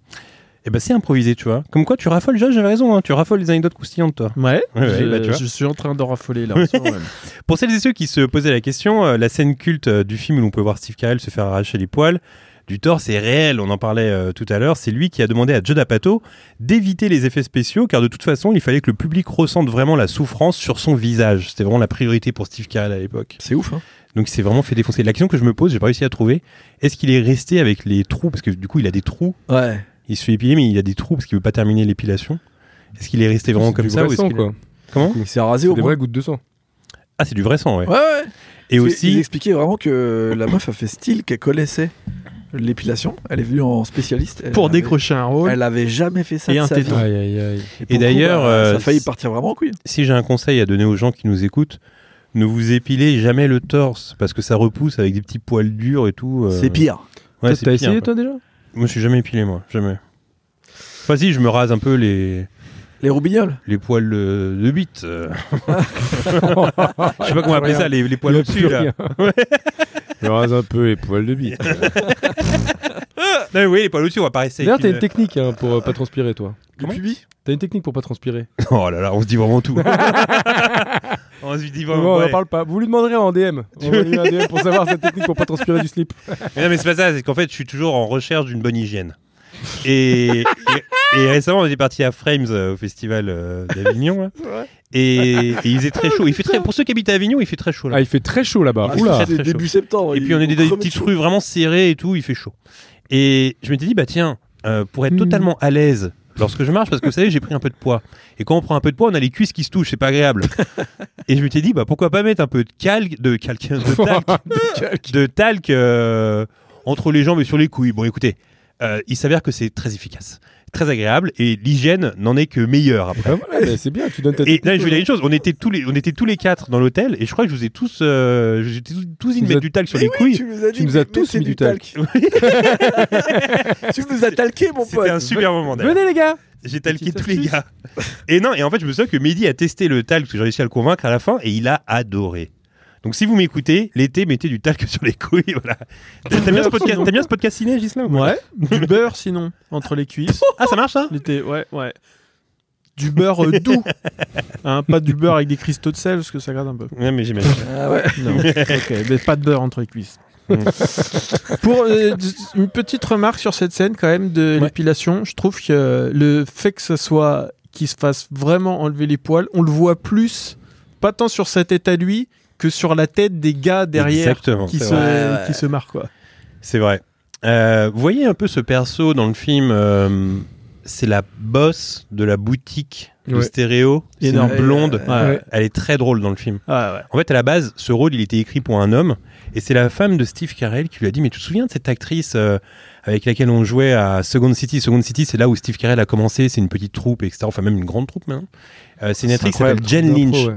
Eh ben c'est improvisé, tu vois. Comme quoi, tu raffoles, déjà, j'avais raison, hein, tu raffoles les anecdotes croustillantes, toi.
Ouais,
Ouais, ouais,
je,
bah, tu vois.
je suis en train d'en raffoler là. en ce moment même.
Pour celles et ceux qui se posaient la question, euh, la scène culte euh, du film où l'on peut voir Steve Carell se faire arracher les poils du torse est réelle, on en parlait euh, tout à l'heure. C'est lui qui a demandé à Judd Apatow d'éviter les effets spéciaux, car de toute façon, il fallait que le public ressente vraiment la souffrance sur son visage. C'était vraiment la priorité pour Steve Carell à l'époque.
C'est ouf. Hein.
Donc c'est vraiment fait défoncer. La question que je me pose, j'ai pas réussi à trouver, est-ce qu'il est resté avec les trous Parce que du coup, il a des trous.
Ouais.
Il se fait épiler, mais il a des trous parce qu'il veut pas terminer l'épilation. Est-ce qu'il est resté vraiment
C'est
comme
du
ça
vrai
ou est-ce
sang,
qu'il-
quoi.
Comment
Il s'est rasé
C'est
au
des
moins.
vraies gouttes de sang.
Ah, c'est du vrai sang, ouais.
Ouais, ouais.
Et
Ils-
aussi,
Ils expliquaient vraiment que la meuf a fait style qu'elle connaissait l'épilation. Elle est venue en spécialiste. Elle
Pour
avait-
décrocher un rôle.
Elle avait jamais fait ça.
Et
de
un
sa
téton.
vie.
Aïe, aïe, aïe.
pour le coup,
d'ailleurs,
bah, ça
euh,
a failli partir vraiment en couille.
si j'ai un conseil à donner aux gens qui nous écoutent, ne vous épilez jamais le torse parce que ça repousse avec des petits poils durs et tout. euh,
C'est pire.
Ouais,
Toi,
c'est
t'as
pire,
essayé,
quoi.
toi, déjà
Moi, je suis jamais épilé, moi, jamais. Enfin, si, je me rase un peu les,
Les roubignoles.
les poils euh, de bite. euh. je sais pas comment appeler ça, les, les poils
Il a
au-dessus,
plus
là.
rien. Je rase un peu les poils de bite.
Non, mais oui, les poils au-dessus, on va pas rester.
D'ailleurs,
avec
t'as
une-
une technique hein, pour euh, pas transpirer, toi.
Comment
pubis.
T'as une technique pour pas transpirer.
Oh là là, on se dit vraiment tout. on se dit vraiment.
Non, on
ouais.
en parle pas. Vous lui demanderez en DM. On va lui un DM pour savoir cette technique pour pas transpirer du slip.
Mais non, mais c'est pas ça, c'est qu'en fait, je suis toujours en recherche d'une bonne hygiène. Et, et, et récemment, on était parti à Frames euh, au festival euh, d'Avignon. là. Et, et il faisait très chaud. Il fait très, pour ceux qui habitent à Avignon, il fait très chaud là.
Ah, il fait très chaud là-bas.
Ah, il
Oula.
fait
C'est
très chaud.
début septembre.
et puis on est dans des petites rues vraiment serrées et tout, il fait chaud. Et je m'étais dit, bah tiens, euh, pour
Hmm.
être totalement à l'aise lorsque je marche, parce que vous savez, j'ai pris un peu de poids. Et quand on prend un peu de poids, on a les cuisses qui se touchent, c'est pas agréable. et je m'étais dit, bah pourquoi pas mettre un peu de calque, de calque, de talc de talc euh, entre les jambes et sur les couilles. Bon, écoutez, euh, il s'avère que c'est très efficace, très agréable, et l'hygiène n'en est que meilleure. après.
Ah, voilà, bah, c'est bien, tu donnes ta
Et
technique.
là, je vais dire une chose, on était tous les, on était tous les quatre dans l'hôtel, et je crois que je vous ai tous, euh, je vous ai tous, tous dit de
Vous
mettre
êtes-
du talc sur
Mais
les couilles.
Tu nous as,
Tu nous as tous mis du talc.
tu nous as talqué, mon pote.
C'était un super moment d'ailleurs.
Venez les gars
J'ai talqué
Petite
tous les
astuce.
gars. Et non, et en fait, je me souviens que Mehdi a testé le talc, parce que j'ai réussi à le convaincre à la fin, et il a adoré. Donc si vous m'écoutez, l'été, mettez du talc sur les couilles, voilà. T'aimes bien ce podcast, t'aimes bien ce podcast ciné, Gislain ou pas
Ouais, du beurre sinon, entre les cuisses.
Ah, ça marche, ça
L'été, ouais, ouais. Du beurre euh, doux. Hein, pas du beurre avec des cristaux de sel, parce que ça gratte un peu.
Ouais, mais j'imagine.
Ah ouais.
Non, ok, mais pas de beurre entre les cuisses. Pour euh, d- une petite remarque sur cette scène quand même de l'épilation, je trouve que le fait que ça soit qu'il se fasse vraiment enlever les poils, on le voit plus, pas tant sur sa tête à lui que sur la tête des gars derrière
Exactement.
qui
c'est
se,
vrai.
vrai.
qui se marrent quoi.
C'est vrai. Euh, vous voyez un peu ce perso dans le film euh, C'est la boss de la boutique de
Ouais.
stéréo. C'est une
Énorme.
blonde.
Ouais, ouais.
Elle est très drôle dans le film.
Ah ouais.
En fait, à la base, ce rôle, il était écrit pour un homme. Et c'est la femme de Steve Carell qui lui a dit Mais tu te souviens de cette actrice euh, avec laquelle on jouait à Second City Second City, c'est là où Steve Carell a commencé. C'est une petite troupe, etc. Enfin, même une grande troupe maintenant. Euh, c'est une actrice qui s'appelle Jen Lynch.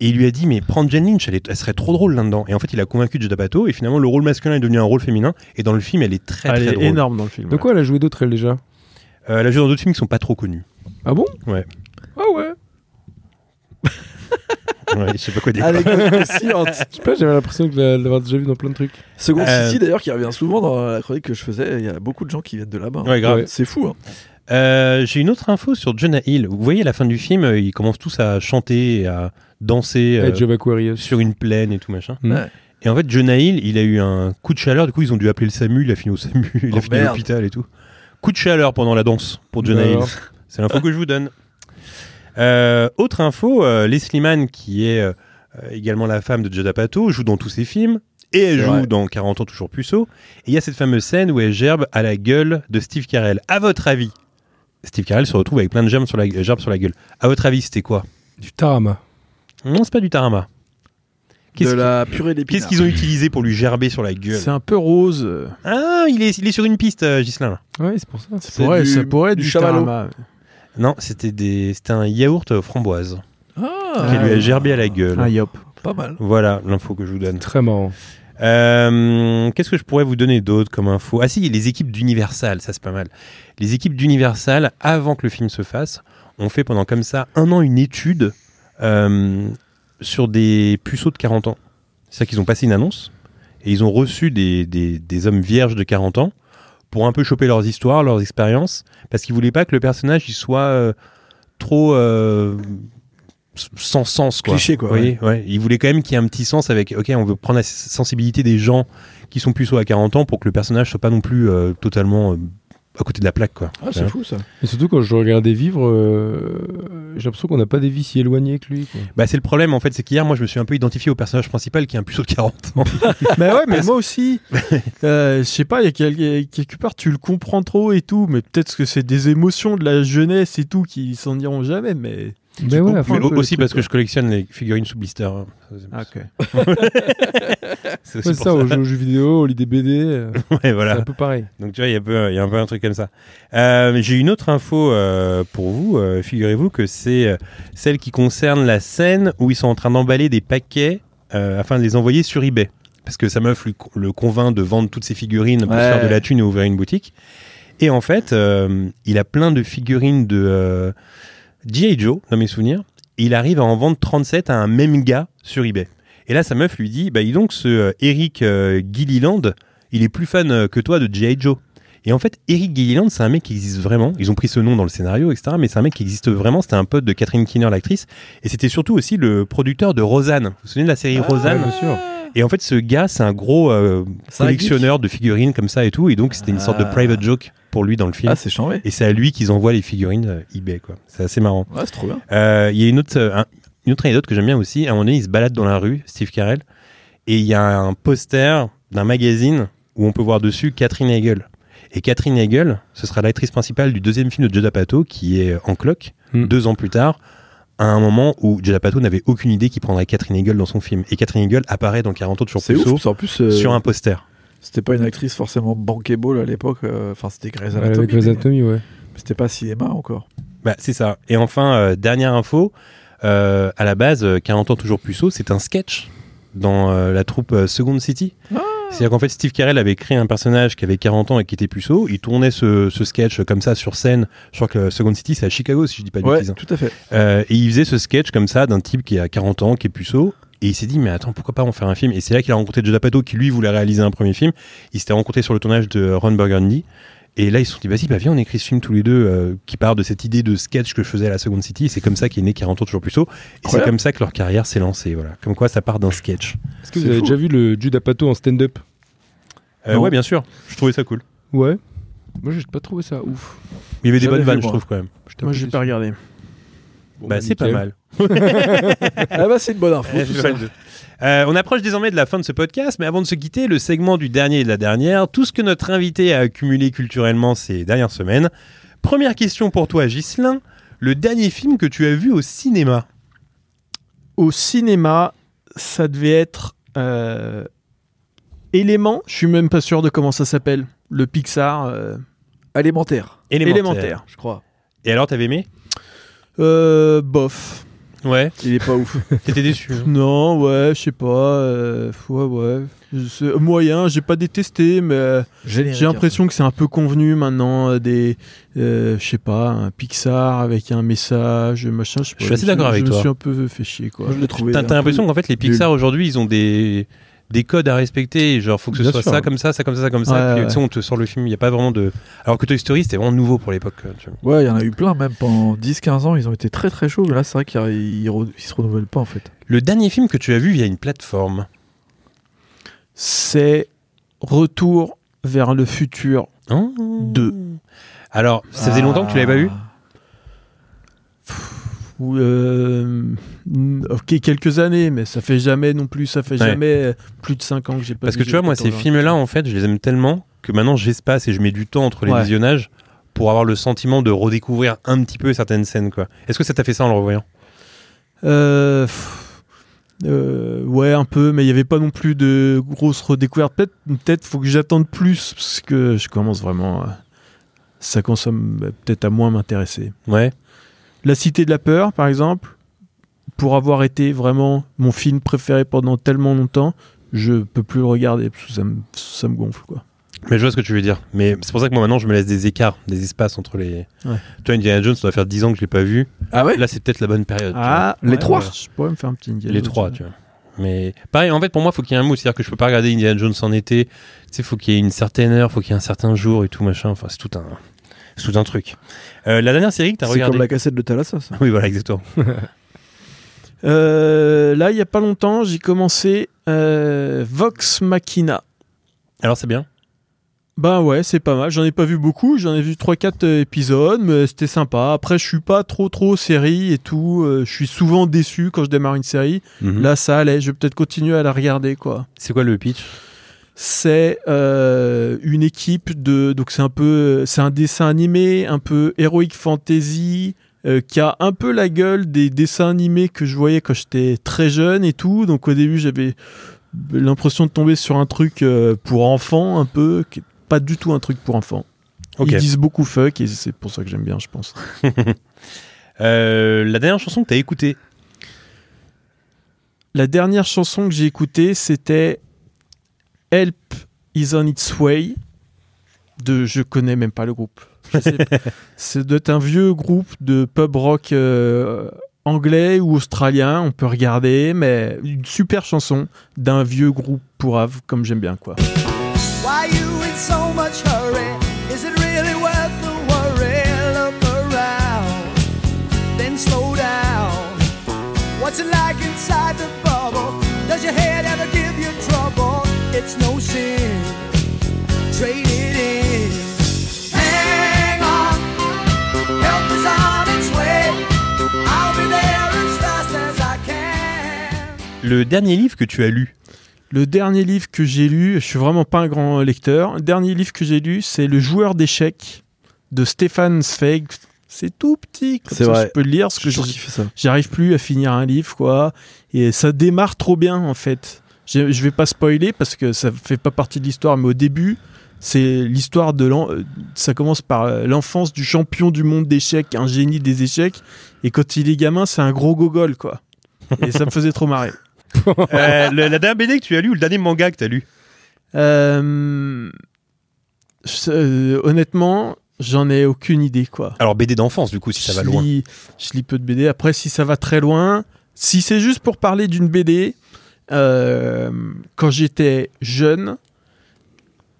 Et il lui a dit, mais prends Jane Lynch, elle, est- elle serait trop drôle là-dedans. Et en fait, il a convaincu Judd Apatow, et finalement, le rôle masculin est devenu un rôle féminin. Et dans le film, elle est très,
Elle
très
est
drôle.
énorme dans le film.
De quoi elle a joué d'autres elle déjà
Euh, elle a joué dans d'autres films qui sont pas trop connus.
Ah bon
Ouais.
Ah ouais
Ouais, je sais pas quoi dire.
Avec notre croustillante.
Je sais pas, j'avais l'impression de l'a- de l'avoir déjà vu dans plein de trucs.
Second
Euh,
City, d'ailleurs, qui revient souvent dans la chronique que je faisais. Il y a beaucoup de gens qui viennent de là-bas.
Ouais, grave.
C'est fou. hein.
Euh, J'ai une autre info sur Jonah Hill. Vous voyez, à la fin du film, euh, ils commencent tous à chanter, et à danser euh,
Edge of Aquarius.
sur une plaine et tout machin.
Mm.
Ouais.
Et en fait, Jonah Hill, il a eu un coup de chaleur. Du coup, ils ont dû appeler le SAMU. Il a fini au SAMU, il a
Oh,
fini à
merde. Bah
l'hôpital et tout. Coup de chaleur pendant la danse pour Jonah Hill.
Alors,
C'est l'info que je vous donne. Euh, autre info, euh, Leslie Mann, qui est euh, euh, également la femme de Judd Apatow, joue dans tous ses films. Et elle
C'est
joue
vrai.
dans 40 ans toujours puceau. Et il y a cette fameuse scène où elle gerbe à la gueule de Steve Carell. À votre avis, Steve Carell se retrouve avec plein de gerbes sur la, gerbes sur la gueule. À votre avis, c'était quoi
Du tarama.
Non, c'est pas du tarama.
De
Qu'est-ce
la
qu'est-ce
purée d'épinards.
qu'ils ont utilisé pour lui gerber sur la gueule
C'est un peu rose. euh,
Ah, il est, il est sur une piste, euh, Ghislain.
Ouais, c'est pour ça.
Ça
C'est
pourrait,
du-
ça pourrait être
du
du,
chamallow.
tarama.
Non, c'était des- c'était un yaourt euh, framboise
Ah,
qui lui a
ouais.
gerbé à la gueule.
Ah, yop.
pas mal.
Voilà l'info que je vous donne.
Très marrant.
Euh, Qu'est-ce que je pourrais vous donner d'autre comme info Ah si, les équipes d'Universal, ça c'est pas mal. Les équipes d'Universal, avant que le film se fasse, ont fait pendant comme ça un an une étude euh, sur des puceaux de 40 ans. C'est-à-dire qu'ils ont passé une annonce et ils ont reçu des, des- des hommes vierges de 40 ans pour un peu choper leurs histoires, leurs expériences, parce qu'ils voulaient pas que le personnage il soit euh, trop euh, s- sans sens. Quoi.
Cliché, quoi,
Vous voyez, ouais. Ils voulaient quand même qu'il y ait un petit sens avec, ok, on veut prendre la s- sensibilité des gens qui sont puceaux à 40 ans pour que le personnage soit pas non plus euh, totalement euh, à côté de la plaque. Quoi.
Ah, c'est
Ouais.
fou ça.
Et surtout, quand je le regardais vivre, euh, j'ai l'impression qu'on n'a pas des vies si éloignées que lui. quoi.
Bah, c'est le problème en fait, c'est qu'hier, moi je me suis un peu identifié au personnage principal qui est un puceau de 40 ans.
Mais ouais, mais moi aussi. Euh, je sais pas, il y a quel- quelque part, tu le comprends trop et tout, mais peut-être que c'est des émotions de la jeunesse et tout qui s'en iront jamais, mais.
Mais ouais, à fond.
comprends.
Mais
un peu
au-
le
aussi
truc,
parce que
quoi.
je collectionne les figurines sous blister. hein.
Ah, ok.
C'est
Ouais,
aussi
ça,
pour ça.
aux jeux, aux jeux vidéo, aux lit des BD, euh,
Ouais,
c'est
voilà.
un peu pareil.
Donc tu vois, il y, a peu- il y a un peu un truc comme ça. Euh, J'ai une autre info euh, pour vous. Euh, Figurez-vous que c'est euh, celle qui concerne la scène où ils sont en train d'emballer des paquets euh, afin de les envoyer sur eBay. Parce que sa meuf lui co- le convainc de vendre toutes ses figurines pour se
Ouais.
faire de la thune et ouvrir une boutique. Et en fait, euh, il a plein de figurines de euh, G.I. Joe, dans mes souvenirs. Il arrive à en vendre 37 à un même gars sur eBay. Et là, sa meuf lui dit, bah, dis donc, ce euh, Eric euh, Gilliland, il est plus fan euh, que toi de G.I. Joe. Et en fait, Eric Gilliland, c'est un mec qui existe vraiment. Ils ont pris ce nom dans le scénario, etc. Mais c'est un mec qui existe vraiment. C'était un pote de Catherine Keener, l'actrice. Et c'était surtout aussi le producteur de Rosanne. Vous vous souvenez de la série Rosanne
bien sûr.
Et en fait, ce gars, c'est un gros euh,
C'est un
collectionneur de figurines comme ça et tout. Et donc, c'était une sorte de
Ah.
private joke pour lui dans le film.
Ah, c'est chambé.
et c'est à lui qu'ils envoient les figurines euh, eBay, quoi. C'est assez marrant.
Ouais, c'est trop bien.
Euh, Il y a une autre, euh, un- une autre anecdote que j'aime bien aussi. À un moment donné, il se balade dans la rue, Steve Carell, et il y a un poster d'un magazine où on peut voir dessus Catherine Hegel. Et Catherine Hegel, ce sera l'actrice principale du deuxième film de Judd Apatow, qui est euh, En Cloque,
Hmm.
Mm.
deux ans plus tard, à un moment où Judd Apatow n'avait aucune idée qu'il prendrait Catherine Hegel dans son film. Et Catherine Hegel apparaît dans 40 autres jours
C'est
plus
ouf.
tôt
parce En plus, euh,
sur un poster.
c'était pas une actrice forcément bankable à l'époque. euh, Enfin, c'était Grey's
Ouais,
Anatomy.
avec Grey's
mais-
Anatomy, ouais.
mais C'était pas cinéma encore.
Bah, c'est ça. Et enfin, euh, dernière info, euh, à la base, euh, 40 ans toujours puceau, c'est un sketch dans euh, la troupe euh, Second City. C'est-à-dire qu'en fait, Steve Carell avait créé un personnage qui avait 40 ans et qui était puceau. Il tournait ce, ce sketch comme ça sur scène. Je crois que euh, Second City, c'est à Chicago, si je dis pas de
Ouais,
bêtises.
tout à fait.
Euh, et il faisait ce sketch comme ça d'un type qui a 40 ans, qui est puceau. Et il s'est dit, mais attends, pourquoi pas en faire un film Et c'est là qu'il a rencontré Judd Apatow, qui lui voulait réaliser un premier film. Ils s'étaient rencontrés sur le tournage de Ron Burgundy. Et là, ils se sont dit, vas-y, bah, viens, on écrit ce film tous les deux, euh, qui part de cette idée de sketch que je faisais à la Second City. Et c'est comme ça qu'est né 40 ans toujours puceau. Et c'est
Incroyable.
comme ça que leur carrière s'est lancée. Voilà. Comme quoi, ça part d'un sketch.
Est-ce que
C'est
vous avez
fou.
déjà vu le Jude Apatow en stand-up
Euh,
Non.
ouais, bien sûr. Je trouvais ça cool.
Ouais. Moi, j'ai pas trouvé ça ouf.
Il y avait des
J'avais
bonnes
vu,
vannes, je
moi.
trouve, quand même.
J'étais un
Moi,
peu
j'ai
déçu.
pas regardé.
Bon,
bah,
bah,
c'est pas
nickel.
mal.
ah bah, c'est une bonne info.
Eh,
tout
je
ça.
fais le deux. Euh, on approche désormais de la fin de ce podcast, mais avant de se quitter, le segment du dernier et de la dernière, tout ce que notre invité a accumulé culturellement ces dernières semaines. Première question pour toi, Ghislain. Le dernier film que tu as vu au cinéma
Au cinéma, ça devait être. Euh, Élément, je suis même pas sûr de comment ça s'appelle. Le Pixar euh,
Alimentaire,
élémentaire.
je crois.
Et alors, t'avais aimé
Euh, bof.
Ouais,
Il est pas ouf.
t'étais déçu. hein.
Non, ouais, je sais pas. euh, ouais, ouais. C'est euh, moyen, j'ai pas détesté, mais euh,
Générique,
j'ai l'impression que c'est un peu convenu maintenant. euh, Des, euh, je sais pas, un Pixar avec un message, machin. sais pas,
Je suis assez
me
d'accord avec
Je
toi.
me suis un peu fait chier,
hein.
quoi.
Moi, je l'ai trouvé.
T'as
un
t'as
peu-
l'impression qu'en fait, les Pixar aujourd'hui, ils ont des des codes à respecter, genre faut que ce
Bien
soit
sûr.
ça comme ça, ça comme ça, ça comme
Ouais,
ça. Puis,
ouais.
tu sais, on te sort le film, il y a pas vraiment de. Alors que Toy Story, c'était vraiment nouveau pour l'époque. euh, tu vois.
Ouais, il y en a eu plein, même pendant 10-15 ans, ils ont été très très chauds. Mais là, c'est vrai qu'ils re- ils se renouvellent pas en fait.
Le dernier film que tu as vu via une plateforme.
C'est Retour vers le futur.
Hein
Deux.
Alors, ça faisait longtemps que tu l'avais pas vu.
Ah, Ou euh, mm, ok, quelques années, mais ça fait jamais non plus. Ça fait
Ouais.
jamais euh, plus de 5 ans que j'ai pas.
Parce
vu
que tu vois, moi, ces
Jupiter
films-là, en fait, je les aime tellement que maintenant j'espace et je mets du temps entre les
Ouais.
visionnages pour avoir le sentiment de redécouvrir un petit peu certaines scènes. quoi. Est-ce que ça t'a fait ça en le revoyant
Euh, pff, euh, ouais, un peu, mais il n'y avait pas non plus de grosses redécouvertes. Peut-être, peut-être faut que j'attende plus parce que je commence vraiment. euh, ça consomme euh, peut-être à moins m'intéresser.
Ouais.
La Cité de la peur, par exemple, pour avoir été vraiment mon film préféré pendant tellement longtemps, je peux plus le regarder parce que ça me, ça me gonfle quoi.
Mais je vois ce que tu veux dire. Mais c'est pour ça que moi maintenant je me laisse des écarts, des espaces entre les.
Ouais.
Toi, Indiana Jones, ça doit faire 10 ans que je l'ai pas vu.
Ah ouais
Là, c'est peut-être la bonne période. tu
Ah,
les trois.
Je pourrais me faire un petit
vois. Ah, Les trois, tu vois. Mais pareil, en fait, pour moi, faut qu'il y ait un mot. C'est-à-dire que je peux pas regarder Indiana Jones en été. Tu sais, faut qu'il y ait une certaine heure, faut qu'il y ait un certain jour et tout machin. Enfin, c'est tout un, c'est tout un truc. Euh, la dernière série que t'as
C'est
regardée.
comme la cassette de Thalassa, ça.
Oui, voilà, exactement.
Euh, là, il n'y a pas longtemps, j'ai commencé euh, Vox Machina.
Alors, c'est bien.
Ben ouais, c'est pas mal. J'en ai pas vu beaucoup. J'en ai vu 3-4 épisodes, mais c'était sympa. Après, je suis pas trop trop série et tout. Euh, je suis souvent déçu quand je démarre une série.
Mhm.
Là, ça allait. Je vais peut-être continuer à la regarder, quoi.
C'est quoi le pitch
C'est euh, une équipe de. Donc, c'est un peu. C'est un dessin animé, un peu heroic fantasy, euh, qui a un peu la gueule des dessins animés que je voyais quand j'étais très jeune et tout. Donc, au début, j'avais l'impression de tomber sur un truc euh, pour enfants, un peu. qui est Pas du tout un truc pour enfants.
Ok.
Ils disent beaucoup fuck et c'est pour ça que j'aime bien, je pense.
Euh, la dernière chanson que t'as écoutée.
La dernière chanson que j'ai écoutée, c'était Help is on its way de je connais même pas le groupe. Je sais pas. C'est d'être un vieux groupe de pub rock euh, anglais ou australien, on peut regarder, mais une super chanson d'un vieux groupe pourrave comme j'aime bien quoi.
Why you in so much hurry? Is it really worth the worry? Look around, then slow down. What's it like inside the bubble? Does your head ever give you trouble? It's no sin. Trade it in. Hang on, help is on its way. I'll be there as fast as I can.
Le dernier livre que tu as lu.
Le dernier livre que j'ai lu, je suis vraiment pas un grand lecteur. Le dernier livre que j'ai lu, c'est Le joueur d'échecs de Stéphane Zweig. C'est tout petit, comme
C'est
ça,
vrai.
je peux le lire parce que
Je suis sûr
je-
qu'il fait ça.
j'arrive plus à finir un livre quoi. Et ça démarre trop bien en fait. Je, je vais pas spoiler parce que ça fait pas partie de l'histoire, mais au début, c'est l'histoire de l'en- euh, ça commence par euh, l'enfance du champion du monde d'échecs, un génie des échecs. Et quand il est gamin, c'est un gros gogol quoi. Et ça me faisait trop marrer.
Euh, le- la dernière BD que tu as lu ou le dernier manga que tu as lu
Euh, je- euh, honnêtement, j'en ai aucune idée, quoi.
Alors BD d'enfance du coup si ça va
je,
loin.
lis, je lis peu de BD. Après, si ça va très loin, si c'est juste pour parler d'une BD, euh, quand j'étais jeune,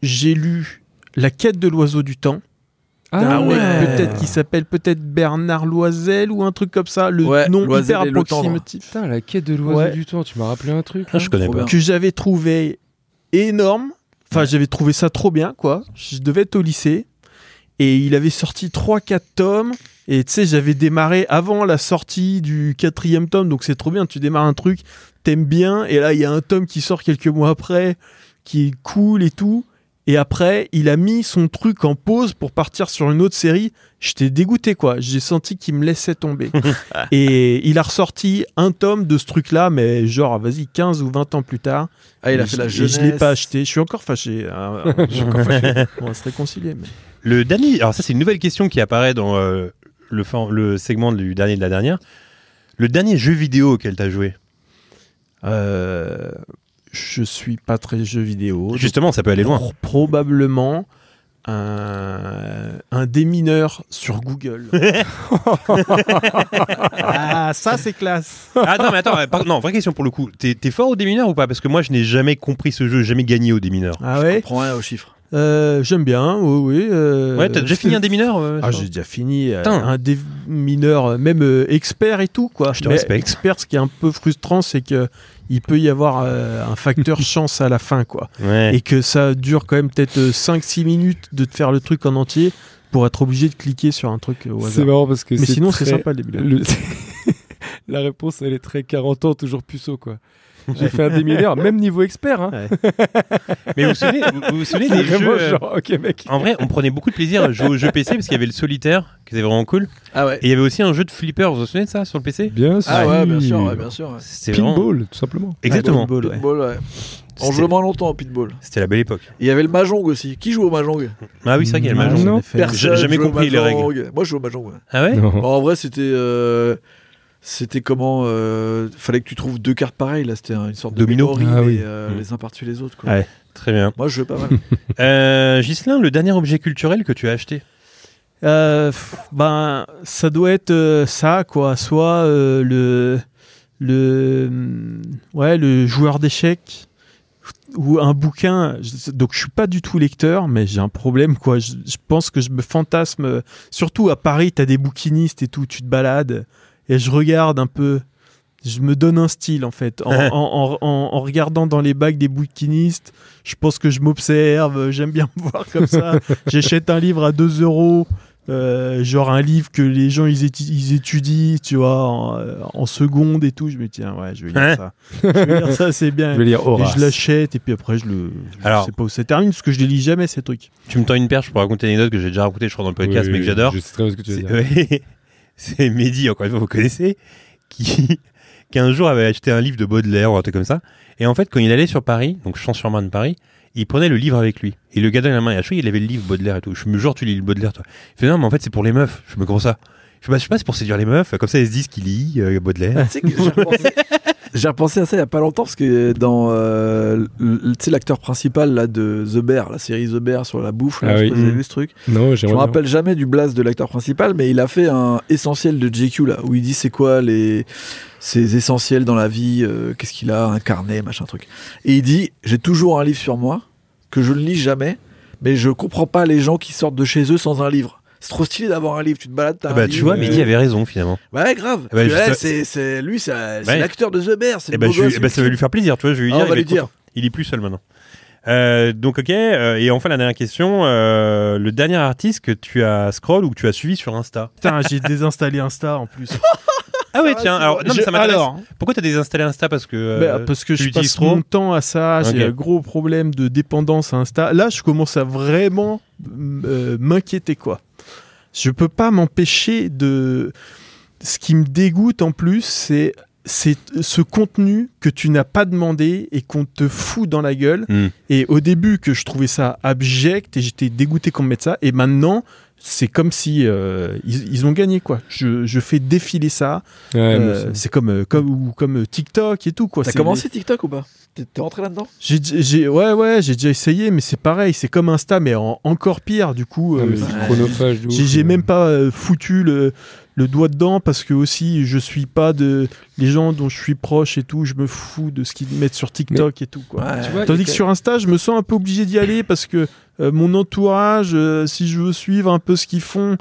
j'ai lu La quête de l'oiseau du temps.
bah, Ah
d'un mec Peut-être qui s'appelle peut-être Bernard Loisel ou un truc comme ça. Le
Ouais,
nom
Loisel
hyper
et le tendre.
approximatif.
Putain, la quête de l'oiseau
Ouais.
du temps, tu m'as rappelé un truc. hein.
Ah, je
là.
connais
Trop
pas.
bien.
que j'avais trouvé énorme. Enfin, j'avais trouvé ça trop bien, quoi. Je devais être au lycée. Et il avait sorti 3-4 tomes. Et tu sais, j'avais démarré avant la sortie du quatrième tome. Donc c'est trop bien. Tu démarres un truc, t'aimes bien. Et là, il y a un tome qui sort quelques mois après, qui est cool et tout. Et après, il a mis son truc en pause pour partir sur une autre série. J'étais dégoûté, quoi. J'ai senti qu'il me laissait tomber. et il a ressorti un tome de ce truc-là, mais genre, vas-y, 15 ou 20 ans plus tard.
Ah, il a
Et
fait
je-
la
et
jeunesse.
Je l'ai pas acheté. Je suis encore fâché. hein. Je suis encore fâché. On va se réconcilier. mais-
Le dernier. Alors ça c'est une nouvelle question qui apparaît dans euh, le, fin- le segment du dernier de la dernière. Le dernier jeu vidéo auquel t'as joué
Euh, je suis pas très jeu vidéo.
Justement, ça peut aller loin.
Pro- Probablement un, un démineur sur Google. ah, ça c'est classe.
Ah non, mais attends, euh, par- non, vraie question pour le coup. T'es t'es fort au démineur ou pas Parce que moi, je n'ai jamais compris ce jeu, jamais gagné au démineur.
Ah ouais.
Prends rien aux chiffres.
Euh, J'aime bien. Oui, oui. euh,
Ouais, t'as déjà fini un démineur euh,
Ah,
sur-
j'ai déjà fini euh,
Putain.
un démineur, euh, même euh, expert et tout quoi.
Je te
Mais
respecte.
Expert, ce qui est un peu frustrant, c'est que il peut y avoir euh, un facteur chance à la fin quoi.
Ouais.
et que ça dure quand même peut-être 5-6 minutes de te faire le truc en entier pour être obligé de cliquer sur un truc euh, au
C'est
hasard.
marrant parce que
Mais sinon, c'est
très-
sympa le début.
le- La réponse, elle est très 40 ans, toujours puceau, quoi. J'ai fait un démineur, même niveau expert. Hein.
Mais vous vous souvenez, vous, vous vous souvenez des
Ah, Vraiment,
jeux. euh,
genre, ok, mec.
En vrai, on prenait beaucoup de plaisir à jouer aux jeux PC parce qu'il y avait le solitaire, qui était vraiment cool.
Ah ouais.
Et il y avait aussi un jeu de flipper, vous vous souvenez de ça sur le PC
Bien sûr.
Ah ouais, bien sûr, ouais, bien sûr. ouais.
C'était vraiment-
Pinball, tout simplement.
Exactement.
Pinball, ouais.
Pitball, ouais. On
C'était-
jouait moins longtemps au pitball.
C'était la belle époque.
Et Il y avait le mahjong aussi. Qui joue au mahjong
Ah oui, c'est vrai qu'il y a le
Non.
Mahjong.
Non.
Personne.
J'ai jamais
joue au
compris les
mahjong. Moi, je joue au mahjong. ouais.
Ah ouais
Non.
Bon, en vrai, c'était. euh, C'était comment euh, Fallait que tu trouves deux cartes pareilles là. C'était une sorte
Domino.
de memory,
Ah
mais,
oui.
euh,
Mm.
les uns par-dessus les autres. Quoi.
Ouais. Très bien.
Moi, je jouais pas mal.
Euh, Ghislain, le dernier objet culturel que tu as acheté
Euh, pff, ben, ça doit être euh, ça, quoi. Soit euh, le, le, hum, ouais, le joueur d'échecs ou un bouquin. Je- Donc, je suis pas du tout lecteur, mais j'ai un problème, quoi. Je, je pense que je me fantasme. euh, Surtout à Paris, t'as des bouquinistes et tout. Tu te balades et je regarde un peu. Je me donne un style en fait. En, en- en- en- en regardant dans les bagues des bouquinistes, je pense que je m'observe. J'aime bien me voir comme ça. J'achète un livre à 2 euros. Euh, genre un livre que les gens ils, étu- ils étudient, tu vois, en, euh, en seconde et tout. Je me dis, tiens, ouais, je vais lire
Hein
ça. Je vais lire ça, c'est bien.
Je vais lire
Et
Horace.
je l'achète et puis après je le. Je
Alors-
sais pas où ça termine parce que je les lis jamais ces trucs.
Tu me tends une perche pour raconter une anecdote que j'ai déjà racontée, je crois, dans le podcast,
Oui,
mais que
oui,
j'adore.
Je sais très bien ce que tu veux
C'est
dire.
ouais, c'est Mehdi, encore une fois, vous connaissez, qui, qui un jour avait acheté un livre de Baudelaire ou un truc comme ça. Et en fait, quand il allait sur Paris, donc Champs-sur-Marne de Paris, il prenait le livre avec lui. Il le gardait dans la main. Et à chaque fois, il avait le livre Baudelaire et tout. Je me jure, tu lis le Baudelaire, toi. Il fait non, mais en fait, c'est pour les meufs. Je me comment ça je sais, pas, je sais pas, c'est pour séduire les meufs. Comme ça, elles se disent qu'il lit euh, Baudelaire.
Tu sais que j'ai repensé- J'ai repensé à ça il y a pas longtemps parce que dans euh, l- l- tu sais, l'acteur principal là de The Bear, la série The Bear sur la bouffe, là,
Ah
je sais
oui.
pas si vous avez
Mm.
vu ce truc.
Non,
Je
j'aimerais
me
bien.
rappelle jamais du blast de l'acteur principal, mais il a fait un essentiel de JQ là où il dit c'est quoi les ses essentiels dans la vie, euh, qu'est-ce qu'il a, un carnet, machin truc. Et il dit j'ai toujours un livre sur moi que je ne lis jamais, mais je comprends pas les gens qui sortent de chez eux sans un livre. C'est trop stylé d'avoir un livre, tu te balades, t'as
Ah
un
bah,
livre,
tu vois,
euh,
Mehdi avait raison, finalement.
Ouais, grave.
bah,
Parce que
je-
là, c'est, c'est, lui, c'est, c'est
Ouais.
l'acteur de The Bear. C'est
Et
le
bah,
beau
je-
gosse,
eh bah, ça va lui faire plaisir, tu vois. Je vais lui
Ah,
dire.
on
il
va
va
lui
être
dire.
Il est plus seul maintenant. Euh, donc ok, euh, et enfin la dernière question, euh, le dernier artiste que tu as scroll ou que tu as suivi sur Insta
Putain, j'ai désinstallé Insta en plus.
Ah ouais
Ah,
tiens,
c'est
alors,
vrai.
non, mais
Je-
ça m'intéresse.
alors,
Pourquoi t'as désinstallé Insta parce que... euh,
bah, parce que
tu
je
l'utilises
passe
trop
mon temps à ça, j'ai
Ok.
un gros problème de dépendance à Insta. Là, je commence à vraiment m- euh, m'inquiéter quoi. Je peux pas m'empêcher de. Ce qui me dégoûte en plus, c'est c'est ce contenu que tu n'as pas demandé et qu'on te fout dans la gueule.
Hmm.
Et au début, que je trouvais ça abject et j'étais dégoûté qu'on me mette ça. Et maintenant, c'est comme si euh, ils, ils ont gagné quoi. Je, je fais défiler ça.
Ouais, moi
Euh,
aussi.
c'est comme euh, comme ou comme euh, TikTok et tout quoi.
T'as
C'est-
commencé TikTok ou pas t'es, t'es rentré là-dedans
j'ai- j'ai- ouais ouais j'ai déjà essayé mais c'est pareil c'est comme Insta mais en- encore pire du coup.
Ah,
euh,
mais c'est chronophage. de ouf,
j'ai j'ai
euh.
même pas euh, foutu le, le doigt dedans parce que aussi je suis pas de les gens dont je suis proche et tout. Je me fous de ce qu'ils mettent sur TikTok et tout quoi.
Ouais.
Tu vois,
Tandis
il-
que sur Insta, je me sens un peu obligé d'y aller parce que euh, mon entourage, euh, si je veux suivre un peu ce qu'ils font,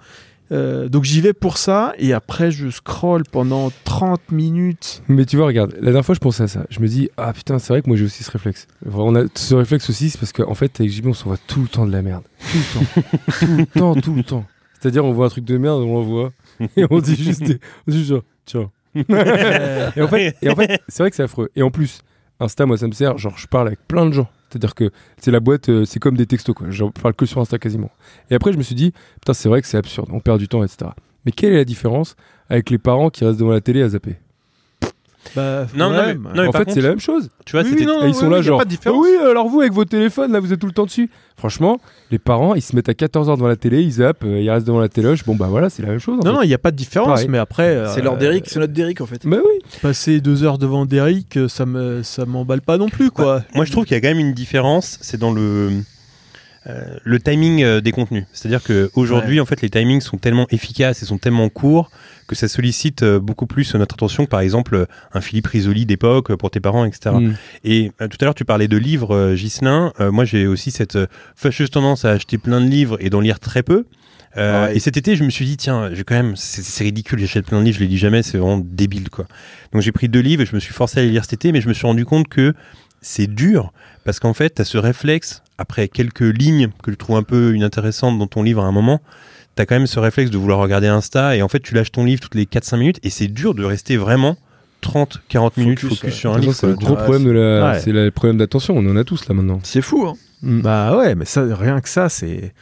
euh, donc j'y vais pour ça et après je scroll pendant 30 minutes.
Mais tu vois, regarde, la dernière fois, je pensais à ça. Je me dis, ah putain, c'est vrai que moi j'ai aussi ce réflexe. Vraiment, On a ce réflexe aussi, c'est parce qu'en fait, avec JB, on s'envoie tout le temps de la merde. Tout le temps. tout le temps, tout le temps. C'est-à-dire, on voit un truc de merde, on l'envoie. Et on dit juste, des- on dit juste genre, tiens. et en fait, et en fait, c'est vrai que c'est affreux. Et en plus, Insta, moi, ça me sert. Genre, je parle avec plein de gens. C'est-à-dire que c'est la boîte, euh, c'est comme des textos, quoi. Je parle que sur Insta quasiment. Et après, je me suis dit, putain, c'est vrai que c'est absurde, on perd du temps, etc. Mais quelle est la différence avec les parents qui restent devant la télé à zapper
Bah,
Non, non,
ouais,
mais-
bah,
non, mais
en
par
fait,
contre-
c'est la même chose.
Tu vois,
Oui,
c'était-
oui, non,
euh,
et ils
oui,
sont
oui,
là,
y a
genre.
pas de différence. Ah oui, alors vous, avec vos téléphones, là, vous êtes tout le temps dessus. Franchement, les parents, ils se mettent à 14h devant la télé, ils zappent, euh, ils restent devant la téloche. Bon, bah voilà, c'est la même chose. en
Non,
fait.
non, il n'y a pas de différence,
Pareil.
mais après. euh,
C'est leur Derrick, c'est notre Derrick en fait.
Bah oui.
Passer deux heures devant Derrick, euh, ça me ça m'emballe pas non plus, quoi.
Moi, je trouve qu'il y a quand même une différence, c'est dans le, euh, le timing euh, des contenus. C'est-à-dire qu'aujourd'hui, en fait, les timings sont tellement efficaces et sont tellement courts que ça sollicite euh, beaucoup plus notre attention que, par exemple, euh, un Philippe Risoli d'époque euh, pour tes parents, etc.
Mm.
Et euh, tout à l'heure, tu parlais de livres, euh, Ghislain. Euh, moi, j'ai aussi cette euh, fâcheuse tendance à acheter plein de livres et d'en lire très peu. Euh,
Pareil.
et cet été, je me suis dit, tiens, j'ai quand même, c'est c'est ridicule, j'achète plein de livres, je les lis jamais, c'est vraiment débile, quoi. Donc j'ai pris deux livres et je me suis forcé à les lire cet été, mais je me suis rendu compte que c'est dur parce qu'en fait, tu as ce réflexe, après quelques lignes que je trouve un peu inintéressantes dans ton livre à un moment, tu as quand même ce réflexe de vouloir regarder Insta et en fait, tu lâches ton livre toutes les 4-5 minutes et c'est dur de rester vraiment 30, 40 minutes
Focus,
focus,
ouais.
sur un
De toute
livre.
façon, c'est le
quoi, tu
gros
vois.
problème de la,
Ouais.
c'est la- le problème d'attention. On en a tous là maintenant.
C'est fou, hein.
Bah ouais, mais ça, rien que ça, c'est.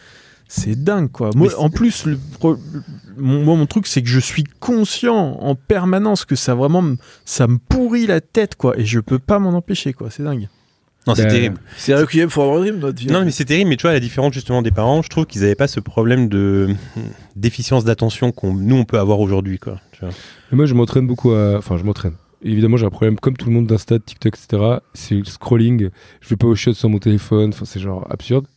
C'est dingue quoi. Moi,
Mais c'est-
en plus, le pro- mon, moi, mon truc, c'est que je suis conscient en permanence que ça vraiment, me- ça me pourrit la tête quoi, et je peux pas m'en empêcher quoi. C'est dingue.
Non, c'est
Ben,
terrible.
C'est Requiem for a Dream, notre vie.
Non, mais c'est terrible, mais tu vois, à la différence justement des parents, je trouve qu'ils n'avaient pas ce problème de déficience d'attention qu'on nous on peut avoir aujourd'hui, quoi. tu vois.
Et moi, je m'entraîne beaucoup à. Enfin, je m'entraîne. Évidemment, j'ai un problème, comme tout le monde, d'Insta, de TikTok, etc. C'est le scrolling. Je vais pas au shot sur mon téléphone. Enfin, c'est genre absurde.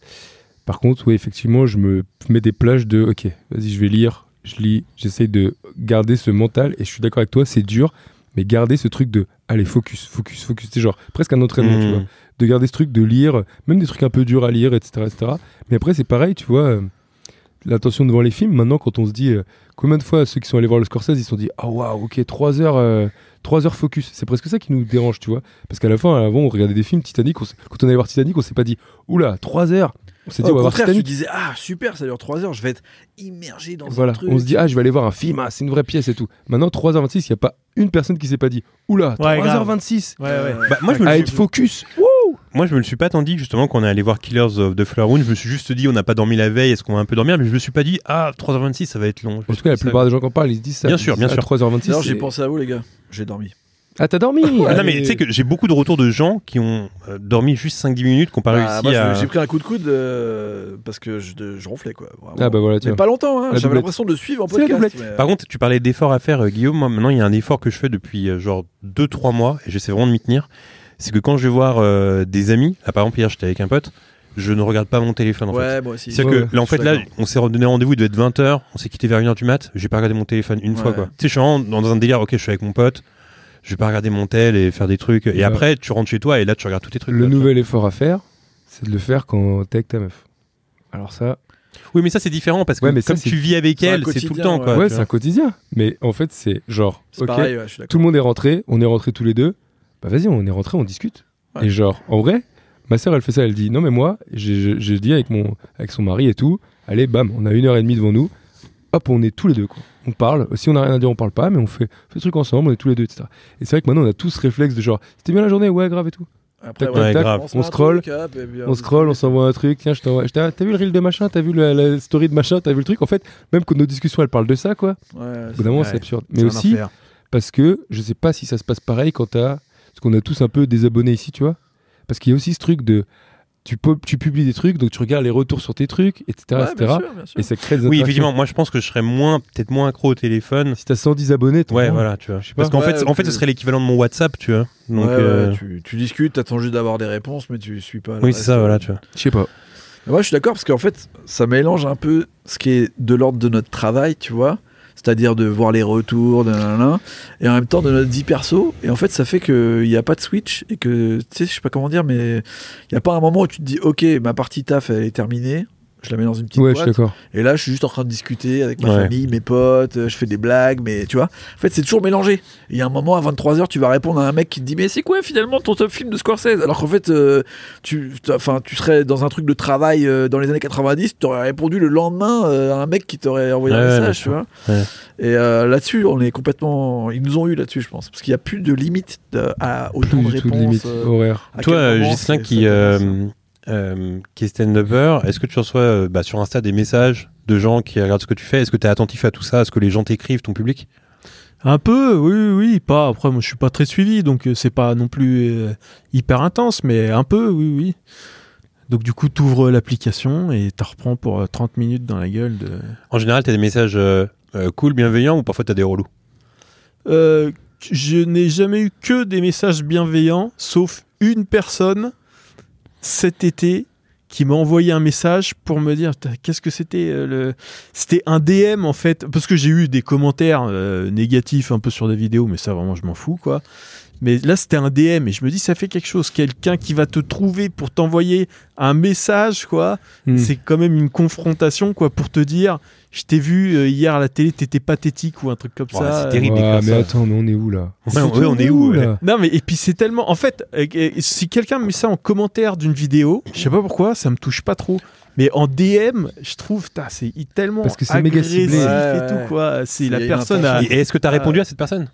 Par contre, oui, effectivement, je me mets des plages de. Ok, vas-y, je vais lire. Je lis. J'essaye de garder ce mental. Et je suis d'accord avec toi, c'est dur. Mais garder ce truc de. Allez, focus, focus, focus. C'est genre presque un entraînement, tu
Mm.
vois. De garder ce truc de lire, même des trucs un peu durs à lire, etc. etc. Mais après, c'est pareil, tu vois. euh, L'attention devant les films, maintenant, quand on se dit. euh, Combien de fois ceux qui sont allés voir le Scorsese, ils se sont dit Ah waouh, ok, 3 heures, euh, trois heures focus. C'est presque ça qui nous dérange, tu vois. Parce qu'à la fin, avant, on regardait des films Titanic. on s- quand on allait voir Titanic, on s'est pas dit Oula, 3 heures. On s'est dit
Au
On va voir
contraire, tu
Titanic.
disais, ah super, ça dure 3 heures, je vais être immergé dans un
Voilà,
truc.
on se dit Ah, je vais aller voir un film, ah, c'est une vraie pièce et tout. Maintenant, 3h26, il n'y a pas une personne qui s'est pas dit Oula,
Ouais,
3h26
ah Ouais ouais.
Bah, moi, je me
à
le
être
suis-
focus.
moi, je me le suis pas tant dit justement qu'on est allé voir Killers of the Flower Moon. Je me suis juste dit, on n'a pas dormi la veille, est-ce qu'on va un peu dormir Mais je me suis pas dit, ah, 3h26, ça va être long.
En tout cas, la plupart des gens qui en parlent, ils se disent ça.
Bien sûr, bien sûr.
3h26.
Alors j'ai pensé à vous, les gars. J'ai dormi.
Ah, t'as dormi
Ah, non,
Allez.
mais tu sais que j'ai beaucoup de retours de gens qui ont euh, dormi juste 5-10 minutes, qui n'ont pas
Bah,
réussi
moi, je-
à.
J'ai pris un coup de coude euh, parce que je, de- je ronflais, quoi. vraiment.
Ah, bah voilà, tu
mais
vois.
pas longtemps, hein.
La
j'avais
doublette.
l'impression de suivre en
C'est la
podcast. mais, euh,
Par contre, tu parlais d'efforts à faire, euh, Guillaume. Moi, maintenant, il y a un effort que je fais depuis euh, genre 2-3 mois, et j'essaie vraiment de m'y tenir. C'est que quand je vais voir euh, des amis, là, par exemple, hier, j'étais avec un pote, je ne regarde pas mon téléphone, en fait.
ouais, moi aussi.
C'est
Ouais,
que là, en
je suis
fait, là,
d'accord.
on s'est donné rendez-vous, il devait être 20h, on s'est quitté vers 1h du mat, j'ai pas regardé mon téléphone une
Ouais.
fois, quoi. Tu sais, je suis vraiment dans un délire, ok, je suis avec mon pote, je vais pas regarder mon tel et faire des trucs. Et
Ouais.
après, tu rentres chez toi et là, tu regardes tous tes trucs.
Le
quoi, tu vois.
nouvel effort à faire, c'est de le faire quand t'es avec ta meuf. Alors ça,
Oui, mais ça, c'est différent parce que
Ouais, mais ça,
comme
c'est-
tu vis avec
c'est un
elle, c'est tout le
quotidien,
temps,
ouais.
quoi.
ouais,
tu
c'est un
vois.
quotidien. Mais en fait, c'est genre,
C'est
ok,
pareil, ouais, je suis d'accord.
tout le monde est rentré, on est rentré tous les deux. Bah vas-y, on est rentré, on discute.
Ouais.
Et genre, en vrai, ma sœur, elle fait ça, elle dit non mais moi, j'ai- j'ai j'ai dit avec mon, avec son mari et tout, allez, bam, on a une heure et demie devant nous. Hop, on est tous les deux. Quoi. On parle. Si on n'a rien à dire, on parle pas, mais on fait, on fait le truc ensemble, on est tous les deux, etc. Et c'est vrai que maintenant, on a tous ce réflexe de genre, c'était bien la journée, ouais, grave et tout.
Après,
Tac,
ouais,
tac,
grave.
tac,
met
on
un
scroll,
truc, hop, et puis,
on scroll, on s'envoie un truc, tiens, je t'envoie. je t'ai- T'as vu le reel de machin, t'as vu la, la story de machin, t'as vu le truc. En fait, même quand nos discussions, elles parlent de ça, quoi.
Ouais,
Au bout d'un moment,
Ouais.
c'est absurde. Mais aussi, parce que je sais pas si ça se passe pareil quand t'as. Parce qu'on a tous un peu des abonnés ici, tu vois. Parce qu'il y a aussi ce truc de. Tu, pu- tu publies des trucs, donc tu regardes les retours sur tes trucs, etc.
ouais,
etc.
bien sûr, bien sûr.
Bah, et ça crée des
Oui,
interactions.
effectivement, moi, je pense que je serais moins, peut-être moins accro au téléphone.
Si t'as 110 abonnés, t'en
Ouais,
as.
voilà, tu vois.
sais
Parce
pas.
qu'en
Ouais,
fait, en fait,
que-
ce serait l'équivalent de mon WhatsApp, tu vois. Donc,
Ouais, ouais,
euh,
tu, tu discutes, t'attends juste d'avoir des réponses, mais tu suis pas. le
oui, c'est
reste,
ça,
euh,
voilà, tu vois.
Je sais pas.
Mais Moi, je suis d'accord parce qu'en fait, ça mélange un peu ce qui est de l'ordre de notre travail, tu vois. C'est-à-dire de voir les retours, nanana, et en même temps de notre vie perso. Et en fait, ça fait qu'il n'y a pas de switch et que, tu sais, je sais pas comment dire, mais il n'y a pas un moment où tu te dis, OK, ma partie taf, elle est terminée. Je la mets dans une petite
Ouais, je suis
boîte.
d'accord.
Et là, je suis juste en train de discuter avec ma
Ouais.
famille, mes potes, euh, je fais des blagues, mais tu vois. En fait, c'est toujours mélangé. Et Il y a un moment, à 23h, tu vas répondre à un mec qui te dit Mais c'est quoi finalement ton top film de Scorsese Alors qu'en fait, euh, tu, t'as- enfin, tu serais dans un truc de travail euh, dans les années 90, tu aurais répondu le lendemain euh, à un mec qui t'aurait envoyé
Ouais,
un
ouais,
message, tu
bien
vois.
Ouais.
Et euh, là-dessus, on est complètement. Ils nous ont eu là-dessus, je pense. Parce qu'il n'y a plus de limite euh, à, au temps
Plus
de
du tout de
réponse.
limite
euh,
horaire.
à
Toi,
quel
euh,
moment
Ghislain,
c'est-
qui,
ça
euh,
commence.
euh, qui est stand-upper, est-ce que tu reçois euh, bah, sur Insta des messages de gens qui regardent ce que tu fais Est-ce que tu es attentif à tout ça À ce que les gens t'écrivent, ton public
Un peu, oui, oui, oui, pas. Après, moi, je suis pas très suivi, donc euh, c'est pas non plus euh, hyper intense, mais un peu, oui, oui. Donc, du coup, t'ouvres l'application et t'en reprends pour euh, 30 minutes dans la gueule de.
En général, t'as des messages euh, euh, cool, bienveillants, ou parfois t'as des relous.
Euh, je n'ai jamais eu que des messages bienveillants, sauf une personne cet été qui m'a envoyé un message pour me dire Putain, qu'est-ce que c'était euh, le c'était un DM en fait parce que j'ai eu des commentaires euh, négatifs un peu sur des vidéos mais ça vraiment je m'en fous quoi mais là c'était un DM et je me dis ça fait quelque chose quelqu'un qui va te trouver pour t'envoyer un message quoi
Hmm.
c'est quand même une confrontation quoi pour te dire je t'ai vu euh, hier à la télé t'étais pathétique ou un truc comme
Ouais,
ça
c'est
Euh,
terrible, les
Ouah, mais
gars, ça.
attends, mais on est où là
Ouais, on- ouais, on est où, ouais.
là
non mais et puis c'est tellement en fait euh, euh, si quelqu'un met ça en commentaire d'une vidéo, je sais pas pourquoi ça me touche pas trop. Mais en DM, je trouve putain, c'est i- tellement
Parce que c'est méga ciblé.
agressif
Ouais,
et
ouais.
tout quoi, c'est
Il y a
la
une
personne a
Et est-ce que t'as répondu à cette personne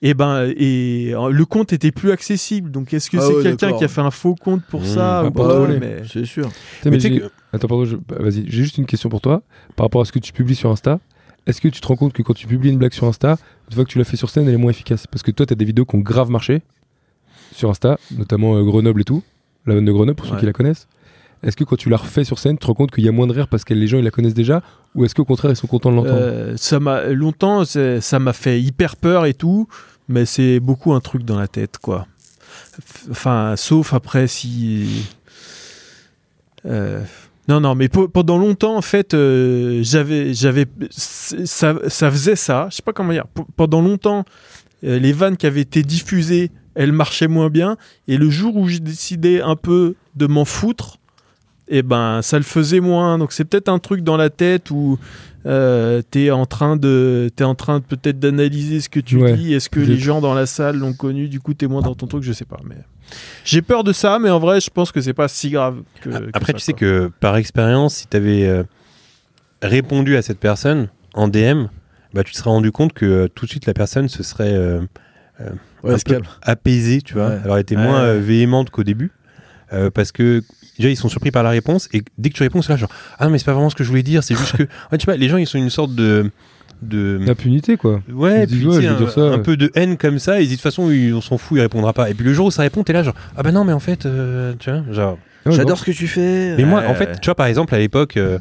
et ben et euh, le compte était plus accessible. Donc est-ce que
Ah
c'est
ouais,
quelqu'un
d'accord.
qui a fait un faux compte pour
Mmh,
ça
pas
ou pas
contrôlé.
mais-
C'est sûr.
Putain, mais
tu sais
j'ai-
que-
Attends, pardon, je- bah, vas-y, j'ai juste une question pour toi. Par rapport à ce que tu publies sur Insta, est-ce que tu te rends compte que quand tu publies une blague sur Insta, une fois que tu l'as fait sur scène, elle est moins efficace Parce que toi, t'as des vidéos qui ont grave marché sur Insta, notamment euh, Grenoble et tout, la vanne de Grenoble pour ceux
Ouais.
qui la connaissent. Est-ce que quand tu la refais sur scène, tu te rends compte qu'il y a moins de rire parce que les gens ils la connaissent déjà Ou est-ce qu'au contraire ils sont contents de l'entendre
Euh, ça m'a longtemps, c'est- ça m'a fait hyper peur et tout, mais c'est beaucoup un truc dans la tête, quoi. F- Enfin, sauf après si. Euh, Non, non, mais po- pendant longtemps, en fait, euh, j'avais, j'avais, c- ça, ça faisait ça. Je sais pas comment dire. P- pendant longtemps, euh, les vannes qui avaient été diffusées, elles marchaient moins bien. Et le jour où j'ai décidé un peu de m'en foutre, eh ben, ça le faisait moins. Donc c'est peut-être un truc dans la tête où euh, t'es en train de, t'es en train de- peut-être d'analyser ce que tu
Ouais.
dis. Est-ce que
Peut-être.
les gens dans la salle l'ont connu Du coup, t'es moins dans ton truc. Je sais pas, mais. J'ai peur de ça, mais en vrai, je pense que c'est pas si grave. Que, que
Ah, Après,
ça,
tu sais
quoi.
Euh, que par expérience, si t'avais euh, répondu à cette personne en DM, bah, tu te serais rendu compte que euh, tout de suite la personne se serait euh,
Ouais,
Un
c'est
peu.
calme.
apaisée, tu vois.
Ouais.
Elle aurait été
Ouais,
moins
ouais.
euh, véhémente qu'au début. euh, parce que déjà, ils sont surpris par la réponse. Et dès que tu réponds, c'est là genre Ah, non, mais c'est pas vraiment ce que je voulais dire. C'est juste que. Ouais, tu vois, les gens, ils sont une sorte de. de...
Impunité quoi.
Ouais,
Ils se
puis,
disent, ouais,
tu sais,
je vais
un,
dire ça,
un
ouais.
peu de haine comme ça, et ils disent, de toute façon, il- on s'en fout, il répondra pas. Et puis le jour où ça répond, t'es là, genre, ah bah non, mais en fait, euh, tu vois, genre.
Ah Ouais,
J'adore
grave.
ce que tu fais.
Mais moi,
Ouais,
en fait, tu vois, par exemple, à l'époque, euh,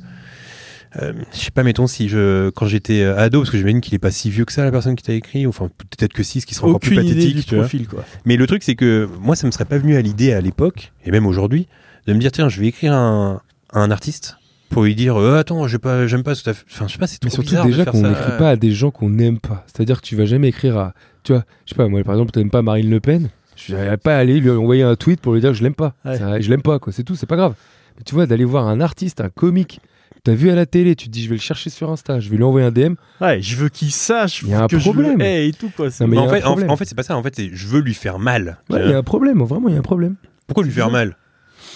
euh, je sais pas, mettons, si je, quand j'étais euh, ado, parce que j'imagine qu'il est pas si vieux que ça, la personne qui t'a écrit, ou enfin, peut-être que si, ce qui serait encore plus
aucune idée du
pathétique, tu vois.
profil, quoi.
Mais le truc, c'est que moi, ça me serait pas venu à l'idée à l'époque, et même aujourd'hui, de me dire, tiens, je vais écrire un, à un artiste pour lui dire, euh, attends, j'ai pas- j'aime pas, tout à fait. Enfin, je sais pas, c'est trop
Mais surtout
bizarre de
déjà
faire
qu'on
ça.
n'écrit pas à des gens qu'on n'aime pas. C'est-à-dire que tu vas jamais écrire à. Tu vois, je sais pas, moi par exemple, t'aimes pas Marine Le Pen, je vais pas aller lui envoyer un tweet pour lui dire que je l'aime pas.
Ouais.
Ça, je l'aime pas, quoi, c'est tout, c'est pas grave. Mais tu vois, d'aller voir un artiste, un comique, que t'as vu à la télé, tu te dis je vais le chercher sur Insta, je vais lui envoyer un DM.
Ouais, je veux qu'il sache
Il y a un
que je le
problème.
hais et tout, quoi. C'est-
Non, mais
Mais
il y
en
a un
fait, en,
problème.
en fait, c'est pas ça. En fait, c'est je veux lui faire mal.
Ouais, il y a un problème, hein, vraiment, il y a un problème.
Pourquoi lui faire mal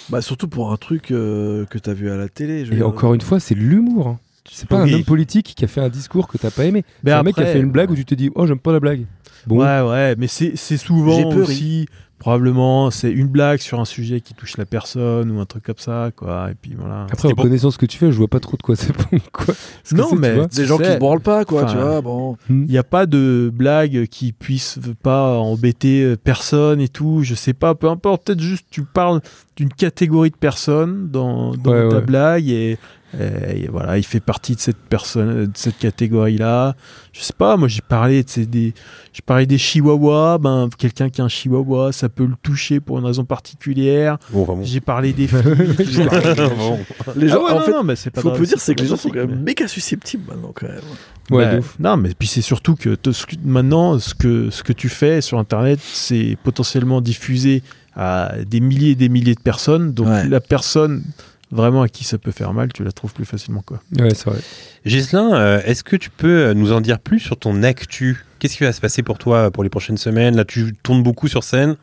Bah, surtout pour un truc euh, que t'as vu à la télé. je veux
Et
dire.
encore une fois, c'est l'humour. hein. C'est pas
Oui.
un homme politique qui a fait un discours que t'as pas aimé.
Mais
c'est un mec qui a
après-
fait une blague où tu te dis oh j'aime pas la blague. Bon,
Ouais, ouais, mais c'est c'est souvent
J'ai peur,
aussi, probablement, c'est une blague sur un sujet qui touche la personne ou un truc comme ça, quoi. Et puis voilà.
après en
C'était pour-
connaissant ce que tu fais, je vois pas trop de quoi c'est bon quoi. Ce que
Non,
c'est, tu
mais-
vois.
Des gens qui
C'est-
se branlent pas, quoi, tu
enfin,
vois. Bon.
Il n'y a pas de blague qui puisse pas embêter euh, personne et tout, je sais pas, peu importe. Peut-être juste tu parles d'une catégorie de personnes dans, dans
Ouais,
ta
ouais.
blague et, et voilà, il fait partie de cette personne, euh, de cette catégorie-là. Je sais pas, moi j'ai parlé, de ces- des, j'ai parlé des chihuahuas, ben quelqu'un qui a un chihuahua, ça peut le toucher pour une raison particulière.
Bon, enfin, bon.
J'ai parlé des filles. j'ai parlé-
Bon.
Les gens,
Ah ouais,
en
non,
fait,
non, mais c'est pas
ce qu'on
grave,
peut dire, c'est que les gens sont
problématique,
quand
mais-
même méga susceptibles maintenant, quand même.
Ouais, de ouf.
Bah, non, mais puis c'est surtout que, te- ce que- maintenant, ce que, ce que tu fais sur Internet, c'est potentiellement diffusé à des milliers et des milliers de personnes. Donc
Ouais.
la personne vraiment à qui ça peut faire mal, tu la trouves plus facilement. Quoi.
Ouais, c'est vrai.
Ghislain, euh, est-ce que tu peux euh, nous en dire plus sur ton actu Qu'est-ce qui va se passer pour toi euh, pour les prochaines semaines Là, tu tournes beaucoup sur scène.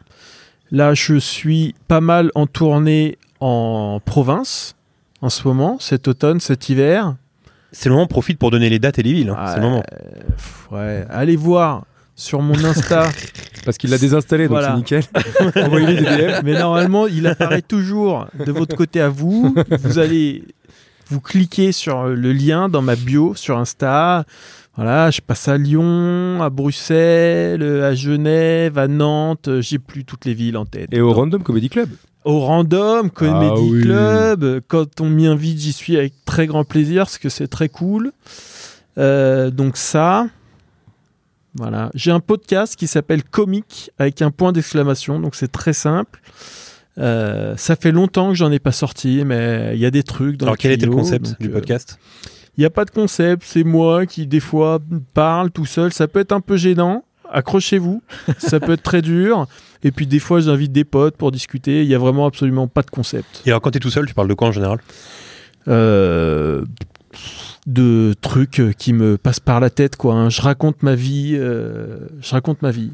Là, je suis pas mal en tournée en province en ce moment, cet automne, cet hiver.
C'est le moment, profite pour donner les dates et les villes. hein.
Ah,
C'est le moment.
Euh, pff, ouais. Allez voir sur mon Insta.
Parce qu'il l'a désinstallé, donc
Voilà.
c'est nickel.
Envoyez-lui des DM. Mais normalement, il apparaît toujours de votre côté à vous. Vous allez vous cliquez sur le lien dans ma bio sur Insta. Voilà, je passe à Lyon, à Bruxelles, euh, à Genève, à Nantes, euh, j'ai plus toutes les villes en tête.
Et au Random Comedy Club.
Au Random, Comedy
Ah oui.
Club, euh, quand on m'y invite, j'y suis avec très grand plaisir parce que c'est très cool. Euh, donc ça, voilà. J'ai un podcast qui s'appelle Comique avec un point d'exclamation, donc c'est très simple. Euh, ça fait longtemps que j'en ai pas sorti, mais il y a des trucs dans
Alors, quel était le
tuyau,
concept
donc,
du
euh,
podcast
il n'y a pas de concept, c'est moi qui des fois parle tout seul, ça peut être un peu gênant, accrochez-vous, ça peut être très dur, et puis des fois j'invite des potes pour discuter, il n'y a vraiment absolument pas de concept.
Et alors, quand t'es tout seul, tu parles de quoi en général
Euh, de trucs qui me passent par la tête, quoi, hein. je raconte ma vie, euh, je raconte ma vie.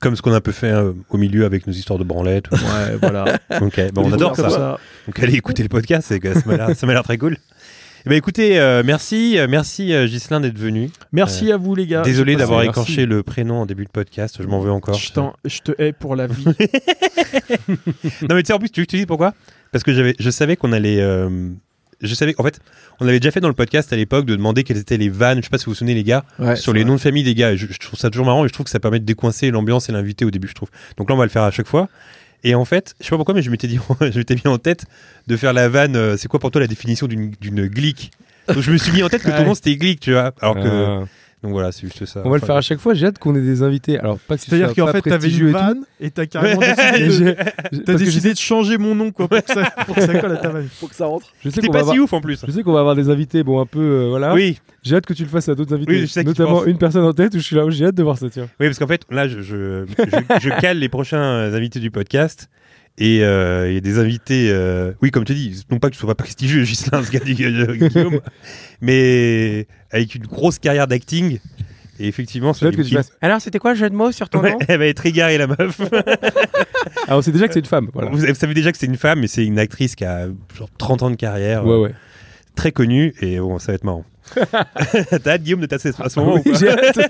Comme ce qu'on a un peu fait euh, au milieu avec nos histoires de branlettes. ou-
Ouais, voilà.
ok, bon, on
Des
adore
trucs
ça.
comme
Donc allez écouter le podcast, c'est que ça m'a l'air- ça m'a l'air très cool. Eh ben écoutez, euh, merci, euh, merci euh, Ghislain d'être venu.
Merci à vous les gars.
Désolé
c'est pas
d'avoir
ça, merci.
écorché le prénom en début de podcast, je m'en veux encore.
Je, t'en- je te hais pour la vie.
Non mais tu sais en plus tu, tu dis pourquoi Parce que j'avais, je savais qu'on allait, euh, je savais en fait, on avait déjà fait dans le podcast à l'époque de demander quelles étaient les vannes, je sais pas si vous vous souvenez les gars,
Ouais,
sur
c'est
les
vrai.
noms de famille des gars. Et Je, je trouve ça toujours marrant et je trouve que ça permet de décoincer l'ambiance et l'invité au début, je trouve. Donc là, on va le faire à chaque fois. Et en fait, je sais pas pourquoi, mais je m'étais dit, je m'étais mis en tête de faire la vanne. euh, c'est quoi pour toi la définition d'une d'une glique Donc je me suis mis en tête que ton
Ouais.
nom c'était glique, tu vois. Alors que
Euh,
donc voilà, c'est juste ça.
on va le faire à chaque fois. J'ai hâte qu'on ait des invités. Alors, pas que ce soit
C'est-à-dire qu'en
pas
fait t'avais
prestigieux
une
et tout.
vanne et t'as carrément
Ouais.
décidé
Et
de-
j'ai-
T'as
parce que je
décidé de changer mon nom quoi pour que ça, pour que ça colle à ta vanne.
Faut que ça rentre.
Je sais
C'était
qu'on va
pas
avoir-
si ouf en plus.
je sais qu'on va avoir des invités, bon, un peu, euh, voilà.
Oui,
J'ai hâte que tu le fasses à d'autres invités.
Oui, je sais qui
Notamment
pense.
une personne en tête où je suis là, j'ai hâte de voir ça, tiens.
Oui, parce qu'en fait, là, je, je, je- je cale les prochains euh, invités du podcast. Et euh, il y a des invités, euh, oui, comme tu dis, non pas que tu sois pas prestigieux, Gislain, ce qu'a dit euh, Guillaume, mais avec une grosse carrière d'acting. Et effectivement,
J'ai hâte que tu hein
il-
fasses.
Alors, c'était quoi le jeu de mots sur ton
Ouais,
nom
elle va être égarée, la meuf.
Ah, on sait déjà que c'est une femme, voilà.
Vous, vous savez déjà que c'est une femme, mais c'est une actrice qui a genre 30 ans de carrière,
Ouais,
euh,
ouais.
très connue, et bon, ça va être marrant. T'as hâte, Guillaume, de tasser à ce moment ou
Ah Oui,
pas
j'ai hâte.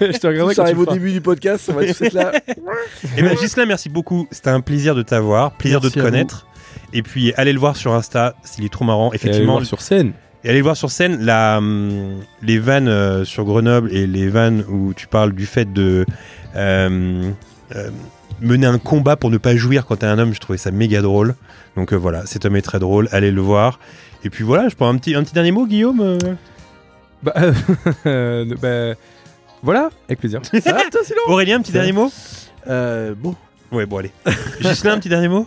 je te regarderai quand tu
ça arrive
le
au
feras.
début du podcast, on va tous être là.
Eh ben, Gislain, merci beaucoup. C'était un plaisir de t'avoir, plaisir
Merci
de
à
te
vous.
connaître. Et puis, allez le voir sur Insta, il est trop marrant.
Et aller
Effectivement,
voir sur scène.
et allez le voir sur scène. La, hum, les vannes euh, sur Grenoble et les vannes où tu parles du fait de euh, euh, mener un combat pour ne pas jouir quand t'es un homme, je trouvais ça méga drôle. Donc euh, voilà, cet homme est très drôle, allez le voir. Et puis voilà, je prends un petit, un petit dernier mot, Guillaume. euh.
Bah, euh, bah, voilà, avec plaisir.
Ah, putain, c'est long.
Aurélien, un petit
C'est-
dernier mot
Euh, bon.
Ouais, bon, allez. Gislain, un petit dernier mot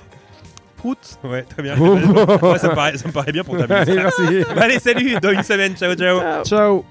Prout Ouais, très bien.
Bon, bon.
Ouais, ça, me paraît, ça me paraît bien pour ta
Allez, merci.
Bah, Allez, salut, dans une semaine, ciao, ciao.
Ciao.